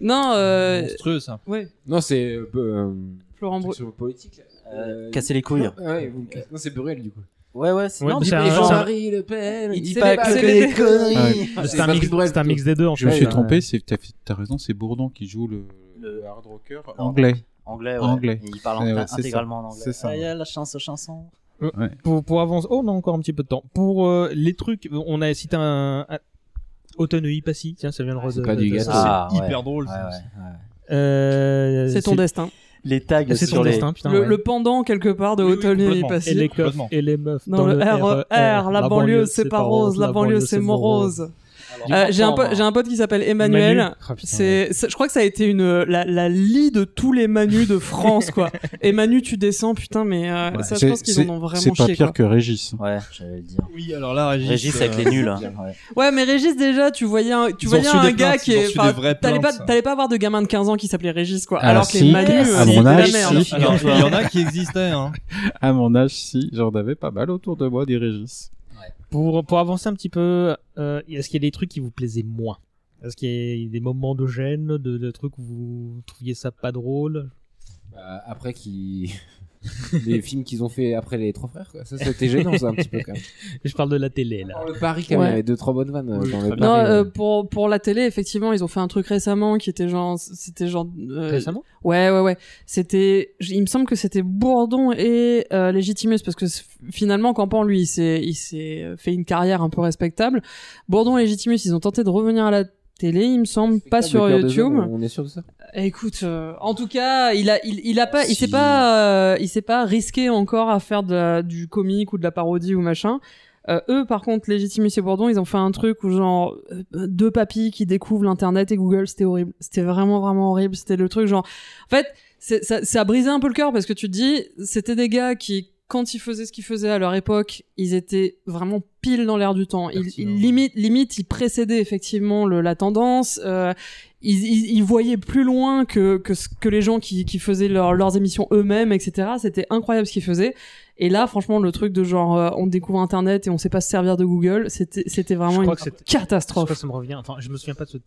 S2: Non, euh...
S3: Monstrueux, ça.
S2: Ouais.
S10: Non c'est euh, euh,
S2: Florent Brou-
S10: sur le politique. là. Euh,
S9: Casser les couilles.
S10: Non, ouais, vous me cassez- non, c'est Bruel du coup.
S9: Ouais, ouais, c'est
S1: Ouais,
S9: non,
S1: mais
S9: mais
S1: c'est
S9: les
S1: un-
S9: gens-
S1: c'est un-
S9: Marie Le Pen, il dit
S2: c'est
S9: pas
S2: les-
S9: que
S2: c'est
S9: des
S2: les-
S9: conneries.
S11: Ouais.
S1: Ah, C'est un mix- c'est un mix des deux, en
S11: Je me
S1: fait.
S11: suis
S1: Ouais.
S11: trompé, c'est- t'as t'as raison, c'est Bourdon qui joue le, le hard rocker anglais.
S9: Anglais, ouais.
S11: Anglais.
S9: Il parle en-
S11: Ouais, ouais, c'est ça.
S9: intégralement en anglais.
S11: C'est ça.
S9: Ah, il y a la chance aux chansons.
S1: Euh,
S11: Ouais.
S1: Pour, pour avancer, oh, on a encore un petit peu de temps. Pour euh, les trucs, on a cité un, un Automne Passy, tiens, ça vient de Rose.
S10: Ah, c'est pas du
S1: de-
S10: gâteau.
S1: ça.
S9: Ah, ouais. Ouais,
S1: ça.
S9: ouais, ouais.
S1: Euh,
S2: C'est ton destin.
S9: Les tags
S1: C'est
S9: sur
S1: ton
S9: les-
S1: destin, putain.
S2: le,
S1: ouais.
S2: le pendant quelque part de Hôtel Nuit
S1: complètement.
S2: passé.
S1: Et les coffres
S3: Complètement.
S1: et les meufs.
S2: Dans, le
S1: E
S2: RER, la banlieue c'est pas rose, la banlieue c'est morose.
S1: Alors,
S2: Euh, J'ai un,
S1: Campan,
S2: pote- j'ai un pote qui s'appelle Emmanuel.
S1: Manu. Ah, putain,
S2: C'est, c'est- je crois que ça a été une la, la lie de tous les Manus de France (laughs) quoi. Et Manu tu descends putain mais euh,
S11: Ouais.
S2: ça je
S11: C'est-
S2: pense qu'ils
S11: c'est-
S2: en ont vraiment
S11: C'est pas
S2: chié,
S11: pire
S2: quoi.
S11: que Régis. hein.
S9: Ouais, j'allais le dire.
S3: Oui, alors là, Régis.
S9: Régis avec
S3: euh,
S9: les (laughs)
S3: (laughs)
S9: nuls. hein.
S2: Ouais mais Régis déjà tu voyais un, tu
S3: Ils ont
S2: voyais
S3: reçu
S2: un
S3: des
S2: gars
S3: plaintes,
S2: qui
S3: ils ont
S2: est
S3: reçu
S2: enfin,
S3: des vraies
S2: t'allais pas
S3: plaintes, ça.
S2: t'allais pas avoir de gamin de 15 ans qui s'appelait Régis quoi.
S11: Ah,
S2: alors que
S11: si.
S2: les Manus euh,
S11: À mon
S2: c'était la
S11: âge,
S2: merde.
S11: si.
S3: Alors, il y en a qui existaient. Hein.
S11: À mon âge, si, j'en avais pas mal autour de moi des Régis.
S1: Pour, pour avancer un petit peu, euh, est-ce qu'il y a des trucs qui vous plaisaient moins Est-ce qu'il y a des moments de gêne, de, de trucs où vous trouviez ça pas drôle
S10: Bah, après qui (laughs) les films qu'ils ont fait après les trois frères quoi. Ça c'était gênant ça un petit peu quand même.
S1: Je parle de la télé là.
S10: Le Paris quand même,
S2: Ouais.
S10: il y avait deux trois bonnes vannes euh,
S1: Oui,
S10: dans
S1: très
S10: le
S1: bien.
S2: Non,
S10: Paris,
S2: euh,
S10: ouais.
S2: pour pour la télé, effectivement, ils ont fait un truc récemment qui était genre, c'était genre. euh,
S1: Récemment
S2: Ouais, ouais, ouais. C'était, j- il me semble que c'était Bourdon et euh, Légitimus parce que c- finalement, Campan lui, il s'est il s'est euh, fait une carrière un peu respectable. Bourdon et Légitimus, ils ont tenté de revenir à la télé, il me semble, pas sur
S10: Le Cœur de
S2: YouTube.
S10: Zone, On est sûr de ça
S2: Écoute, euh, en tout cas, il a, il, il a pas, il
S10: Si.
S2: s'est pas, euh, il s'est pas risqué encore à faire de la- du comique ou de la parodie ou machin. Euh, eux, par contre, Légitimus et Bourdon, ils ont fait un truc où genre euh, deux papis qui découvrent l'internet et Google, c'était horrible. C'était vraiment vraiment horrible. C'était le truc genre. En fait, c'est- ça, ça a brisé un peu le cœur parce que tu te dis, c'était des gars qui, quand ils faisaient ce qu'ils faisaient à leur époque, ils étaient vraiment pile dans l'air du temps. Ils, ils limite, limite, ils précédaient effectivement le, la tendance. euh, ils, ils, ils voyaient plus loin que, que, ce- que les gens qui, qui faisaient leur- leurs émissions eux-mêmes, etc. C'était incroyable ce qu'ils faisaient. Et là, franchement, le truc de genre, euh, on découvre Internet et on sait pas se servir de Google, c'était c'était
S1: Je
S2: vraiment
S1: crois
S2: une
S1: que c'était- Je
S2: catastrophe.
S1: crois que ça me revient. Enfin, je me souviens pas de ce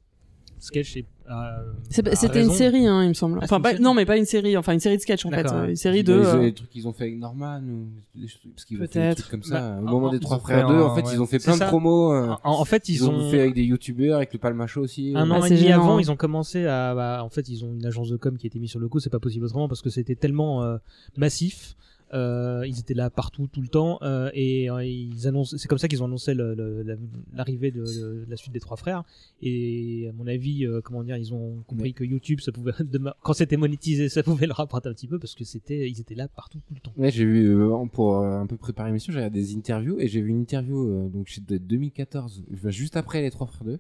S1: sketch est. a-
S2: C'est-
S1: a
S2: C'était une
S1: raison.
S2: série, hein, il me semble.
S1: Ah, c'est
S2: Enfin,
S1: une
S2: pas-
S1: série.
S2: non, mais pas une série, enfin une série de sketch en fait.
S1: D'accord.
S2: euh, Une série
S10: Ils
S2: de.
S10: ont- ils ont-
S2: euh,
S10: Les trucs qu'ils ont fait avec Norman, ou des trucs- parce qu'ils ont fait des
S2: Peut-être.
S10: trucs comme ça.
S2: Bah,
S10: Au moment
S2: en-
S10: des
S2: ils
S10: trois
S2: ont
S10: frères
S2: fait
S10: 2,
S2: un-
S10: en fait,
S2: ouais.
S10: ils ont fait
S1: C'est
S10: plein de
S1: ça.
S10: promos. euh,
S1: En- en fait, ils ont-
S10: fait avec des youtubeurs, avec le Palmacho aussi.
S1: Un
S10: euh.
S2: Ah,
S1: an et demi avant, ils ont commencé à. bah, en fait, ils ont une agence de com qui était mise sur le coup. C'est pas possible autrement parce que c'était tellement euh, massif. Euh, ils étaient là partout tout le temps euh, et euh, ils annoncent. C'est comme ça qu'ils ont annoncé le- le- la- l'arrivée de, de la suite des trois frères. Et à mon avis, euh, comment dire, ils ont compris que YouTube, ça pouvait (laughs) demain- quand c'était monétisé, ça pouvait leur rapporter un petit peu parce que c'était, ils étaient là partout tout le temps.
S10: Ouais, j'ai vu euh, pour euh, un peu préparer l'émission, j'ai regardé des interviews et j'ai vu une interview euh, donc c'est de 2014, enfin, juste après les trois frères 2.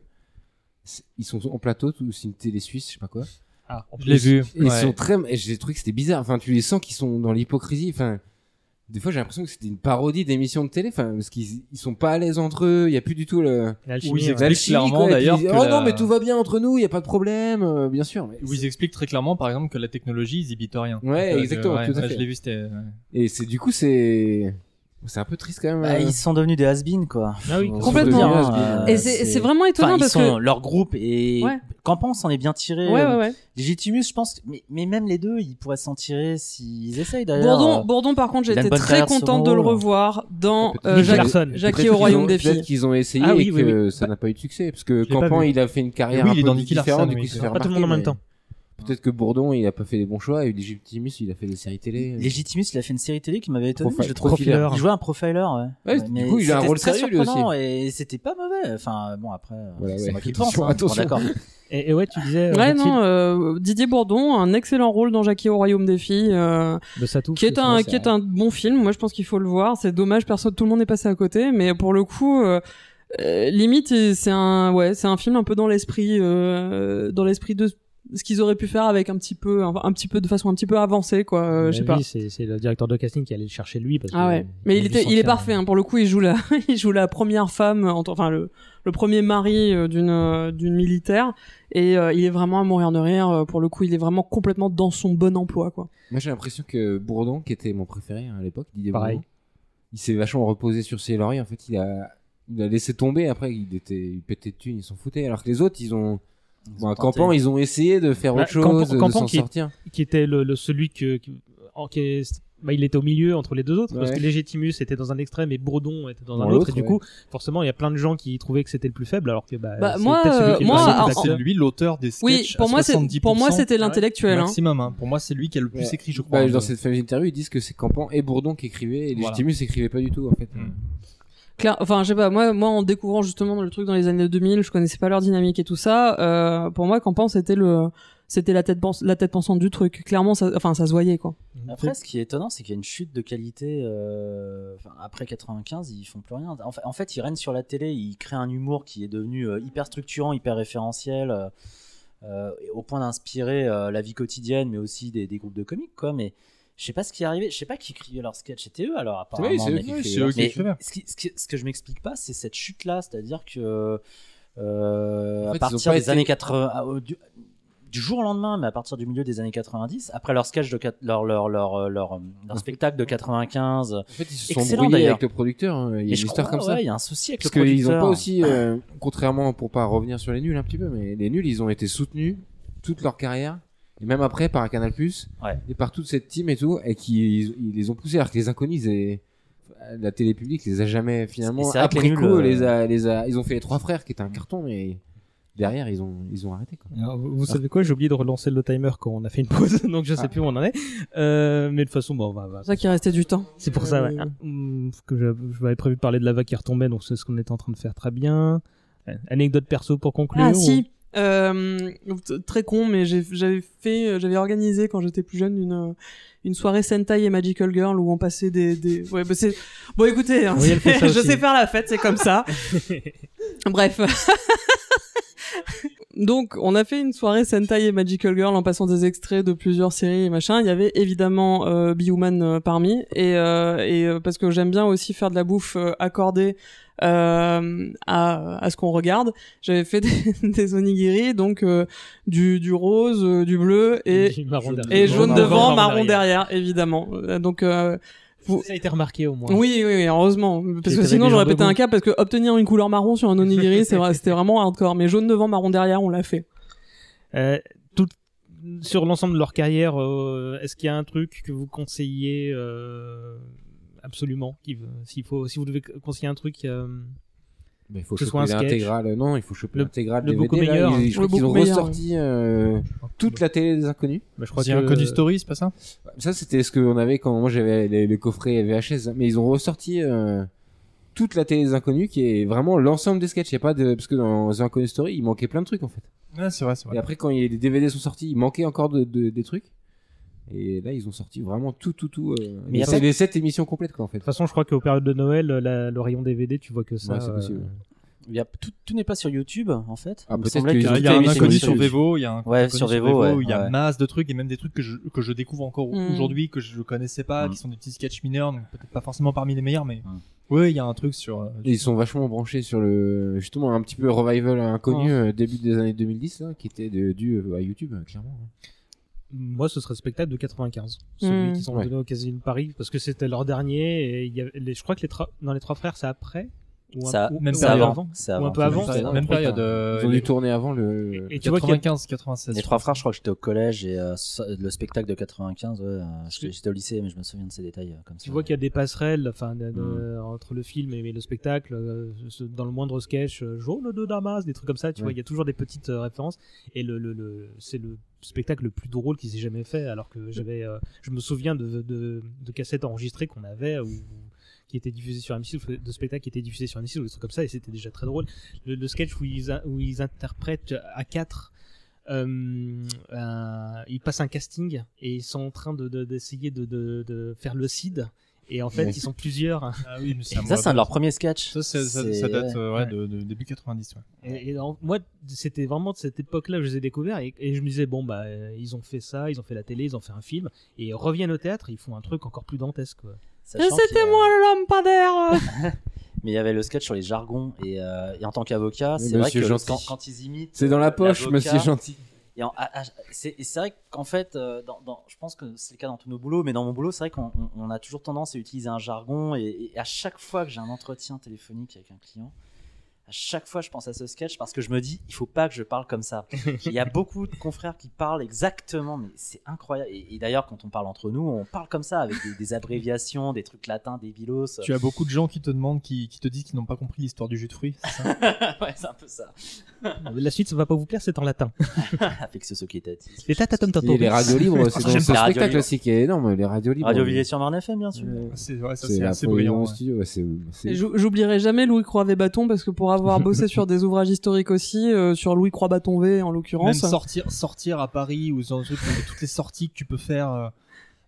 S10: C'est- Ils sont en plateau, tout- c'est une télé suisse, je sais pas quoi.
S1: Ah, en
S10: Je
S1: plus.
S10: l'ai vu. Ils
S1: Ouais.
S10: sont très et j'ai trouvé que c'était bizarre, enfin tu les sens qu'ils sont dans l'hypocrisie, enfin des fois j'ai l'impression que c'était une parodie d'émission de télé, enfin parce qu'ils ils sont pas à l'aise entre eux, il y a plus du tout le
S3: L'alchimie,
S10: Où
S3: ouais.
S1: hein.
S10: expliquent
S3: L'alchimie,
S10: clairement,
S3: quoi, et puis
S10: d'ailleurs,
S3: ils disent,
S10: que
S3: oh
S10: la-
S3: non, mais tout
S10: va bien entre nous, il n'y a pas de problème, euh, bien sûr. mais
S3: Où ils expliquent très clairement, par exemple, que la technologie, ils imitent rien.
S10: Ouais,
S3: Donc, euh,
S10: exactement,
S3: ouais,
S10: tout à
S3: ouais,
S10: fait.
S3: Je l'ai vu, c'était. euh, ouais.
S10: Et c'est du coup c'est c'est un peu triste quand même.
S9: Bah,
S10: euh,
S9: ils sont devenus des has-beens, quoi.
S1: Ah oui,
S9: Faut- faut
S2: Complètement.
S9: le dire, hein.
S2: Et c'est- c'est vraiment étonnant
S9: Enfin, ils
S2: parce
S9: sont-
S2: que-
S9: leur groupe et
S2: Ouais.
S9: Campan s'en est bien tiré.
S2: Ouais,
S9: euh,
S2: ouais, ouais.
S9: Legitimus, je pense, mais, mais même les deux, ils pourraient s'en tirer s'ils essayent d'ailleurs.
S2: Bourdon,
S9: Euh,
S2: Bourdon, par contre,
S9: il a une
S2: j'étais
S9: bonne
S2: très
S9: carrière
S2: contente
S9: solo.
S2: de le revoir dans euh,
S10: Nicky
S2: Jack-
S10: Larson.
S2: Jackie
S10: Peut-être
S2: au
S10: qu'ils
S2: Royaume
S10: ont-
S2: des
S10: Peut-être
S2: filles.
S10: qu'ils ont essayé
S1: Ah oui,
S10: et que
S1: oui, oui.
S10: ça n'a pas eu de succès. Parce
S1: Je
S10: que
S1: l'ai pas
S10: Campan,
S1: vu.
S10: il a fait une carrière
S1: Oui,
S10: un
S1: il est
S10: peu
S1: dans Nicky
S10: différente.
S1: Larson,
S10: du coup,
S1: oui,
S10: il s'est
S1: c'est
S10: fait
S1: vrai. Pas tout le monde en
S10: remarquer,
S1: même temps.
S10: mais Peut-être que Bourdon, il a pas fait les bons choix et Legitimus, il a fait des séries télé. euh,
S9: Legitimus, il a fait une série télé qui m'avait étonné.
S10: Profi-
S9: je le trouvais-
S10: profiler.
S9: Il jouait un profiler. Ouais.
S10: Ouais, du coup, il a un
S9: c'était
S10: rôle
S9: très
S10: sérieux, lui aussi.
S9: surprenant Et c'était pas mauvais. Enfin, euh, bon, après, euh,
S10: Voilà,
S9: c'est
S10: ouais.
S9: moi qui le pense.
S10: Attention,
S9: hein, bon,
S10: attention.
S9: D'accord.
S1: Et, et ouais, tu disais. euh,
S2: Ouais,
S1: Mathilde,
S2: non, euh, Didier Bourdon, un excellent rôle dans Jackie au Royaume des filles, euh,
S1: bah, ça touche,
S2: qui est un
S1: sinon,
S2: qui
S1: ça-
S2: est un bon film. Moi, je pense qu'il faut le voir. C'est dommage, personne, tout le monde est passé à côté, mais pour le coup. euh, euh, limite et c'est un ouais c'est un film un peu dans l'esprit euh, dans l'esprit de ce qu'ils auraient pu faire avec un petit peu un, un petit peu de façon un petit peu avancée quoi euh,
S1: à
S2: je sais
S1: mon
S2: pas
S1: avis, C'est c'est le directeur de casting qui allait le chercher lui. Parce
S2: Ah
S1: que-
S2: ouais. Mais il,
S1: a dû
S2: était, il est
S1: sentir-
S2: parfait. hein. Pour le coup, il joue la, (laughs) il joue la première femme, en tant- enfin le, le premier mari euh, d'une euh, d'une militaire, et euh, il est vraiment à mourir de rire. euh, Pour le coup, il est vraiment complètement dans son bon emploi, quoi.
S10: Moi, j'ai l'impression que Bourdon, qui était mon préféré hein, à l'époque, Didier
S1: Pareil.
S10: Bourdon, il s'est vachement reposé sur ses lauriers. En fait, il a, il a laissé tomber. Après, il était, il pétait de thunes, il s'en foutait. Alors que les autres, ils ont, (laughs) bon, à
S9: tenté.
S10: Campan, ils ont essayé de faire
S1: Bah,
S10: autre chose,
S1: Campan-
S10: de
S1: Campan
S10: s'en
S1: qui,
S10: sortir.
S2: hein.
S1: qui était le, le- celui que, qui- en- qui est- bah, il était au milieu entre les deux autres parce
S10: Ouais.
S1: que Légitimus était dans un extrême et Bourdon était dans,
S10: Dans
S1: un autre et
S10: l'autre,
S1: du
S10: ouais.
S1: coup forcément il y a plein de gens qui trouvaient que c'était le plus faible alors que bah,
S2: Bah,
S1: c'est
S2: moi,
S1: peut-être celui
S2: euh,
S1: qui est
S2: moi,
S1: le plus
S2: en-
S1: acteur.
S3: C'est lui l'auteur des sketchs.
S2: Oui, pour
S3: à
S2: moi, c'est-
S3: 70%.
S2: pour moi,
S3: Ah
S2: c'était l'intellectuel, hein.
S3: Maximum. hein. Pour moi, c'est lui qui a le plus
S10: Ouais.
S3: écrit, je
S10: Bah,
S3: crois.
S10: dans cette fameuse interview, ils disent que c'est Campan et Bourdon qui écrivaient, et
S3: Voilà.
S10: Légitimus écrivait pas du tout, en fait.
S9: Hmm.
S2: Claire, enfin, je sais pas. Moi, moi, en découvrant justement le truc dans les années 2000, je connaissais pas leur dynamique et tout ça. euh, pour moi, Campan, c'était le, c'était la tête pense, la tête pensante du truc. Clairement, ça, enfin, ça se voyait, quoi.
S9: Après, ce qui est étonnant, c'est qu'il y a une chute de qualité. euh, enfin, après 95, ils font plus rien. En fait, en fait, ils règnent sur la télé, ils créent un humour qui est devenu euh, hyper structurant, hyper référentiel, euh, euh, et au point d'inspirer euh, la vie quotidienne, mais aussi des, des groupes de comiques, quoi. Mais je sais pas ce qui est arrivé. Je sais pas qui écrivait leurs sketchs. C'était eux, alors apparemment.
S10: Oui, c'est eux
S9: mais-
S10: qui Oui, écrivaient c'est eux qui
S9: mais
S10: écrivaient.
S9: Ce, qui- ce qui- ce que je m'explique pas, c'est cette chute-là, c'est-à-dire que euh,
S10: En fait, ils ont
S9: à partir
S10: pas
S9: des
S10: été-
S9: années 80, ah, au- du- du jour au lendemain, mais à partir du milieu des années 90, après leur sketch de quat- leur leur leur euh, leur, euh, leur spectacle de 95. En
S10: fait, ils se sont brouillés avec le producteur. hein. Il y a une histoire comme ça.
S9: Il y a un souci avec
S10: Parce
S9: le
S10: qu'ils
S9: producteur.
S10: ont pas aussi, euh, contrairement pour pas revenir sur les nuls un petit peu, mais les nuls, ils ont été soutenus toute leur carrière. Et même après par Canal Plus et par toute cette team et tout, et qui ils, ils les ont poussés, alors que les inconnus, ils aient- la télé publique les a jamais
S9: Et
S10: finalement.
S9: c'est vrai que les
S10: Après
S9: nuls,
S10: coup,
S9: euh,
S10: les a, les a, ils ont fait les trois frères qui était un carton, mais derrière ils ont, ils ont arrêté. Quoi.
S1: Alors, vous vous savez quoi J'ai oublié de relancer le timer quand on a fait une pause, (laughs) donc je sais
S10: Ah.
S1: plus où on en est. Euh, mais de toute façon, bon, on va- on va-
S2: C'est pour ça qu'il restait du temps.
S1: C'est pour ça, ouais.
S2: Euh,
S1: Hum, que je, je m'avais prévu de parler de la vague qui retombait, donc c'est ce qu'on était en train de faire très bien. Euh, Anecdote perso pour conclure.
S2: Ah
S1: ou-
S2: si, Euh, t- très con, mais j'ai- j'avais fait, euh, j'avais organisé quand j'étais plus jeune une euh, une soirée Sentai et Magical Girl où on passait des des. Ouais, bah c'est bon, écoutez, hein,
S1: Oui, elle fait ça
S2: (laughs) je
S1: aussi.
S2: sais faire la fête, c'est
S1: (laughs)
S2: comme ça. Bref. (laughs) Donc, on a fait une soirée Sentai et Magical Girl en passant des extraits de plusieurs séries et machin. Il y avait évidemment euh, Bioman euh, parmi, et, euh, et euh, parce que j'aime bien aussi faire de la bouffe euh, accordée euh, à, à ce qu'on regarde. J'avais fait des, (laughs) des onigiri, donc euh, du, du rose, euh, du bleu et,
S1: Du marron derrière.
S2: et jaune
S1: Marron
S2: devant,
S1: devant, marron
S2: marron derrière, évidemment. Euh, Donc euh, vous-
S1: Ça a été remarqué au moins.
S2: oui, oui, oui, heureusement. Parce que
S1: t'avais
S2: sinon,
S1: des
S2: j'aurais
S1: gens
S2: pété un
S1: debout.
S2: (laughs) câble parce que obtenir une couleur marron sur un onigiri, c'est vrai, c'était vraiment hardcore. Mais jaune devant, marron derrière, on l'a fait.
S1: Euh, tout, sur l'ensemble de leur carrière, euh, est-ce qu'il y a un truc que vous conseillez euh, absolument qui- s'il faut, Si vous devez conseiller un truc. euh,
S10: Mais il faut
S1: que ce
S10: choper
S1: soit un sketch.
S10: l'intégrale. Non, il faut choper
S1: Le-
S10: l'intégrale
S1: le
S10: DVD.
S1: beaucoup
S10: là.
S1: meilleur.
S10: Ils- je
S1: Le
S10: crois qu'ils ont
S1: beaucoup meilleur,
S10: ressorti euh, toute la télé des inconnus.
S1: Bah, je crois
S3: C'est un
S1: que-
S3: Cody Story, c'est pas ça
S10: Ça, c'était ce qu'on avait quand moi j'avais les, les coffrets VHS. hein. Mais ils ont ressorti euh, toute la télé des inconnus qui est vraiment l'ensemble des sketchs. Il y a pas de... Parce que dans The Inconnu Story, il manquait plein de trucs en fait.
S3: Ouais, c'est vrai, c'est vrai.
S10: Et après, quand il- les DVD sont sortis, il manquait encore de, de- des trucs. Et là, ils ont sorti vraiment tout, tout, tout. euh,
S1: Mais
S10: les-
S1: après-
S10: les 7 émissions complètes, quoi, en fait.
S1: De toute façon, je crois qu'aux périodes de Noël, la- le rayon DVD, tu vois que ça.
S10: Ouais, c'est possible.
S9: Il y a- tout tout n'est pas sur YouTube en fait. Il
S10: Ah,
S9: me
S10: peut-être
S9: semblait
S10: que-
S9: que
S10: il y a
S9: toutes
S3: Il y a
S9: les
S3: un
S9: émissions
S3: inconnu sur
S9: YouTube.
S3: Vevo, il y a un
S9: ouais,
S3: inconnu
S9: sur Vevo, ouais,
S3: il y a
S9: ouais.
S3: masse de trucs et même des trucs que je, que je découvre encore
S2: Mm.
S3: aujourd'hui que je connaissais pas,
S9: Mm.
S3: qui sont des petits sketchs mineurs, donc peut-être pas forcément parmi les meilleurs, mais
S9: Hmm.
S3: ouais, il y a un truc sur. euh,
S10: Et Ils sont vachement branchés sur le justement un petit peu revival inconnu
S1: Ouais.
S10: euh, début des années 2010 là, qui était de- dû euh, à YouTube euh, clairement.
S1: Moi, ce serait le spectacle de 95, celui
S9: Hmm.
S10: Mm.
S1: qu'ils ont
S10: Ouais.
S1: donné au Casino de Paris, parce que c'était leur dernier. Et il y avait les- je crois que les trois- dans les trois frères, c'est après. Ou un,
S9: Ça-
S1: ou-
S9: même
S1: ou
S9: ça
S1: un peu
S9: avant. C'est
S1: Ou un
S9: avant.
S1: peu avant.
S9: Même
S1: Même
S9: période,
S1: période.
S9: euh,
S10: Ils ont dû
S9: les-
S10: tourner avant le.
S1: Et- et tu vois qu'il y a-
S3: 95, 96.
S9: Les trois frères, je crois que j'étais au collège et euh, ça- le spectacle de 95, ouais, euh, j'étais j'étais au lycée, mais je me souviens de ces détails euh, comme ça. Mm.
S1: Tu vois qu'il y a des passerelles enfin, de- de- entre le film et, et le spectacle. euh, ce- dans le moindre sketch, euh, jaune de Damas, des trucs comme ça, tu
S10: Ouais.
S1: vois, il y a toujours des petites euh, références. Et le, le- le- c'est le spectacle le plus drôle qui s'est jamais fait, alors que j'avais, euh, je me souviens de, de- de cassettes enregistrées qu'on avait ou qui étaient diffusées sur M6 ou de spectacles qui étaient diffusés sur M6 ou des trucs comme ça et c'était déjà très drôle le, le sketch où ils, a- où ils interprètent à quatre euh, un- ils passent un casting et ils sont en train de- de- d'essayer de, de- de faire le CID. Et en fait,
S9: Oui.
S1: ils sont plusieurs. (laughs)
S3: Ah oui, mais
S9: Et ça, c'est un de leurs premiers sketchs.
S3: Ça, c'est- ça,
S9: C'est-
S3: ça date
S9: ouais.
S3: euh, ouais, de, de début 90. Ouais.
S1: Et, et en- moi, c'était vraiment de cette époque-là que je les ai découverts. Et, et je me disais, bon, bah, euh, ils ont fait ça, ils ont fait la télé, ils ont fait un film. Et ils reviennent au théâtre, ils font un truc encore plus dantesque. quoi. (laughs)
S2: Et
S9: Sachant qu'il y
S2: c'était
S9: a-
S2: moi le lampadaire
S9: Mais il y avait le sketch sur les jargons et, euh, et en tant qu'avocat,
S10: Mais
S9: c'est vrai
S10: Monsieur
S9: que
S10: Gentil.
S9: quand, quand ils imitent.
S10: C'est dans la
S9: euh,
S10: poche,
S9: l'avocat,
S10: Monsieur Gentil.
S9: Et en- ah, ah, c'est et c'est vrai qu'en fait, euh, dans- dans- je pense que c'est le cas dans tous nos boulots, mais dans mon boulot, c'est vrai qu'on on- on a toujours tendance à utiliser un jargon. Et, et à chaque fois que j'ai un entretien téléphonique avec un client, à chaque fois, je pense à ce sketch parce que je me dis, il faut pas que je parle comme
S10: (laughs)
S9: ça. Il y a beaucoup de confrères qui parlent exactement, mais c'est incroyable. Et, et d'ailleurs, quand on parle entre nous, on parle comme ça avec des, des abréviations, des trucs latins, des bilos.
S3: Tu as beaucoup de gens qui te demandent, qui, qui te disent qu'ils n'ont pas compris l'histoire du jus de fruits. c'est (laughs) ça
S9: (laughs) ouais, c'est un peu ça.
S1: La suite, ça va pas vous plaire, c'est en latin.
S9: Avec ce sockétati.
S1: Les tatatum tatum.
S10: Et les radios libres, c'est dans ce
S9: J'aime pas les radios
S10: spectacle
S9: libres.
S10: aussi qui est énorme. Les radios libres. euh,
S9: Radio Villiers-sur-Marne FM, bien sûr.
S3: C'est ouais, ça,
S10: hein. C'est
S3: c'est
S10: la
S3: assez
S10: folie
S3: brillant.
S10: dans le
S3: ouais.
S10: studio, ouais, c'est- c'est-
S2: Et j'ou- J'oublierai jamais Louis Croix-Vébaton parce que pour (laughs) avoir bossé sur des ouvrages historiques aussi, euh, sur Louis Croix-Baton V en
S3: Même
S2: l'occurrence.
S3: sortir, sortir à Paris ou dans euh, toutes les sorties que tu peux faire euh,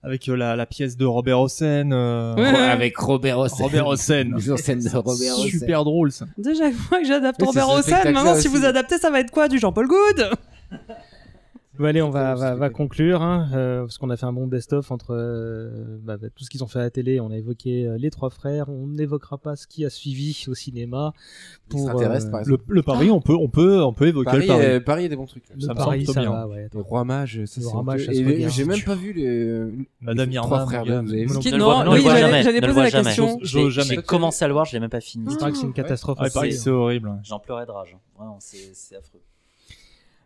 S3: avec euh, la, la pièce de Robert Hossein. euh,
S2: Ouais, ouais. Avec
S10: Robert
S2: Hossein.
S3: Robert (laughs) Hossein.
S10: Mise en scène de Robert Hossein.
S3: Super drôle ça.
S2: Déjà, moi que j'adapte
S10: Oui, c'est
S2: Robert
S10: ce
S2: Hossein,
S10: spectacle-là
S2: maintenant si
S10: aussi.
S2: vous adaptez, ça va être quoi Du Jean-Paul Good
S1: Bon, allez, on va, va, va conclure, hein, euh, parce qu'on a fait un bon best-of entre euh, bah, bah, tout ce qu'ils ont fait à la télé. On a évoqué euh, les trois frères, on n'évoquera pas ce qui a suivi au cinéma. Pour, euh,
S10: extraterrestres, par
S3: Le,
S10: exemple.
S3: le Paris, on peut, on peut, on peut évoquer
S10: Paris,
S3: le Ah. Paris.
S10: euh, Paris, il y a des bons trucs. là.
S1: Le
S3: ça me
S1: Paris,
S3: semble
S1: ça
S3: bien.
S1: va, ouais.
S10: Le roi mage, ça
S1: Le
S10: c'est
S1: Roi Mage,
S10: honteux.
S1: ça se
S10: Et
S1: voit
S10: le-
S1: bien.
S10: J'ai même pas vu les
S3: Madame
S10: les
S3: Irma,
S10: trois
S3: mon
S10: frères
S3: gars,
S10: là, vous avez
S3: vous
S10: vu
S3: non
S2: Qui-
S3: plus.
S2: non,
S9: Je le
S2: oui,
S9: vois
S2: j'allais
S9: jamais,
S2: j'allais
S9: je le
S2: poser
S9: vois
S2: la
S9: jamais.
S2: question.
S3: Je le
S9: J'ai-
S3: jamais.
S9: J'ai commencé à le voir, je l'ai même pas fini.
S1: C'est vrai que c'est une catastrophe.
S3: Ah, Paris,
S1: aussi.
S3: c'est horrible. ouais.
S9: J'en pleurais de rage. Vraiment, c'est c'est affreux.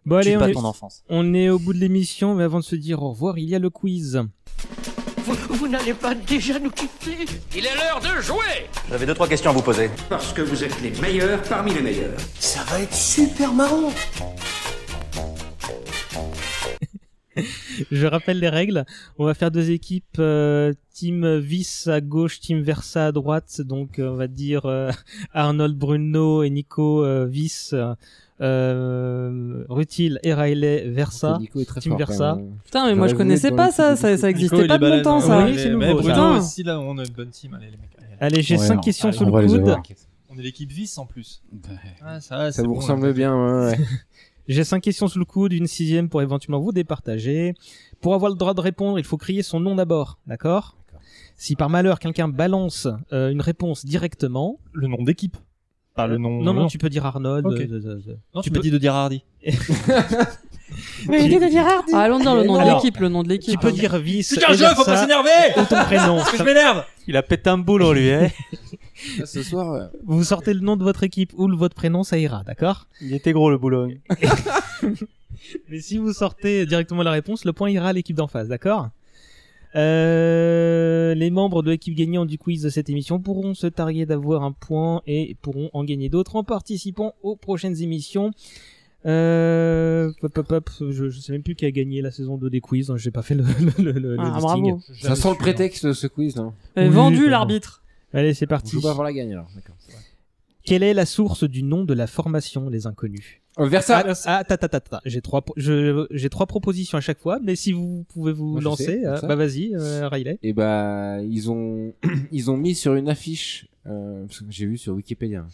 S1: Bon,
S9: Tue
S1: allez, on
S9: pas
S1: est,
S9: ton enfance.
S1: on est au bout de l'émission, mais avant de se dire au revoir, il y a le quiz.
S12: Vous, vous n'allez pas déjà nous quitter
S4: Il est l'heure de jouer
S5: J'avais deux trois questions à vous poser.
S4: Parce que vous êtes les meilleurs parmi les meilleurs.
S5: Ça va être super marrant.
S1: Je rappelle les règles. On va faire deux équipes, euh, team Vice à gauche, team Versa à droite. Donc euh, on va dire euh, (laughs) Arnold, Bruno et Nico euh, Vice, euh, Rutil et Riley Versa.
S10: Nico est très
S1: team
S10: fort, quand
S1: Versa.
S10: même.
S2: Putain, mais moi je
S10: J'aurais voulu
S2: connaissais
S10: être
S2: pas
S10: dans
S2: ça,
S10: l'équipe
S2: ça,
S10: de
S2: ça
S3: Nico,
S2: existait
S3: il
S2: pas
S3: est
S2: de
S3: balèze,
S2: longtemps
S3: hein.
S2: ça.
S1: Oui, c'est
S3: Mais
S1: nouveau,
S3: Bruno
S2: ça.
S3: aussi, là, on a une bonne team. Allez, les mecs. allez, allez.
S1: Allez, j'ai
S11: Ouais,
S1: cinq
S11: non.
S1: questions
S11: Allez,
S1: sous
S11: on va
S1: le
S11: les
S1: coude.
S11: avoir.
S3: On est l'équipe vice en plus. Ah, ça,
S10: Ça
S3: c'est
S10: vous
S3: bon,
S10: ressemble bien, ouais, ouais.
S1: J'ai cinq questions sous le coude, une sixième pour éventuellement vous départager. Pour avoir le droit de répondre, il faut crier son nom d'abord, d'accord Si par malheur quelqu'un balance euh, une réponse directement,
S3: Le nom d'équipe. Pas le nom.
S1: non non, tu peux dire Arnold.
S3: Ok.
S1: euh, euh, euh,
S3: Non,
S1: tu
S3: tu m'as
S1: peux-
S3: dit de dire Hardy.
S8: Mais l'idée de dire
S3: (laughs)
S8: Hardy.
S2: Ah, allons dire le nom de
S1: Alors,
S2: l'équipe, le nom de l'équipe. hein.
S1: Tu peux dire vice.
S3: Putain,
S1: et
S3: je
S1: versa,
S3: faut pas s'énerver
S1: et
S3: (laughs)
S1: ton prénom.
S3: Parce que je m'énerve
S9: Il a pété un boulot, lui, hein.
S10: (laughs) Ça, Ce soir, euh,
S1: (laughs) Vous sortez le nom de votre équipe ou le- votre prénom, ça ira, d'accord
S9: Il était gros, le boulot.
S1: (laughs) Mais si vous sortez directement la réponse, le point ira à l'équipe d'en face, d'accord Euh, les membres de l'équipe gagnante du quiz de cette émission pourront se targuer d'avoir un point et pourront en gagner d'autres en participant aux prochaines émissions. Euh, hop, hop, hop, je, je sais même plus qui a gagné la saison 2 des quiz, hein, j'ai pas fait le, (laughs) le, le- le
S2: Ah,
S1: listing.
S2: bravo.
S10: Ça sent le prétexte de ce quiz, hein. non
S1: Oui,
S2: Euh, vendu
S1: pardon.
S2: l'arbitre.
S1: Allez, c'est parti.
S10: Je vais avoir la gagne alors. D'accord.
S1: Quelle est la source du nom de la formation, les inconnus
S10: Euh, Versa.
S1: Ah, ah, ta, ta, ta, ta. J'ai trois, pro- je- j'ai trois propositions à chaque fois, mais si vous pouvez vous
S10: Moi, je sais,
S1: lancer,
S10: comme
S1: euh,
S10: ça.
S1: bah vas-y, euh, Riley.
S10: Et bah ils ont (clears throat) ils ont mis sur une affiche euh, parce que j'ai vu sur Wikipédia.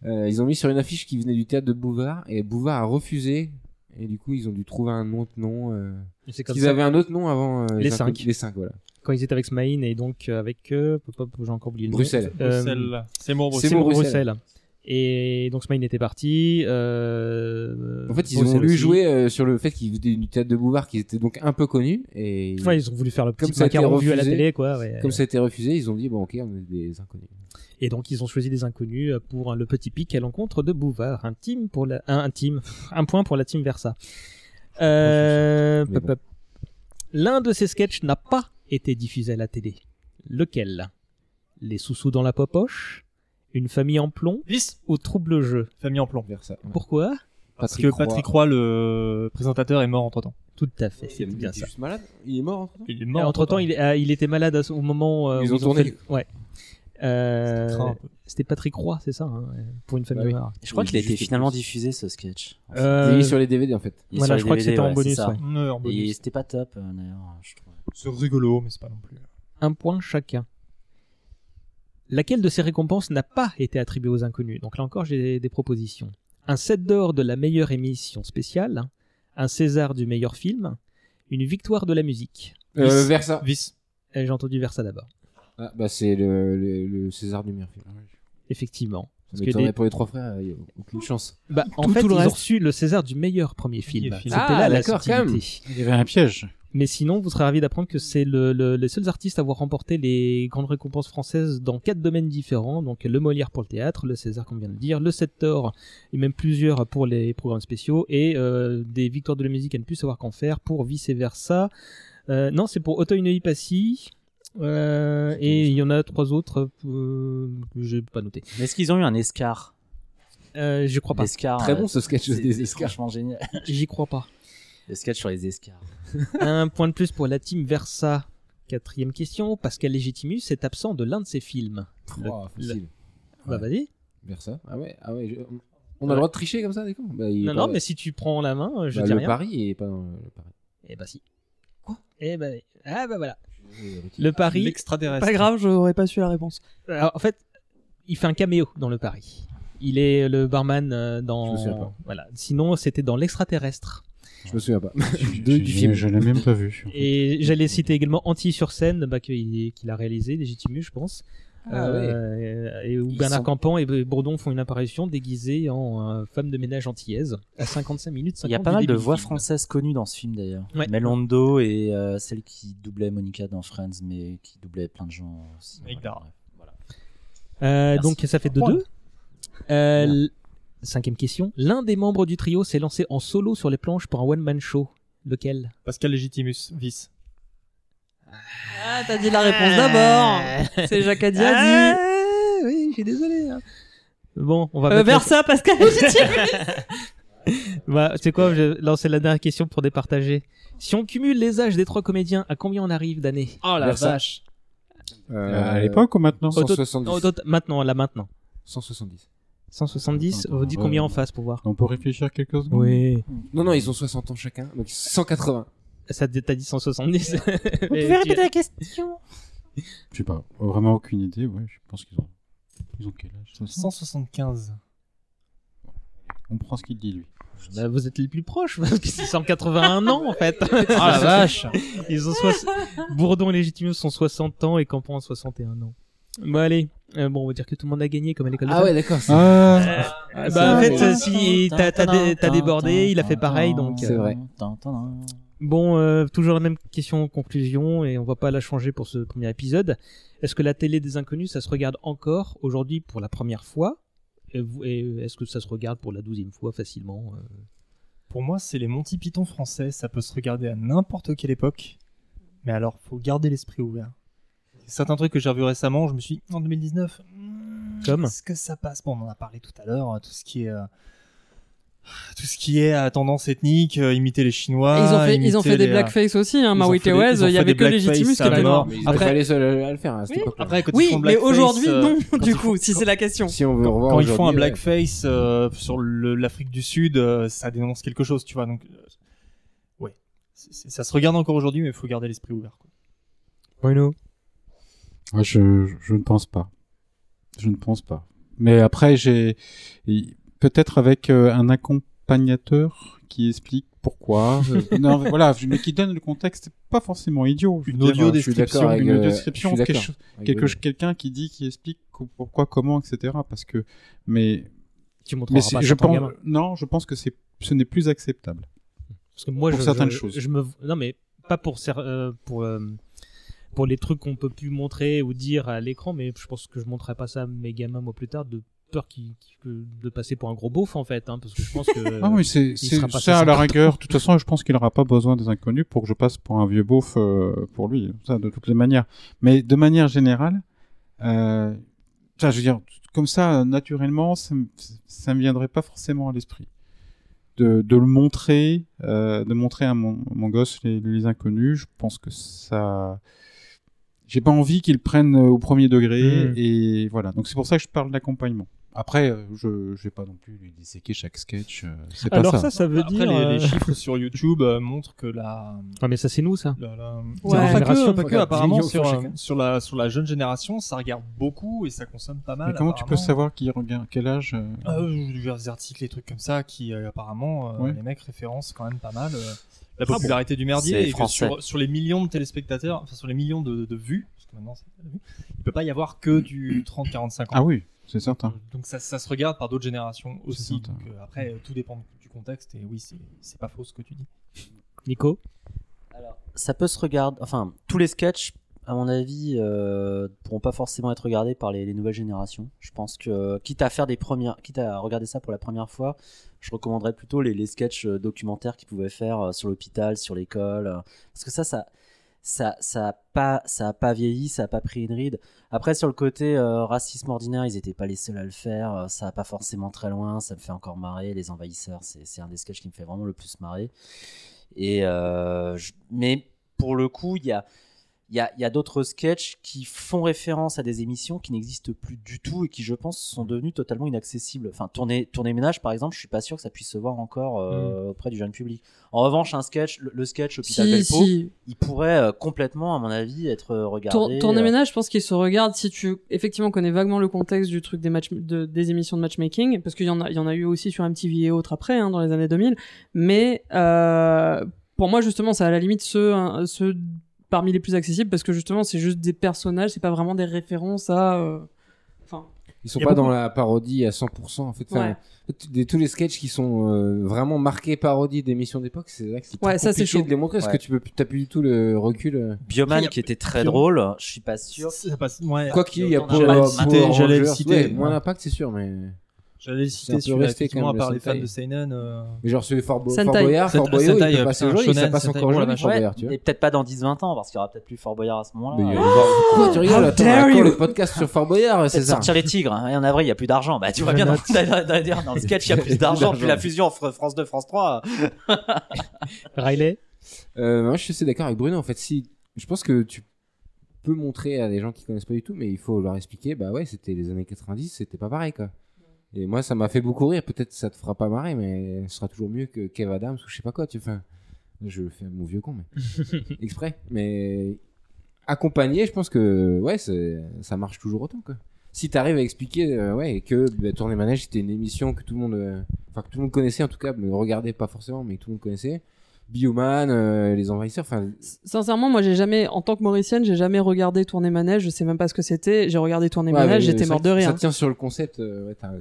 S1: (laughs)
S10: euh, ils ont mis sur une affiche qui venait du théâtre de Bouvard et Bouvard a refusé et du coup ils ont dû trouver un autre nom. Euh,
S1: Mais c'est comme
S10: ils
S1: ça.
S10: avaient un autre nom avant. euh,
S1: les
S10: Inco-
S1: 5
S10: Les cinq voilà.
S1: Quand ils étaient avec Smaïn et donc euh, avec euh, pop, pop, j'ai encore oublié le nom.
S10: Bruxelles.
S1: Euh,
S3: Bruxelles. Seymour Bruxelles.
S1: Seymour
S3: Seymour
S1: Bruxelles. Et donc Smaïn était parti. euh,
S10: En fait, ils ont
S1: Bruxelles
S10: voulu
S1: aussi.
S10: jouer euh, sur le fait qu'ils venaient du théâtre de Bouvard, qu'ils étaient donc un peu connus. Et
S1: Ouais, ils ont voulu faire le petit
S10: comme ça a été
S1: macaron vu à la
S10: refusé-
S1: télé, quoi, ouais.
S10: comme ça a été refusé, ils ont dit bon, ok, on est des inconnus.
S1: Et donc ils ont choisi des inconnus euh, pour le petit pic à l'encontre de Bouvard. Un team pour la, un, un team, un point pour la team Versa. Euh, pop, pop. L'un de ces sketchs n'a pas été diffusé à la télé. Lequel Les sous-sous dans la popoche Une famille en plomb Ou trouble jeu
S3: Famille en plomb.
S10: Versa.
S1: Pourquoi
S3: Parce que Patrick Roy, le présentateur, est mort entre temps.
S1: Tout à fait, c'est bien
S10: était
S1: ça.
S10: juste malade Il est mort entre temps
S3: Il est
S1: Et
S3: mort
S1: Entre temps, il, ah, il était malade à ce- au moment euh,
S10: Ils
S1: où
S10: ont tourné.
S1: fait le- Ouais. Euh,
S10: C'était craint un
S1: C'était Patrick Roy, c'est ça, hein, pour une famille
S10: Bah oui.
S1: noire.
S9: Je crois qu'il a été finalement diffusé ce sketch.
S1: Euh,
S10: Il est sur les DVD en fait.
S9: Il est
S1: Voilà,
S9: sur les
S1: je crois que
S9: DVD,
S1: c'était en
S9: ouais,
S1: bonus,
S9: c'est ça.
S1: ouais.
S3: Ouais, en bonus.
S9: Et c'était pas top, euh, d'ailleurs, je trouve.
S3: C'est rigolo, mais c'est pas non plus.
S1: un point chacun. Laquelle de ces récompenses n'a pas été attribuée aux inconnus Donc là encore, j'ai des propositions. Un set d'or de la meilleure émission spéciale, un César du meilleur film, une victoire de la musique. Eh,
S10: Euh, Vice. Versa.
S3: Vice.
S1: J'ai entendu Versa d'abord.
S10: Ah, bah c'est le, le, le César du meilleur film.
S1: Effectivement.
S10: Ça
S1: Parce que
S10: m'étonnerait
S1: des-
S10: pour les trois frères, il n'y a aucune chance.
S1: Bah, en
S10: Tout-
S1: fait,
S10: tout le
S1: ils ont
S10: reste.
S1: reçu le César du meilleur premier film.
S10: Premier film.
S1: C'était
S10: Ah,
S1: là la
S10: d'accord, quand même.
S1: subtilité.
S11: Il y avait un (laughs) piège.
S1: Mais sinon, vous serez ravi d'apprendre que c'est le, le- les seuls artistes à avoir remporté les grandes récompenses françaises dans quatre domaines différents. Donc le Molière pour le théâtre, le César qu'on vient de dire, le Septor et même plusieurs pour les programmes spéciaux et euh, des victoires de la musique à ne plus savoir qu'en faire pour vice versa. Euh, non, c'est pour Auteuil Neuilly Passy. Euh, et il y en a trois autres euh, que j'ai pas noté.
S9: Mais est-ce qu'ils ont eu un escar
S1: Euh, je crois pas.
S10: Ah,
S9: L'escar,
S1: Très
S9: euh,
S1: bon, ce sketch
S9: c'est-
S1: des
S9: c'est
S1: escars.
S9: Franchement génial.
S1: J'y crois pas.
S9: Le sketch sur les escars.
S1: Un point de plus pour la team Versa. Quatrième question. Pascal Legitimus est absent de l'un de ses films.
S10: Oh,
S1: Le-
S10: facile.
S1: le- Bah vas-y.
S10: Versa. Ah ouais, ah ouais. je- On a le droit de tricher comme ça, des cons Bah, il est
S1: Non,
S10: pas-
S1: non, mais si tu prends la main, euh, je
S10: bah,
S1: dis
S10: le
S1: rien.
S10: pari, il est pas dans le pari.
S1: Eh bah si. Quoi Eh bah, oui. ah bah voilà.
S10: Le
S1: Le pari.
S3: Ah, L'extraterrestre.
S2: Pas grave, j'aurais pas su la réponse.
S1: Alors, en fait, il fait un caméo dans le pari. Il est le barman euh, dans.
S10: Je me souviens pas.
S1: Voilà. Sinon, c'était dans l'extraterrestre.
S10: Je me souviens pas.
S11: Je- je- Je l'ai même pas vu.
S1: Et j'allais citer également Anti sur scène, bah, qu'il qu'il a réalisé, Légitimus, je pense.
S10: Ah
S1: Euh, et où
S10: Ils
S1: Bernard
S10: sont-
S1: Campan et Bourdon font une apparition déguisée en euh, femme de ménage antillaise à 55 minutes 50
S9: Il y a pas
S1: du
S9: mal de
S1: début du
S9: voix
S1: film.
S9: françaises connues dans ce film d'ailleurs.
S1: Ouais.
S9: Melondo et euh, celle qui doublait Monica dans Friends, mais qui doublait plein de gens aussi. Voilà, bref.
S1: Euh,
S9: Merci.
S1: donc ça fait 2-2. Euh, l- cinquième question. L'un des membres du trio s'est lancé en solo sur les planches pour un one-man show. Lequel
S3: Pascal Legitimus, vice.
S2: Ah, t'as dit la
S1: Euh,
S2: réponse d'abord. C'est Jacques
S3: Ah.
S1: Ah,
S2: euh, Adiadi.
S1: oui, je suis désolé. hein. Bon, on va
S2: Euh,
S1: mettre-
S2: Versa, Pascal Legitimus.
S1: Bah, c'est quoi Je vais lancer la dernière question pour départager. Si on cumule les âges des trois comédiens, à combien on arrive d'années Oh
S10: la Versa.
S1: vache
S10: Euh,
S11: À l'époque ou maintenant
S1: Au tot-
S10: 170.
S1: au tot- Oh, Maintenant, là maintenant.
S10: 170.
S1: 170,
S11: Attends,
S1: vous dites
S11: ouais.
S1: combien en face pour voir
S11: On peut réfléchir quelques secondes
S1: Oui.
S10: Non, non, ils ont 60 ans chacun, donc 180.
S1: Ça t- t'as dit 170.
S8: Vous
S1: Mais
S8: pouvez
S1: tu-
S8: répéter la question
S11: Je sais pas, vraiment aucune idée. Ouais, je pense qu'ils ont. Ils ont quel âge 60
S3: 175.
S11: On prend ce qu'il dit lui.
S1: Bah, vous êtes les plus proches parce que c'est 181 ans en fait.
S3: Ah la vache
S1: Ils ont soix- Bourdon et Légitimus sont 60 ans et Campan 61 ans. Bah allez, Euh, bon on va dire que tout le monde a gagné comme à l'école. de
S10: Ah
S1: théâtre.
S10: ouais, d'accord. c'est-
S11: Ah,
S1: Euh, bah en fait euh, si t'as t'as dé- t'as débordé, il a fait pareil donc.
S10: C'est
S1: euh,
S10: vrai.
S1: Bon, euh, toujours la même question en conclusion et on va pas la changer pour ce premier épisode. Est-ce que la télé des inconnus, ça se regarde encore aujourd'hui pour la première fois Et vous- et est-ce que ça se regarde pour la douzième fois facilement euh
S3: Pour moi, c'est les Monty Python français. Ça peut se regarder à n'importe quelle époque. Mais alors, faut garder l'esprit ouvert. Certains trucs que j'ai revus récemment, je me suis dit, en 2019,
S1: Comme
S3: est-ce que ça passe Bon, on en a parlé tout à l'heure, tout ce qui est. euh, Tout ce qui est à tendance ethnique, euh, imiter les Chinois.
S2: Ils ont fait- ils ont
S3: imiter
S2: fait des
S3: les, euh,
S2: blackface aussi, hein,
S3: ils ont
S2: Maui
S3: fait des-
S2: Tewes,
S3: ils ont
S2: il y
S3: fait
S2: avait
S3: des
S2: que
S3: blackface
S2: Légitimus qui
S3: à
S2: était
S3: mort.
S2: mort.
S10: Ils étaient
S3: Après-
S10: pas les seuls à le faire hein, à cette époque-là.
S3: euh, Après, quand ils
S2: Oui,
S3: font
S2: mais
S3: blackface,
S2: aujourd'hui,
S3: euh,
S2: non,
S3: quand
S2: du
S3: ils
S2: coup, si c'est la question.
S10: Si on veut revoir
S3: quand ils font un
S10: aujourd'hui, ouais.
S3: blackface euh, sur le- l'Afrique du Sud, euh, ça dénonce quelque chose, tu vois. Donc, euh, ouais, C'est- c'est- ça se regarde encore aujourd'hui, mais il faut garder l'esprit ouvert. quoi.
S1: Bruno
S11: Ouais, je, je- je ne pense pas. Je ne pense pas. Mais après, j'ai il- peut-être avec euh, un accompagnateur qui explique pourquoi. (laughs) euh, non, mais voilà, mais qui donne le contexte, c'est pas forcément idiot. je veux
S10: Une
S11: dire,
S10: audio
S11: euh, je suis
S10: description,
S11: d'accord avec,
S10: une
S11: euh,
S10: audio
S11: je suis
S10: description,
S11: d'accord
S10: quelque chose-
S11: avec
S10: quelque
S11: Bruno.
S10: chose-
S11: quelqu'un qui dit, qui explique co- pourquoi, comment, etc. Parce que, mais,
S1: Tu montreras
S11: mais
S1: pas
S11: c'est-
S1: ça
S11: je
S1: à ton
S11: pense,
S1: gamin.
S11: non, je pense que c'est, ce n'est plus acceptable.
S1: Parce que moi,
S11: pour
S1: je,
S11: certaines
S1: je-
S11: choses.
S1: je me, non mais pas pour cer- euh, pour euh, pour les trucs qu'on peut plus montrer ou dire à l'écran, mais je pense que je montrerai pas ça à mes gamins moi plus tard de peur qu'ils- qu'ils- que- de passer pour un gros beauf en fait, hein, parce que je pense que
S11: (laughs) Ah oui, c'est
S1: il
S11: c'est-
S1: sera pas
S11: ça à la
S1: 60.
S11: rigueur. De toute façon, je pense qu'il n'aura pas besoin des inconnus pour que je passe pour un vieux beauf euh, pour lui. Ça, de toutes les manières. Mais de manière générale, euh, ça, je veux dire, comme ça, euh, naturellement, ça, me- ça me viendrait pas forcément à l'esprit de, de le montrer, euh, de montrer à mon, à mon gosse les, les inconnus. Je pense que ça. J'ai pas envie qu'il prenne au premier degré
S10: Mm.
S11: et voilà. Donc c'est pour ça que je parle d'accompagnement. Après, euh, je je vais pas non plus lui disséquer chaque sketch. euh, c'est pas
S1: Alors ça, ça veut
S3: Après,
S1: dire,
S3: les, les
S1: euh,
S3: chiffres sur YouTube euh, montrent que la.
S1: Ah mais ça c'est nous ça.
S3: la- la-
S1: C'est notre
S3: Pas
S1: génération,
S3: que, pas
S1: quoi.
S3: que,
S1: 10
S3: apparemment,
S1: millions
S3: sur,
S1: sur
S3: euh, sur la, sur la jeune génération, ça regarde beaucoup et ça consomme pas mal.
S11: Mais comment tu peux
S3: apparemment.
S11: savoir qui regarde quel âge euh,
S3: Euh, divers articles et trucs comme ça qui euh, apparemment euh,
S11: Ouais.
S3: les mecs référencent quand même pas mal euh,
S11: Ah
S3: la
S11: bon.
S3: popularité du merdier
S11: C'est
S3: et que
S11: français.
S3: sur, sur les millions de téléspectateurs enfin sur les millions de, de vues parce que maintenant c'est de vues, il peut pas y avoir que du 30 45 ans
S11: Ah oui, c'est certain.
S3: donc ça, ça se regarde par d'autres générations aussi
S11: certain.
S3: donc, euh, après euh, tout dépend du contexte et oui c'est c'est pas faux ce que tu dis
S1: Nico
S9: ça peut se regarder. Enfin, tous les sketchs, à mon avis, euh, pourront pas forcément être regardés par les, les nouvelles générations. Je pense que, quitte à faire des premières, quitte à regarder ça pour la première fois, je recommanderais plutôt les, les sketchs euh, documentaires qu'ils pouvaient faire euh, sur l'hôpital, sur l'école, euh, parce que ça, ça. Ça, ça a pas, ça a pas vieilli, ça a pas pris une ride. Après, sur le côté euh, racisme ordinaire, ils étaient pas les seuls à le faire. euh, Ça a pas forcément très loin. Ça me fait encore marrer. Les envahisseurs, c'est c'est un des sketchs qui me fait vraiment le plus marrer. Et euh, je- mais pour le coup, il y a, il y a, il y a d'autres sketchs qui font référence à des émissions qui n'existent plus du tout et qui, je pense, sont devenues totalement inaccessibles. Enfin, tourner, tourner ménage, par exemple, je suis pas sûr que ça puisse se voir encore euh, auprès du jeune public. En revanche, un sketch, le, le sketch Hôpital
S2: Si,
S9: Belpo,
S2: si.
S9: il pourrait euh, complètement, à mon avis, être euh, regardé.
S2: Tour- Tourner
S9: euh,
S2: ménage, je pense qu'il se regarde si tu effectivement connais vaguement le contexte du truc des match de- des émissions de matchmaking, parce qu'il y en a, il y en a eu aussi sur MTV et autres après, hein, dans les années 2000. Mais euh, pour moi, justement, ça à la limite ceux, hein, ceux parmi les plus accessibles, parce que justement, c'est juste des personnages, c'est pas vraiment des références à. euh, Enfin.
S10: Ils sont
S2: Il y a
S10: pas dans
S2: beaucoup-
S10: la parodie à 100%. En fait, Enfin,
S2: Ouais.
S10: t- des- tous les sketchs qui sont euh, vraiment marqués parodie d'émissions d'époque, c'est là que c'est
S2: Ouais,
S10: très
S2: ça, c'est
S10: compliqué
S2: chaud.
S10: de les montrer. Parce
S9: Ouais.
S10: que tu peux, t'as plus du tout le recul. euh.
S9: Bioman, qui était très drôle, je suis pas sûr.
S3: Ça passe- ouais.
S10: Quoi qu'il y ait, il y a
S9: Autant
S10: Power,
S9: d'impact.
S10: Power Rangers,
S3: j'allais le
S10: ouais,
S3: citer.
S10: moins d'impact, c'est sûr, mais.
S3: J'allais le
S10: C'est
S3: citer
S10: un peu
S3: celui-là,
S10: resté
S3: effectivement,
S10: quand
S3: à
S10: même,
S3: part
S10: le
S3: les fans
S10: Sentai.
S3: de Seinen. euh,
S10: Mais genre celui Fort, Bo-
S2: Sentai.
S10: Fort Boyard, Fort
S3: Sen-
S10: Boyard,
S3: Sentai,
S10: il peut
S3: euh,
S10: passer
S3: putain,
S10: aujourd'hui, ça
S3: Shonen,
S10: passe
S3: Sentai,
S10: encore
S3: oh la
S10: aujourd'hui,
S3: vache.
S10: Fort
S9: Ouais,
S10: Boyard, tu vois.
S9: et peut-être pas dans 10-20 ans, parce qu'il y aura peut-être plus Fort Boyard à ce moment-là. Ah
S10: Mais il y a- Pourquoi tu rigoles Attends,
S9: dare
S10: on a
S9: you
S10: encore le podcast sur Fort Boyard,
S9: Peut-être
S10: c'est ça.
S9: sortir les tigres. hein. Et en avril, il n'y a plus d'argent. Bah, tu vois bien, dans, dans- dans- dans le sketch, il y a plus
S10: (laughs)
S9: d'argent. Puis la fusion Fr- France 2, France 3.
S1: Riley
S10: Euh, moi, je suis assez d'accord avec Bruno. En fait, si je pense que tu peux montrer à des gens qui connaissent pas du tout, mais il faut leur expliquer. Bah ouais, c'était les années 90, c'était pas pareil quoi. Et moi, ça m'a fait beaucoup rire. Peut-être que ça te fera pas marrer, mais ce sera toujours mieux que Kev Adams ou je sais pas quoi. Tu enfin, je fais mon vieux con, mais exprès. Mais accompagné, je pense que ouais, c'est- ça marche toujours autant quoi. Si t'arrives à expliquer, euh, ouais, que bah, Tourner Manège c'était une émission que tout le monde, euh, enfin que tout le monde connaissait en tout cas, mais regardez pas forcément, mais tout le monde connaissait. Bioman, euh, les envahisseurs, enfin
S2: Sincèrement, moi, j'ai jamais, en tant que mauricienne, j'ai jamais regardé Tourner Manège, je sais même pas ce que c'était. J'ai regardé Tourner
S10: Ouais, mais
S2: Manège, j'étais
S10: ça-
S2: mort de rire.
S10: Ça tient sur le concept. euh, ouais, t'as-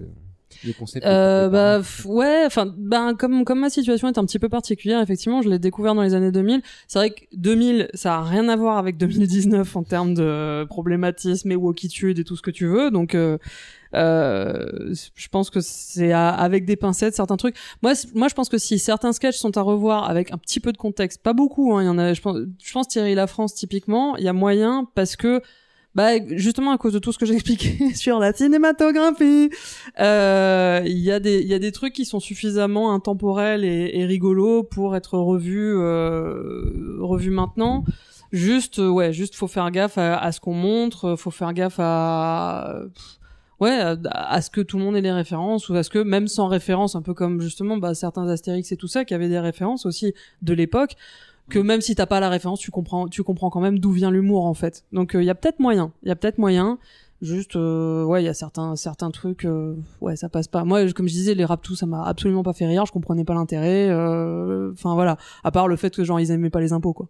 S10: Le concept.
S2: Euh,
S10: hein.
S2: bah, f- ouais, enfin, ben, comme, comme ma situation est un petit peu particulière, effectivement, je l'ai découvert dans les années 2000. C'est vrai que 2000, ça a rien à voir avec 2019 en termes de euh, problématisme et wokitude et tout ce que tu veux. Donc, euh, euh, je pense que c'est à- avec des pincettes certains trucs. Moi, c- moi, je pense que si certains sketchs sont à revoir avec un petit peu de contexte, pas beaucoup, hein, il y en a, je pense, je pense Thierry La France, typiquement, il y a moyen parce que, bah, justement à cause de tout ce que j'ai expliqué (laughs) sur la cinématographie, euh, il y a des il y a des trucs qui sont suffisamment intemporels et, et rigolos pour être revus euh, revus maintenant. Juste euh, ouais, juste faut faire gaffe à, à ce qu'on montre, euh, faut faire gaffe à pff, ouais à, à ce que tout le monde ait les références ou à ce que même sans référence, un peu comme justement bah, certains Astérix et tout ça qui avaient des références aussi de l'époque que même si t'as pas la référence, tu comprends, tu comprends quand même d'où vient l'humour en fait. Donc euh, il y a peut-être moyen, il y a peut-être moyen. Juste, euh, ouais, il y a certains, certains trucs, euh, ouais, ça passe pas. Moi, je- comme je disais, les rap tout, ça m'a absolument pas fait rire. Je comprenais pas l'intérêt. euh, Enfin voilà, à part le fait que genre ils aimaient pas les impôts quoi.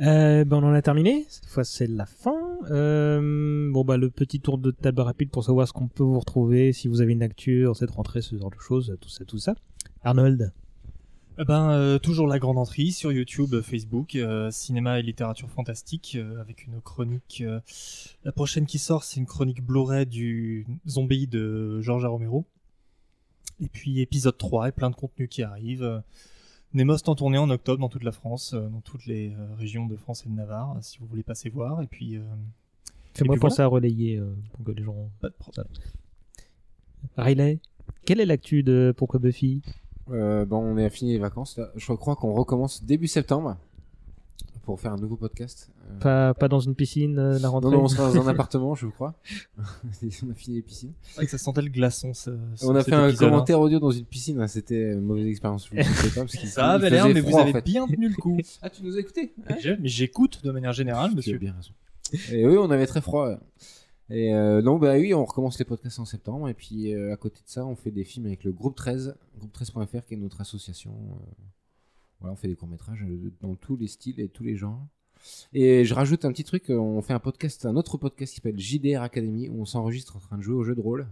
S1: Euh, ben on en a terminé. Cette fois, c'est la fin. Euh, bon, bah, le petit tour de table rapide pour savoir ce qu'on peut vous retrouver, si vous avez une actu en cette rentrée, ce genre de choses, tout ça, tout ça. Arnold.
S3: Eh ben, euh, toujours la grande entrée sur YouTube, euh, Facebook, euh, cinéma et littérature fantastique, euh, avec une chronique. euh, la prochaine qui sort, c'est une chronique Blu-ray du Zombie de Georges A. Romero. Et puis épisode 3 et plein de contenu qui arrive. Euh, Nemos est en tournée en octobre dans toute la France, euh, dans toutes les euh, régions de France et de Navarre, si vous voulez passer voir. Et puis. euh,
S1: Fais-moi
S3: et puis
S1: penser à relayer euh, pour que les gens.
S3: Pas de problème.
S1: Riley, quelle est l'actu de Pourquoi Buffy
S10: Euh, bon, on est à fini les vacances. Là. Je crois qu'on recommence début septembre pour faire un nouveau podcast. Euh,
S1: pas, pas dans une piscine, euh, la rentrée
S10: non, non, on sera
S2: (laughs)
S10: dans un appartement, je crois. (laughs) on a fini les piscines.
S3: C'est vrai que ça sentait le glaçon. ce- ce-
S10: On a
S3: cet
S10: fait un
S3: épisode, hein.
S10: commentaire audio dans une piscine. hein. C'était une mauvaise expérience.
S3: (laughs)
S10: Je sais pas, parce qu'il-
S3: Ça avait
S10: il
S3: l'air,
S10: faisait
S3: mais vous
S10: froid, en
S3: avez
S10: fait.
S3: bien tenu le coup.
S10: (laughs) ah, tu nous as écouté
S3: Mais j'écoute de manière générale, monsieur.
S10: bien raison. Et oui, on avait très froid. Et euh, non, bah oui, on recommence les podcasts en septembre. Et puis euh, à côté de ça, on fait des films avec le groupe 13, groupe13.fr, qui est notre association. Euh, voilà, on fait des courts-métrages euh, dans tous les styles et tous les genres. Et je rajoute un petit truc euh, on fait un podcast, un autre podcast qui s'appelle JDR Academy, où on s'enregistre en train de jouer au jeu de rôle.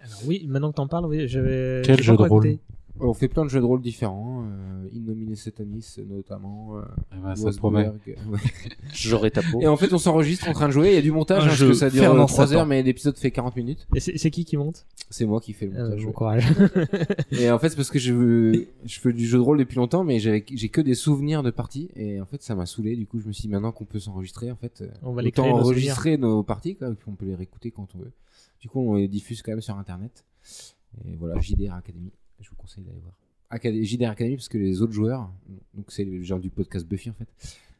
S1: Alors oui, maintenant que t'en parles, oui, j'avais.
S11: Quel
S1: j'ai
S11: jeu
S1: pas
S11: de
S1: encore
S11: rôle
S1: écouté.
S10: On fait plein de jeux de rôle différents, euh, Innominé Satanis euh, notamment. euh,
S11: Eh ben, ça
S10: Wolfsburg, euh,
S11: te promet.
S10: ouais.
S9: J'aurai ta peau.
S10: Et en fait, on s'enregistre en train de jouer. Il y a du
S1: Un
S10: montage, hein, parce
S1: jeu
S10: que ça dure
S1: Fernand
S10: 3
S1: Satan.
S10: heures, mais l'épisode fait 40 minutes.
S1: Et c'est c'est qui qui monte
S10: C'est moi qui fais le
S1: Ah,
S10: montage.
S1: bon
S10: ouais.
S1: courage. (laughs)
S10: et en fait, c'est parce que je, je fais du jeu de rôle depuis longtemps, mais j'avais- j'ai que des souvenirs de parties. Et en fait, ça m'a saoulé. Du coup, je me suis dit, maintenant qu'on peut s'enregistrer, en fait, euh,
S1: On va les
S10: autant
S1: créer, nos
S10: enregistrer nos, parties, quoi, et puis on peut les réécouter quand on veut. Du coup, on les diffuse quand même sur Internet. Et voilà, JDR Academy. Je vous conseille d'aller voir. Acad- JDR Academy, parce que les autres joueurs, donc c'est le genre du podcast Buffy, en fait,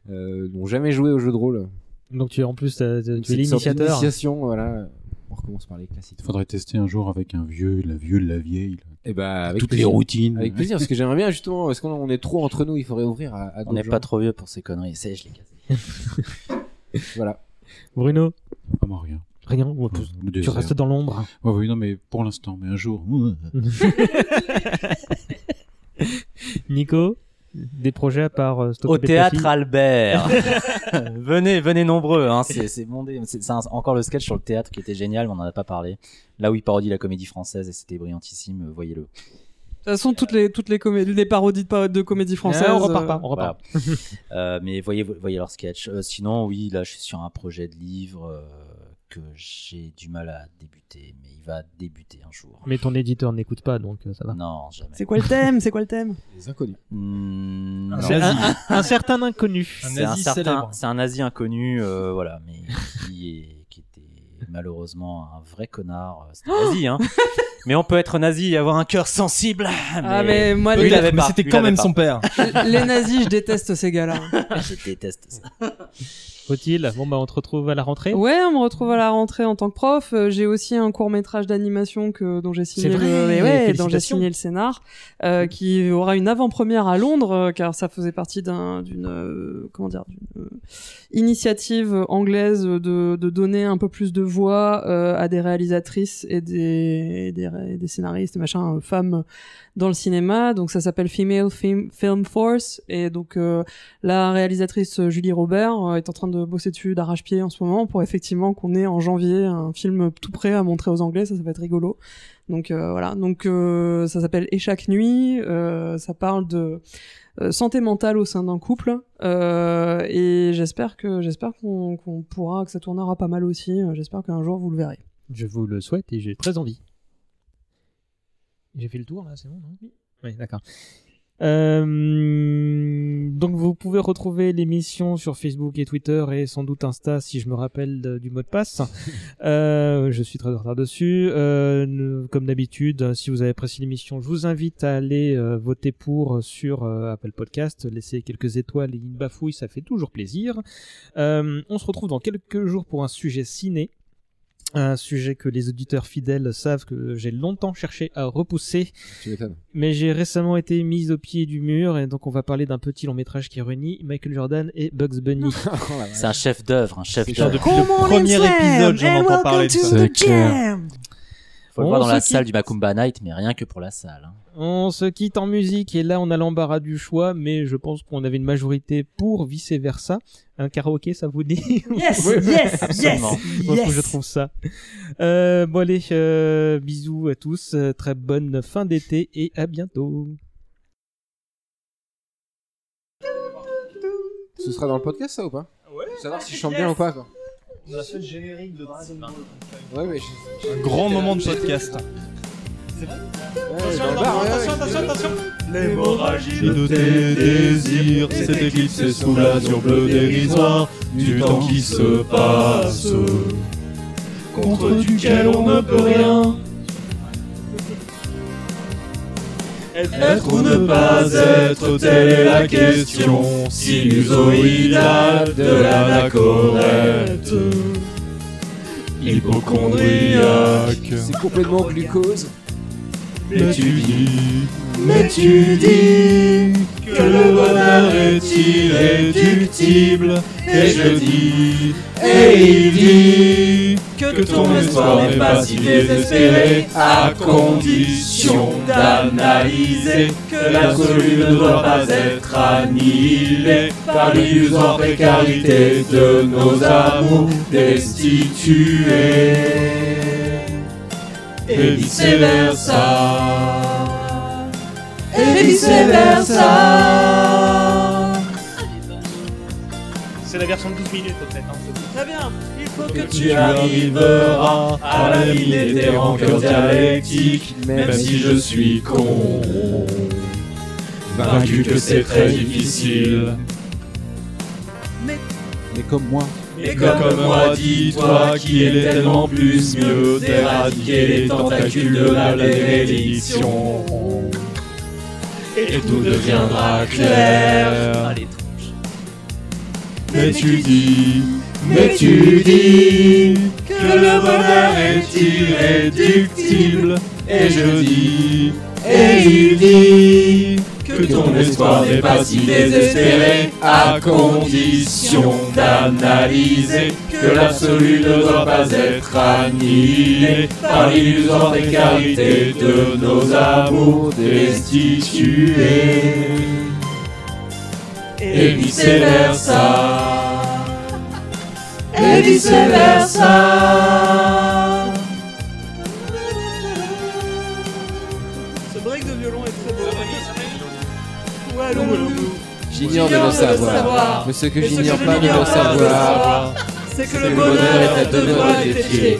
S10: euh, n'ont jamais joué au jeu de rôle.
S1: Donc tu es en plus euh, tu es
S10: C'est une sorte
S1: l'initiateur.
S10: d'initiation, voilà. On recommence par les classiques.
S11: Il faudrait tester un jour avec un vieux, la vieux, la vieille. là.
S10: Et bah, avec
S11: Toutes
S10: plaisir.
S11: les routines.
S10: Avec plaisir, parce que j'aimerais bien justement, parce qu'on on est trop entre nous, il faudrait ouvrir à, à
S9: On
S10: d'autres
S9: n'est
S10: gens.
S9: pas trop vieux pour ces conneries. C'est, je l'ai cassé.
S10: Voilà.
S1: Bruno
S11: Ah, moi, rien.
S1: Rien Ou- tu- Tu
S11: Le désert.
S1: restes dans l'ombre.
S11: Ouais, oui, non, mais pour l'instant, mais un jour.
S1: Nico Des projets à part euh, Stop
S9: Au
S1: et Betty (laughs)
S9: théâtre Albert. (laughs) venez, venez nombreux. Hein. C'est c'est bondé. C'est c'est un- encore le sketch sur le théâtre qui était génial, mais on n'en a pas parlé. Là où il parodie la comédie française et c'était brillantissime, euh, voyez-le.
S2: De toute façon, toutes les toutes les comé- les parodies de, pa- de comédie française.
S1: Ah, on repart
S2: euh,
S1: pas, on repart.
S9: Voilà. Euh, mais voyez, voyez leur sketch. Euh, sinon, oui, là, je suis sur un projet de livre euh, que j'ai du mal à débuter, mais il va débuter un jour.
S1: Mais ton éditeur n'écoute pas, donc euh, ça va.
S9: Non, jamais. Hmm,
S2: C'est quoi le thème C'est quoi le thème
S10: Les inconnus.
S9: non.
S1: Ah, C'est un, un- un certain inconnu.
S9: C'est un certain, c'est un nazi inconnu, euh, voilà, mais qui, est- qui était malheureusement un vrai connard. euh, C'était un nazi, (laughs) hein. Mais on peut être nazi et avoir un cœur sensible. Mais,
S2: Ah, mais moi,
S9: lui,
S2: les-
S9: il avait
S2: mais
S9: pas,
S2: c'était
S9: lui,
S2: quand
S9: il avait
S2: même
S9: pas.
S2: son père. Les nazis, je déteste ces gars-là.
S9: (laughs) je déteste ça.
S1: Faut-il Bon, bah, on te retrouve à la rentrée.
S2: Ouais, on me retrouve à la rentrée en tant que prof. Euh, J'ai aussi un court métrage d'animation que dont j'ai signé,
S1: C'est vrai,
S2: le, mais ouais, dont j'ai
S1: félicitations.
S2: signé le scénar, euh, qui aura une avant-première à Londres, euh, car ça faisait partie d'un- d'une euh, comment dire d'une euh, initiative anglaise de, de donner un peu plus de voix euh, à des réalisatrices et des, et des, ré- des scénaristes et machin euh, femmes dans le cinéma. Donc ça s'appelle Female Film, Film Force et donc euh, la réalisatrice Julie Robert euh, est en train de de bosser dessus d'arrache-pied en ce moment pour effectivement qu'on ait en janvier un film tout prêt à montrer aux Anglais. Ça, ça va être rigolo. Donc euh, voilà. Donc euh, ça s'appelle Et chaque nuit. Euh, ça parle de euh, santé mentale au sein d'un couple. Euh, et j'espère que j'espère qu'on qu'on pourra que ça tournera pas mal aussi. Euh, J'espère qu'un jour vous le verrez.
S1: Je vous le souhaite et j'ai très envie. J'ai fait le tour là, c'est bon, non Oui, d'accord. Euh, donc vous pouvez retrouver l'émission sur Facebook et Twitter et sans doute Insta si je me rappelle de- du mot de passe. Euh, je suis très en retard dessus. Euh, ne- comme d'habitude, si vous avez apprécié l'émission, je vous invite à aller euh, voter pour sur euh, Apple Podcast. Laissez quelques étoiles et une bafouille, ça fait toujours plaisir. Euh, on se retrouve dans quelques jours pour un sujet ciné un sujet que les auditeurs fidèles savent que j'ai longtemps cherché à repousser.
S10: Tu m'étonnes.
S1: Mais j'ai récemment été mise au pied du mur et donc on va parler d'un petit long métrage qui réunit Michael Jordan et Bugs Bunny.
S9: C'est un chef d'œuvre, un chef
S1: C'est
S9: d'œuvre.
S1: genre depuis le Come on premier in, Sam, épisode, j'en and entends welcome parler de to ça. the jam.
S9: Faut le voir
S1: On
S9: dans la
S1: se
S9: salle
S1: quitte.
S9: du Macumba Night, mais rien que pour la salle. hein.
S1: on se quitte en musique et là on a l'embarras du choix, mais je pense qu'on avait une majorité pour vice versa. Un karaoké, ça vous dit (laughs)
S11: Yes, yes,
S1: Absolument.
S11: yes,
S1: Moi, faut que
S11: yes.
S1: Je trouve ça. Euh, bon allez, euh, bisous à tous, euh, très bonne fin d'été et à bientôt.
S10: Ce sera dans le podcast ça ou pas Ouais. Savoir si je chante
S13: yes.
S10: bien ou pas. Quoi.
S13: On a fait le générique de Dragon Ball.
S10: Ouais, mais j'ai-
S13: Un grand moment de
S10: j'ai-
S13: podcast.
S10: dans le bar, ouais, ouais.
S3: L'hémorragie de tes désirs s'est éclipsée sous l'azur bleu dérisoire du temps qui se passe, contre duquel on ne peut rien. Être ou ne pas être, telle est la question sinusoïdale de l'anachorète. Hypochondriaque.
S10: C'est complètement glucose.
S3: Mais tu dis, mais tu dis que le bonheur est irréductible. Et je dis, et il dit que ton espoir n'est pas si désespéré à condition d'analyser que l'absolu ne doit pas être annihilé par l'illusoire précarité de nos amours destitués et vice versa. Et vice versa.
S11: C'est la version de 12 minutes en fait. hein. Très bien, il faut que
S3: Tu arriveras à la limite des rancœurs dialectiques, même si je suis con. Vaincu que c'est très difficile.
S14: Mais comme moi.
S3: Et comme moi, dis-toi qu'il est tellement plus mieux d'éradiquer les tentacules de la bénédiction. Et tout deviendra clair. Mais tu dis, mais tu dis que le bonheur est irréductible. Et je dis, et il dit que ton espoir n'est pas si désespéré à condition d'analyser que l'absolu ne doit pas être annihilé par l'illusoire précarité de nos
S10: Oh,
S3: amours destitués et vice versa et vice versa
S11: Ce break de violon est très beau.
S10: J'ignore de le savoir. Mais ce que j'ignore pas de le savoir,
S11: c'est que le bonheur est à deux doigts des pieds.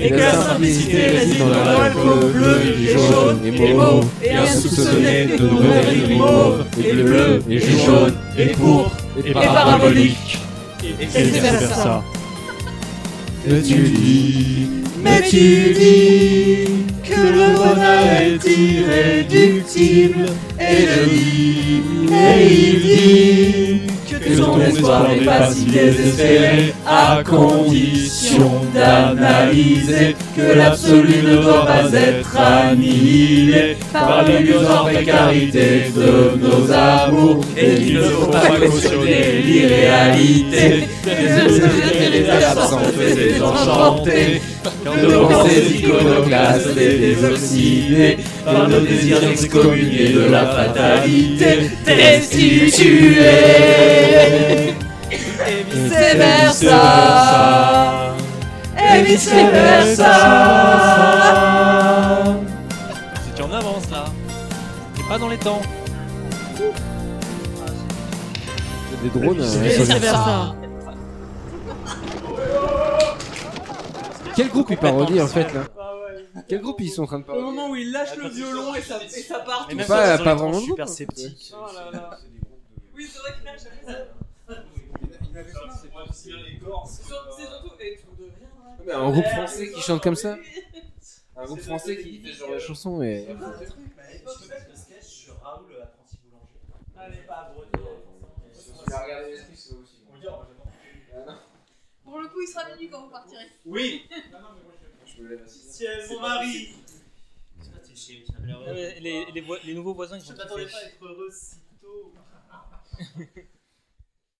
S11: Et que la simplicité réside dans l'alcool bleu et jaune et mauve et insoupçonné de nouvelles mauve et bleu et jaune et pourpre et parabolique. Et vice-versa.
S3: Mais tu dis, mais tu dis que le bonheur est irréductible. Et je dis, et il dit que ton espoir n'est pas si désespéré à condition d'analyser que l'absolu ne doit pas être annihilé par l'illusoire précarité de nos amours et qu'il ne faut pas cautionner l'irréalité les les absents et les enchantés quand nos pensées iconoclastes et désobstinés par nos désirs excommuniés de la fatalité destitués
S15: et vice versa.
S8: Eh
S15: Et vice versa.
S2: C'était en avance là. T'es pas dans les temps.
S10: Des drones. euh,
S2: Vice
S10: ça-
S2: versa.
S10: Quel groupe ils parodient en fait là Quel groupe ils sont en train de
S16: Au
S10: parodier
S16: moment où il lâche le violon et ça, et ça part
S10: Mais
S16: tout
S10: même
S16: seul.
S10: pas- pas vraiment de groupe,
S9: super
S10: hein.
S9: sceptique.
S16: Oh là là. Oui, c'est vrai qu'il lâche ça. C'est surtout- c'est surtout- et tu deviens, hein.
S10: Mais un groupe français qui chante comme ça Un groupe français qui fait ce genre de chanson et.
S3: euh, Pour le coup, il sera minuit quand vous partirez.
S16: Oui.
S3: Si elle est mon mari.
S1: Euh, Les, les, voix- les nouveaux voisins, ils sont
S3: Je m'attendais pas à être heureux si tôt.